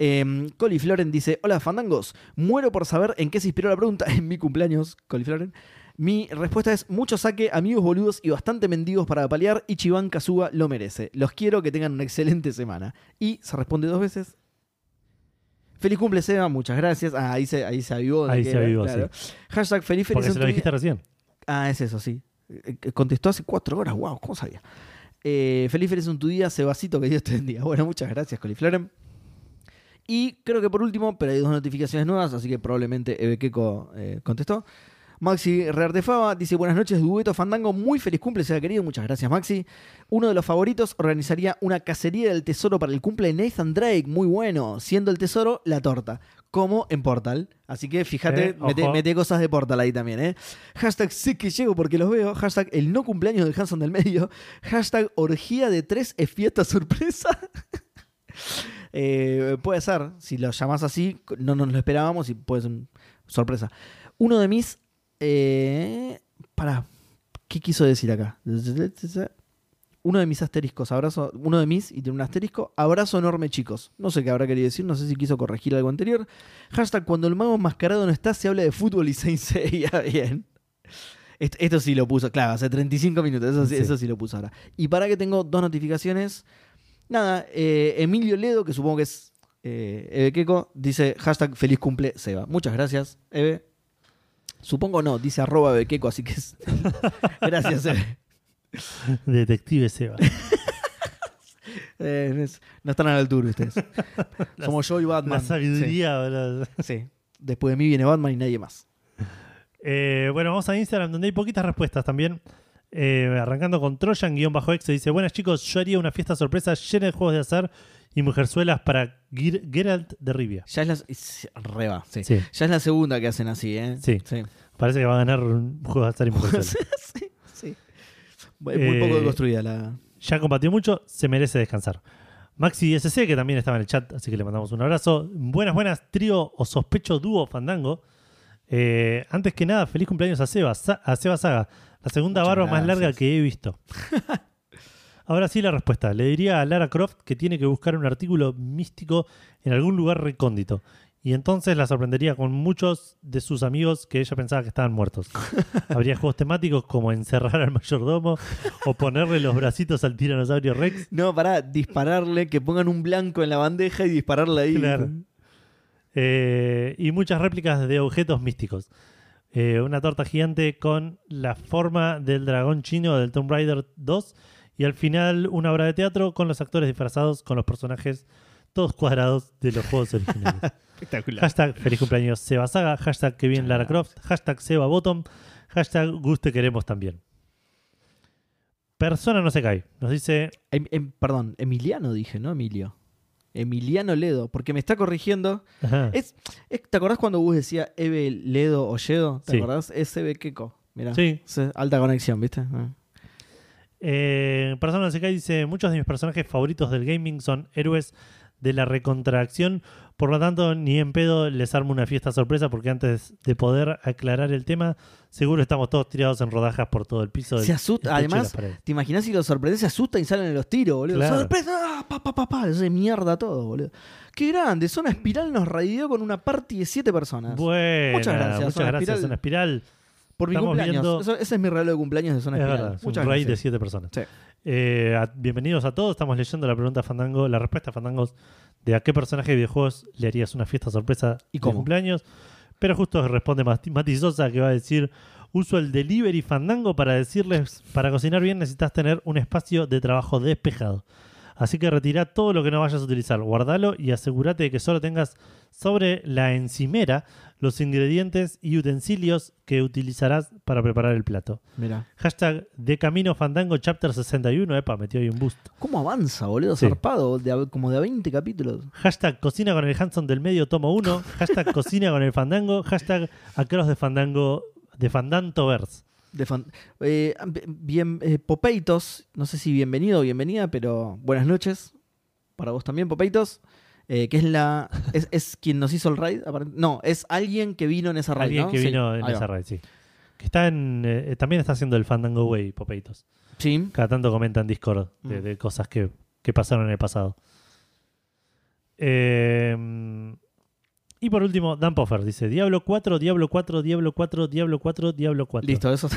A: Eh, Coli Floren dice: Hola, fandangos. Muero por saber en qué se inspiró la pregunta en mi cumpleaños, Coli Floren. Mi respuesta es: mucho saque, amigos boludos y bastante mendigos para paliar. Ichiban Kazuga lo merece. Los quiero, que tengan una excelente semana. Y se responde dos veces. Feliz cumple, Seba, muchas gracias. Ah, ahí se, ahí se avivó. de
B: Ahí
A: que
B: se
A: era,
B: avivó,
A: Hashtag feliz feliz
B: Porque se lo dijiste recién.
A: Ah, es eso, sí. Eh, eh, Contestó hace cuatro horas, wow, ¿cómo sabía? Eh, feliz, feliz un tu día, Sebacito, que Dios te bendiga. Bueno, muchas gracias, Coliflorem. Y creo que por último, pero hay dos notificaciones nuevas, así que probablemente Ebequeco eh, contestó. Maxi Reartefaba dice: Buenas noches, dueto fandango. Muy feliz cumple, sea querido. Muchas gracias, Maxi. Uno de los favoritos organizaría una cacería del tesoro para el cumple de Nathan Drake. Muy bueno. Siendo el tesoro la torta. Como en Portal. Así que fíjate,
B: Eh,
A: mete,
B: ojo.
A: mete cosas de Portal ahí también, ¿eh? Hashtag sé que llego porque los veo. Hashtag el no cumpleaños del Hanson del medio. Hashtag orgía de tres es fiesta sorpresa. Eh, puede ser, si lo llamás así, no nos lo esperábamos y puede ser un- sorpresa. Uno de mis. Eh, pará, ¿qué quiso decir acá? Uno de mis asteriscos, abrazo. Uno de mis, y tiene un asterisco, abrazo enorme, chicos. No sé qué habrá querido decir, no sé si quiso corregir algo anterior. Hashtag cuando el mago enmascarado no está, se habla de fútbol y Saint Seiya. Bien. Esto, esto sí lo puso, claro, hace 35 minutos, eso sí,
B: Sí.
A: eso sí lo puso ahora. Y para que tengo dos notificaciones. Nada, eh, Emilio Ledo, que supongo que es eh, Eve Queco, dice hashtag feliz cumple Seba. Muchas gracias, Eve. Supongo no, dice arroba Eve Queco, así que es. gracias, eh. Eve.
B: Detective Seba.
A: Eh, es- no están a la altura ustedes. Somos yo y Batman.
B: La sabiduría, boludo.
A: Sí, sí. Después de mí viene Batman y nadie más.
B: Eh, bueno, vamos a Instagram, donde hay poquitas respuestas también. Eh, arrancando con Trojan-exe, dice: Buenas chicos, yo haría una fiesta sorpresa llena de juegos de azar y mujerzuelas para Ger- Geralt de Rivia.
A: Ya es la. es- Reba, sí.
B: Sí.
A: Ya es la segunda que hacen así, ¿eh?
B: Sí. Parece que va a ganar un juego de azar y mujerzuelas.
A: sí, sí. Muy poco
B: Eh,
A: deconstruida la.
B: ya combatió mucho, se merece descansar. Maxi SC, que también estaba en el chat, así que le mandamos un abrazo. Buenas, buenas, trío o sospecho dúo fandango. Eh, antes que nada, feliz cumpleaños a Seba, Sa- a Seba Saga, la segunda
A: Muchas
B: barba más
A: gracias.
B: larga que he visto. Ahora sí la respuesta. Le diría a Lara Croft que tiene que buscar un artículo místico en algún lugar recóndito. Y entonces la sorprendería con muchos de sus amigos que ella pensaba que estaban muertos. Habría juegos temáticos como encerrar al mayordomo o ponerle los bracitos al tiranosaurio Rex.
A: No, pará, dispararle, que pongan un blanco en la bandeja y dispararle ahí.
B: Claro. Eh, y muchas réplicas de objetos místicos. Eh, una torta gigante con la forma del dragón chino del Tomb Raider 2 Y al final, una obra de teatro con los actores disfrazados, con los personajes todos cuadrados de los juegos originales.
A: Espectacular.
B: hashtag feliz cumpleaños Seba Saga, hashtag que bien Lara Croft, hashtag Seba Bottom, hashtag Guste queremos también. Persona no se cae. Nos dice
A: Em- em- perdón, Emiliano dije, ¿no, Emilio? Emiliano Ledo, porque me está corrigiendo.
B: ajá,
A: Es, es- ¿Te acordás cuando vos decía Eve Ledo Olledo? ¿Te
B: Sí.
A: acordás? Es Eve Keko. Mirá.
B: Sí.
A: Es, eh, Alta conexión, ¿viste? Ah.
B: Eh, Persona no se cae dice: Muchos de mis personajes favoritos del gaming son héroes de la recontracción. Por lo tanto, ni en pedo les armo una fiesta sorpresa porque antes de poder aclarar el tema, seguro estamos todos tirados en rodajas por todo el piso. del-
A: Se
B: el techo
A: asusta.
B: y
A: Además,
B: las paredes".
A: ¿Te imaginas si los sorprendes? Se asustan y salen en los tiros, boludo.
B: Claro.
A: ¡Sorpresa! ¡Ah! ¡Pa, pa, pa, pa! Es de mierda todo, boludo. ¡Qué grande! Zona Espiral nos radió con una party de siete personas.
B: Buena,
A: ah, Muchas
B: muchas
A: gracias,
B: gracias.
A: Zona Espiral.
B: Zona Espiral.
A: Por mi
B: estamos
A: cumpleaños.
B: viendo-
A: Eso- ese es mi regalo de cumpleaños de Zona
B: es
A: Espiral.
B: verdad, es un
A: Muchas
B: raid de
A: gracias.
B: siete personas.
A: Sí.
B: Eh, a- bienvenidos a todos. Estamos leyendo la pregunta Fandango, la respuesta Fandangos de a qué personaje de videojuegos le harías una fiesta sorpresa
A: ¿Y
B: de
A: cómo?
B: cumpleaños. Pero justo responde Mati, Mati Sosa que va a decir: Uso el delivery Fandango para decirles: para cocinar bien necesitas tener un espacio de trabajo despejado. Así que retira todo lo que no vayas a utilizar, guardalo y asegúrate de que solo tengas sobre la encimera los ingredientes y utensilios que utilizarás para preparar el plato.
A: Mirá.
B: Hashtag de camino fandango chapter 61. Epa, metió ahí un boost.
A: ¿Cómo avanza, boludo?
B: Sí.
A: Zarpado, de a- como de a 20 capítulos.
B: Hashtag cocina con el Hanson del medio tomo 1. Hashtag cocina con el fandango. Hashtag across de fandango de fandantoverse.
A: De fan- eh, bien, eh, Popeitos, no sé si bienvenido o bienvenida, pero buenas noches. Para vos también, Popeitos. eh, que es la. Es, es quien nos hizo el raid. aparent- No, es alguien que vino en esa raid.
B: Alguien
A: ¿no?
B: que
A: Sí,
B: vino en
A: ahí va.
B: esa red, sí. Que está en, eh, también está haciendo el fandango way, Popeitos.
A: Sí.
B: Cada tanto comenta en Discord de,
A: Mm.
B: de cosas que, que pasaron en el pasado. Eh, y por último, Dan Poffer dice: Diablo 4, Diablo 4, Diablo 4, Diablo 4, Diablo 4.
A: Listo, eso.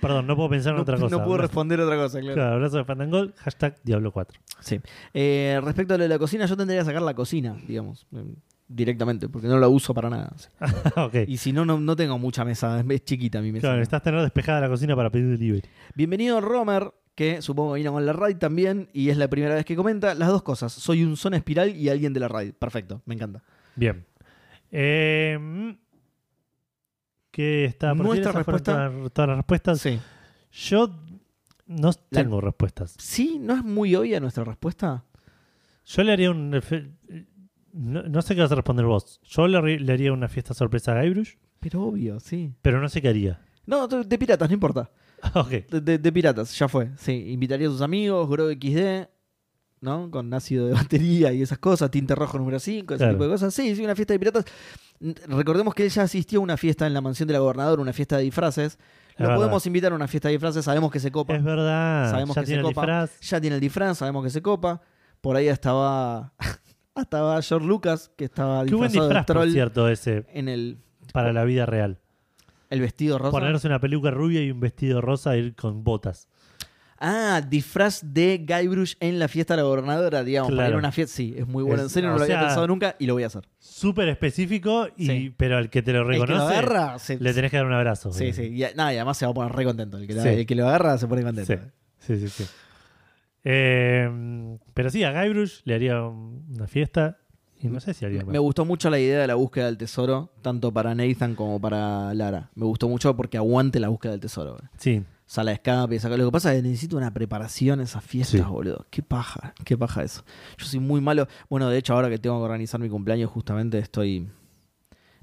B: Perdón, no puedo pensar en
A: No,
B: otra
A: no
B: cosa.
A: puedo
B: Abrazo-
A: responder otra cosa, claro.
B: Claro, abrazo de Fandangol, hashtag Diablo 4.
A: Sí. Eh, respecto a lo de la cocina, yo tendría que sacar la cocina, digamos, eh, direcamente, porque no la uso para nada. sí.
B: Ah, ok.
A: Y si no, no, no tengo mucha mesa, es- es chiquita mi mesa.
B: Claro, necesitas tener despejada la cocina para pedir delivery.
A: Bienvenido Romer, que supongo que vino con la raid también, y es la primera vez que comenta las dos cosas. Soy un zona espiral y alguien de la raid. Perfecto, me encanta.
B: Bien. Eh, ¿Qué está? por
A: Nuestra
B: decir? Esas fueron
A: respuesta-
B: Todas, todas las respuestas.
A: Sí.
B: Yo no
A: La-
B: tengo respuestas.
A: Sí, ¿no es muy obvia nuestra respuesta?
B: Yo le haría un. No, no sé qué vas a responder vos. Yo le, haría- le haría una fiesta sorpresa a Guybrush,
A: Pero obvio, sí.
B: pero no sé qué haría.
A: No, de de piratas, no importa.
B: ok.
A: De, de- de piratas, ya fue. Sí, invitaría a sus amigos, Grow XD, ¿no? Con ácido de batería y esas cosas, tinte rojo número 5, ese
B: Claro.
A: tipo de cosas. Sí, sí, una fiesta de piratas. N- Recordemos que ella asistió a una fiesta en la mansión de la gobernadora, una fiesta de disfraces.
B: Es
A: Lo
B: verdad.
A: podemos invitar a una fiesta de disfraces, sabemos que se copa.
B: Es verdad.
A: Sabemos
B: Ah, ya
A: que se
B: tiene el
A: copa.
B: disfraz.
A: Ya tiene el disfraz, sabemos que se copa. Por ahí estaba, estaba George Lucas, que estaba
B: Qué buen
A: disfrazado de
B: disfraz, por
A: troll
B: cierto, ese,
A: en el,
B: para la vida real.
A: el vestido rosa.
B: Ponerse una peluca rubia y un vestido rosa e ir con botas.
A: Ah, disfraz de Guybrush en la fiesta de la gobernadora, digamos. Para
B: Claro.
A: ir a una fiesta, sí, es muy bueno.
B: Es-
A: en serio, no
B: o
A: lo había
B: sea,
A: pensado nunca y lo voy a hacer.
B: Súper específico, y,
A: Sí.
B: pero al que te lo
A: El que lo
B: reconoce,
A: agarra, se-
B: le tenés que dar un abrazo.
A: sí, sí. Y, nada, y además se va a poner re contento. El que, lo-
B: Sí.
A: el que lo agarra se pone
B: Sí,
A: contento.
B: sí, sí. sí. Eh, pero sí, a Guybrush le haría un- una fiesta y no sé si haría
A: Me,
B: más.
A: me gustó mucho la idea de la búsqueda del tesoro, tanto para Nathan como para Lara. Me gustó mucho porque aguante la búsqueda del tesoro. güey.
B: Sí,
A: Sala de escape, saca. Lo que pasa es que necesito una preparación a esas fiestas,
B: Sí.
A: boludo. Qué paja, qué paja eso. Yo soy muy malo. Bueno, de hecho, ahora que tengo que organizar mi cumpleaños, justamente estoy.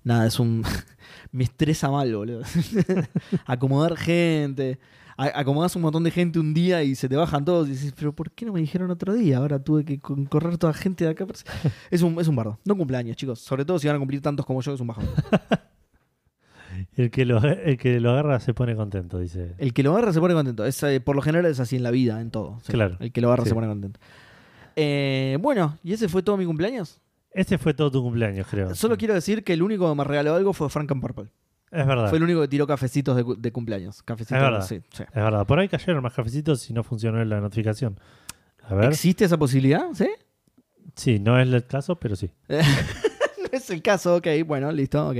A: Nada, es un. Me estresa mal, boludo. Acomodar gente. A- Acomodás un montón de gente un día y se te bajan todos y dices, pero ¿por qué no me dijeron otro día? Ahora tuve que con- correr toda gente de acá. para- Es un, es un bardo. No cumpleaños, chicos. Sobre todo si van a cumplir tantos como yo, es un bajón.
B: el que, lo, el que lo agarra se pone contento, dice.
A: El que lo agarra se pone contento. Es, eh, por lo general es así en la vida, en todo. Sí.
B: Claro.
A: El que lo agarra
B: Sí.
A: se pone contento. Eh, bueno, ¿y ese fue todo mi cumpleaños?
B: Ese fue todo tu cumpleaños, creo.
A: Solo quiero decir que el único que me regaló algo fue Frank and Purple.
B: Es verdad.
A: Fue el único que tiró cafecitos de, cu- de cumpleaños. Cafecitos,
B: Es verdad.
A: sí, sí.
B: Es verdad. Por ahí cayeron más cafecitos y no funcionó la notificación. A ver.
A: ¿Existe esa posibilidad? ¿Sí?
B: Sí, no es el caso, pero sí.
A: no es el caso, ok. Bueno, listo, ok.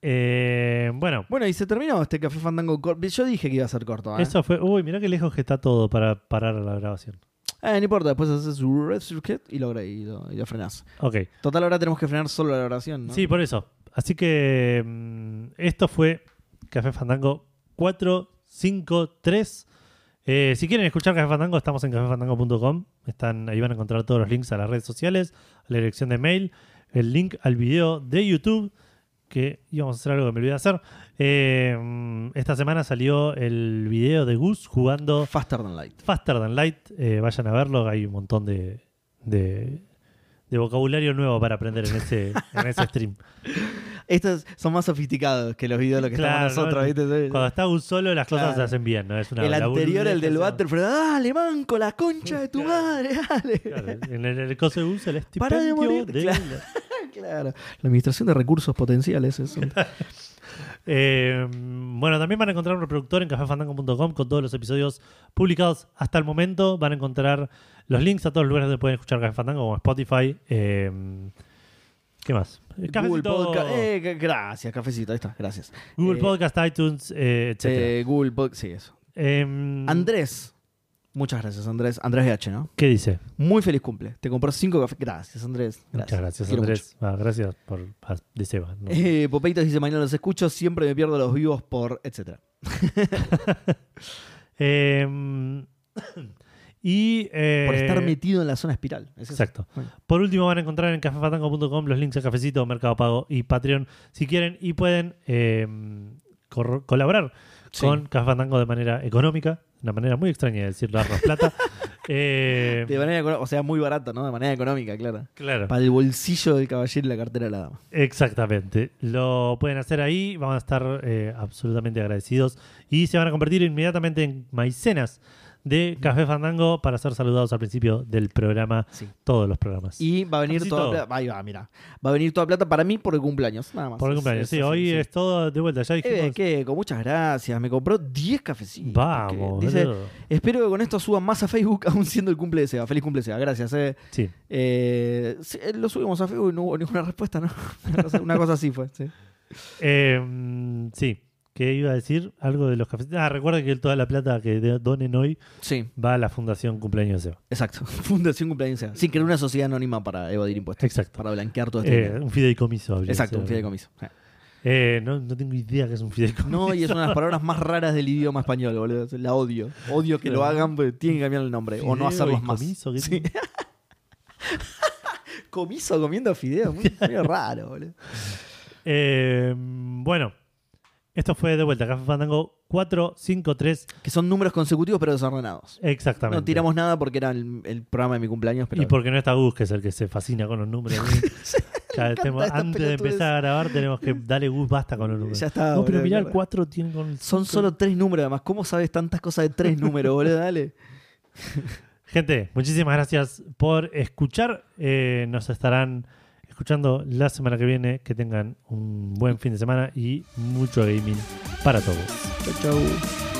B: Eh, bueno,
A: Bueno, y se terminó este Café Fandango corto. Yo dije que iba a ser corto. ¿eh?
B: eso fue. Uy, mirá qué lejos que está todo para parar la grabación.
A: Eh, no importa, después haces un red circuit y lo, y lo, y lo frenás.
B: Ok.
A: Total, ahora tenemos que frenar solo la oración, ¿no?
B: Sí, por eso. Así que mm, esto fue Café Fandango 453. Eh, si quieren escuchar Café Fandango, estamos en cafefandango.com. Están, ahí van a encontrar todos los links a las redes sociales, a la dirección de mail, el link al video de YouTube, que íbamos a hacer algo que me olvidé de hacer. Eh, mm, esta semana salió el video de Gus jugando
A: Faster than light.
B: Faster Than Light. eh, vayan a verlo, hay un montón de, de, de vocabulario nuevo para aprender en ese, en ese stream.
A: Estos son más sofisticados que los videos de los que
B: Claro,
A: estamos nosotros,
B: ¿no?
A: ¿viste?
B: Cuando está un solo, las cosas
A: Claro.
B: se hacen bien, ¿no? Es una
A: el
B: la
A: anterior, el del
B: boludez que
A: Butterfly. ¡Dale, manco, la concha de tu
B: Claro.
A: madre! ¡Dale!
B: hacemos. Claro, en el, el coso de uso, el
A: Pará de
B: estipendio
A: morir,
B: de-
A: claro. Claro. La administración de recursos potenciales es un-
B: Eh, bueno, también van a encontrar un reproductor en cafefandango.com con todos los episodios publicados hasta el momento. Van a encontrar los links a todos los lugares donde pueden escuchar Café Fandango, como Spotify. eh, ¿Qué más?
A: Google
B: Cafecito.
A: Podcast. Eh, g- gracias, cafecito. Ahí está, gracias.
B: Google
A: Eh,
B: Podcast, iTunes, eh, etc.
A: eh, Google Podcast. Sí, eso.
B: Mm.
A: Andrés. Muchas gracias, Andrés. Andrés VH, ¿no?
B: ¿Qué dice?
A: Muy feliz cumple. Te compró cinco cafés. Gracias, Andrés.
B: Muchas gracias,
A: Quiero
B: Andrés. Ah, gracias por ah, de Seba, ¿no?
A: mucho. Eh, Popeitos dice: Mañana los escucho, siempre me pierdo los vivos por. etcétera.
B: Eh, y. eh,
A: Por estar metido en la zona espiral. ¿Es eso?
B: Exacto.
A: Bueno.
B: Por último, van a encontrar en cafefatango.com los links a Cafecito, Mercado Pago y Patreon si quieren y pueden eh, corro- colaborar
A: Sí.
B: con Café Fandango de manera económica. Una manera muy extraña de decir darnos plata. Eh,
A: De manera econo- o sea, muy barato, ¿no? De manera económica, claro.
B: claro.
A: Para el bolsillo del caballero y la cartera de la dama.
B: Exactamente. Lo pueden hacer ahí. Vamos a estar eh, absolutamente agradecidos. Y se van a convertir inmediatamente en maicenas de
A: Mm.
B: Café Fandango para ser saludados al principio del programa,
A: Sí.
B: todos los programas.
A: Y va a venir
B: Así
A: toda
B: todo.
A: plata. Ahí va, mira. Va a venir toda plata para mí por el cumpleaños. Nada más.
B: Por el cumpleaños. Sí, hoy es todo de vuelta. Ya dijimos.
A: Eh, Keiko, muchas gracias. Me compró 10 cafecitos.
B: Vamos.
A: Keiko. Dice,
B: boludo.
A: espero que con esto suban más a Facebook, aún siendo el cumple de Seba. Feliz cumple, Seba. Gracias. eh.
B: Sí.
A: Eh, sí, eh, lo subimos a Facebook y no hubo ninguna respuesta, ¿no? Una cosa, una cosa así fue. sí.
B: Eh, mm, sí. ¿Qué iba a decir? Algo de los cafés. Ah, recuerden que toda la plata que de- donen hoy
A: Sí,
B: va a la Fundación Cumpleaños de Seba.
A: exacto. Fundación Cumpleaños Seba. Sin crear una sociedad anónima para evadir impuestos.
B: Exacto.
A: Para blanquear todo este
B: Eh,
A: dinero.
B: un fideicomiso. habría que
A: Exacto,
B: ser.
A: un fideicomiso. Sí.
B: Eh, no, no tengo idea que es un fideicomiso.
A: No, y es una de las palabras más raras del idioma español, boludo. La odio. Odio que lo
B: Claro.
A: hagan, pero tienen que cambiar el nombre. o no
B: Fideo
A: hacerlos
B: y
A: más.
B: comiso, ¿qué
A: Sí. Comiso comiendo fideos. Muy, muy raro, boludo.
B: Eh, bueno, esto fue de vuelta. Café Fandango 453.
A: Que son números consecutivos, pero desordenados.
B: Exactamente.
A: No tiramos nada porque era el, el programa de mi cumpleaños, pero.
B: Y porque no está Gus, que es el que se fascina con los números. Cada vez tenemos-
A: esta
B: antes de
A: pelotudez.
B: empezar a grabar, tenemos que darle Gus basta con los números.
A: Ya está,
B: No, pero
A: boludo,
B: mirá, el
A: claro.
B: 4 tiene con. el
A: Son
B: cinco.
A: solo tres números, además. ¿Cómo sabes tantas cosas de tres números, boludo? Dale.
B: Gente, muchísimas gracias por escuchar. Eh, nos estarán escuchando la semana que viene. Que tengan un buen fin de semana y mucho gaming para todos.
A: Chau, chau.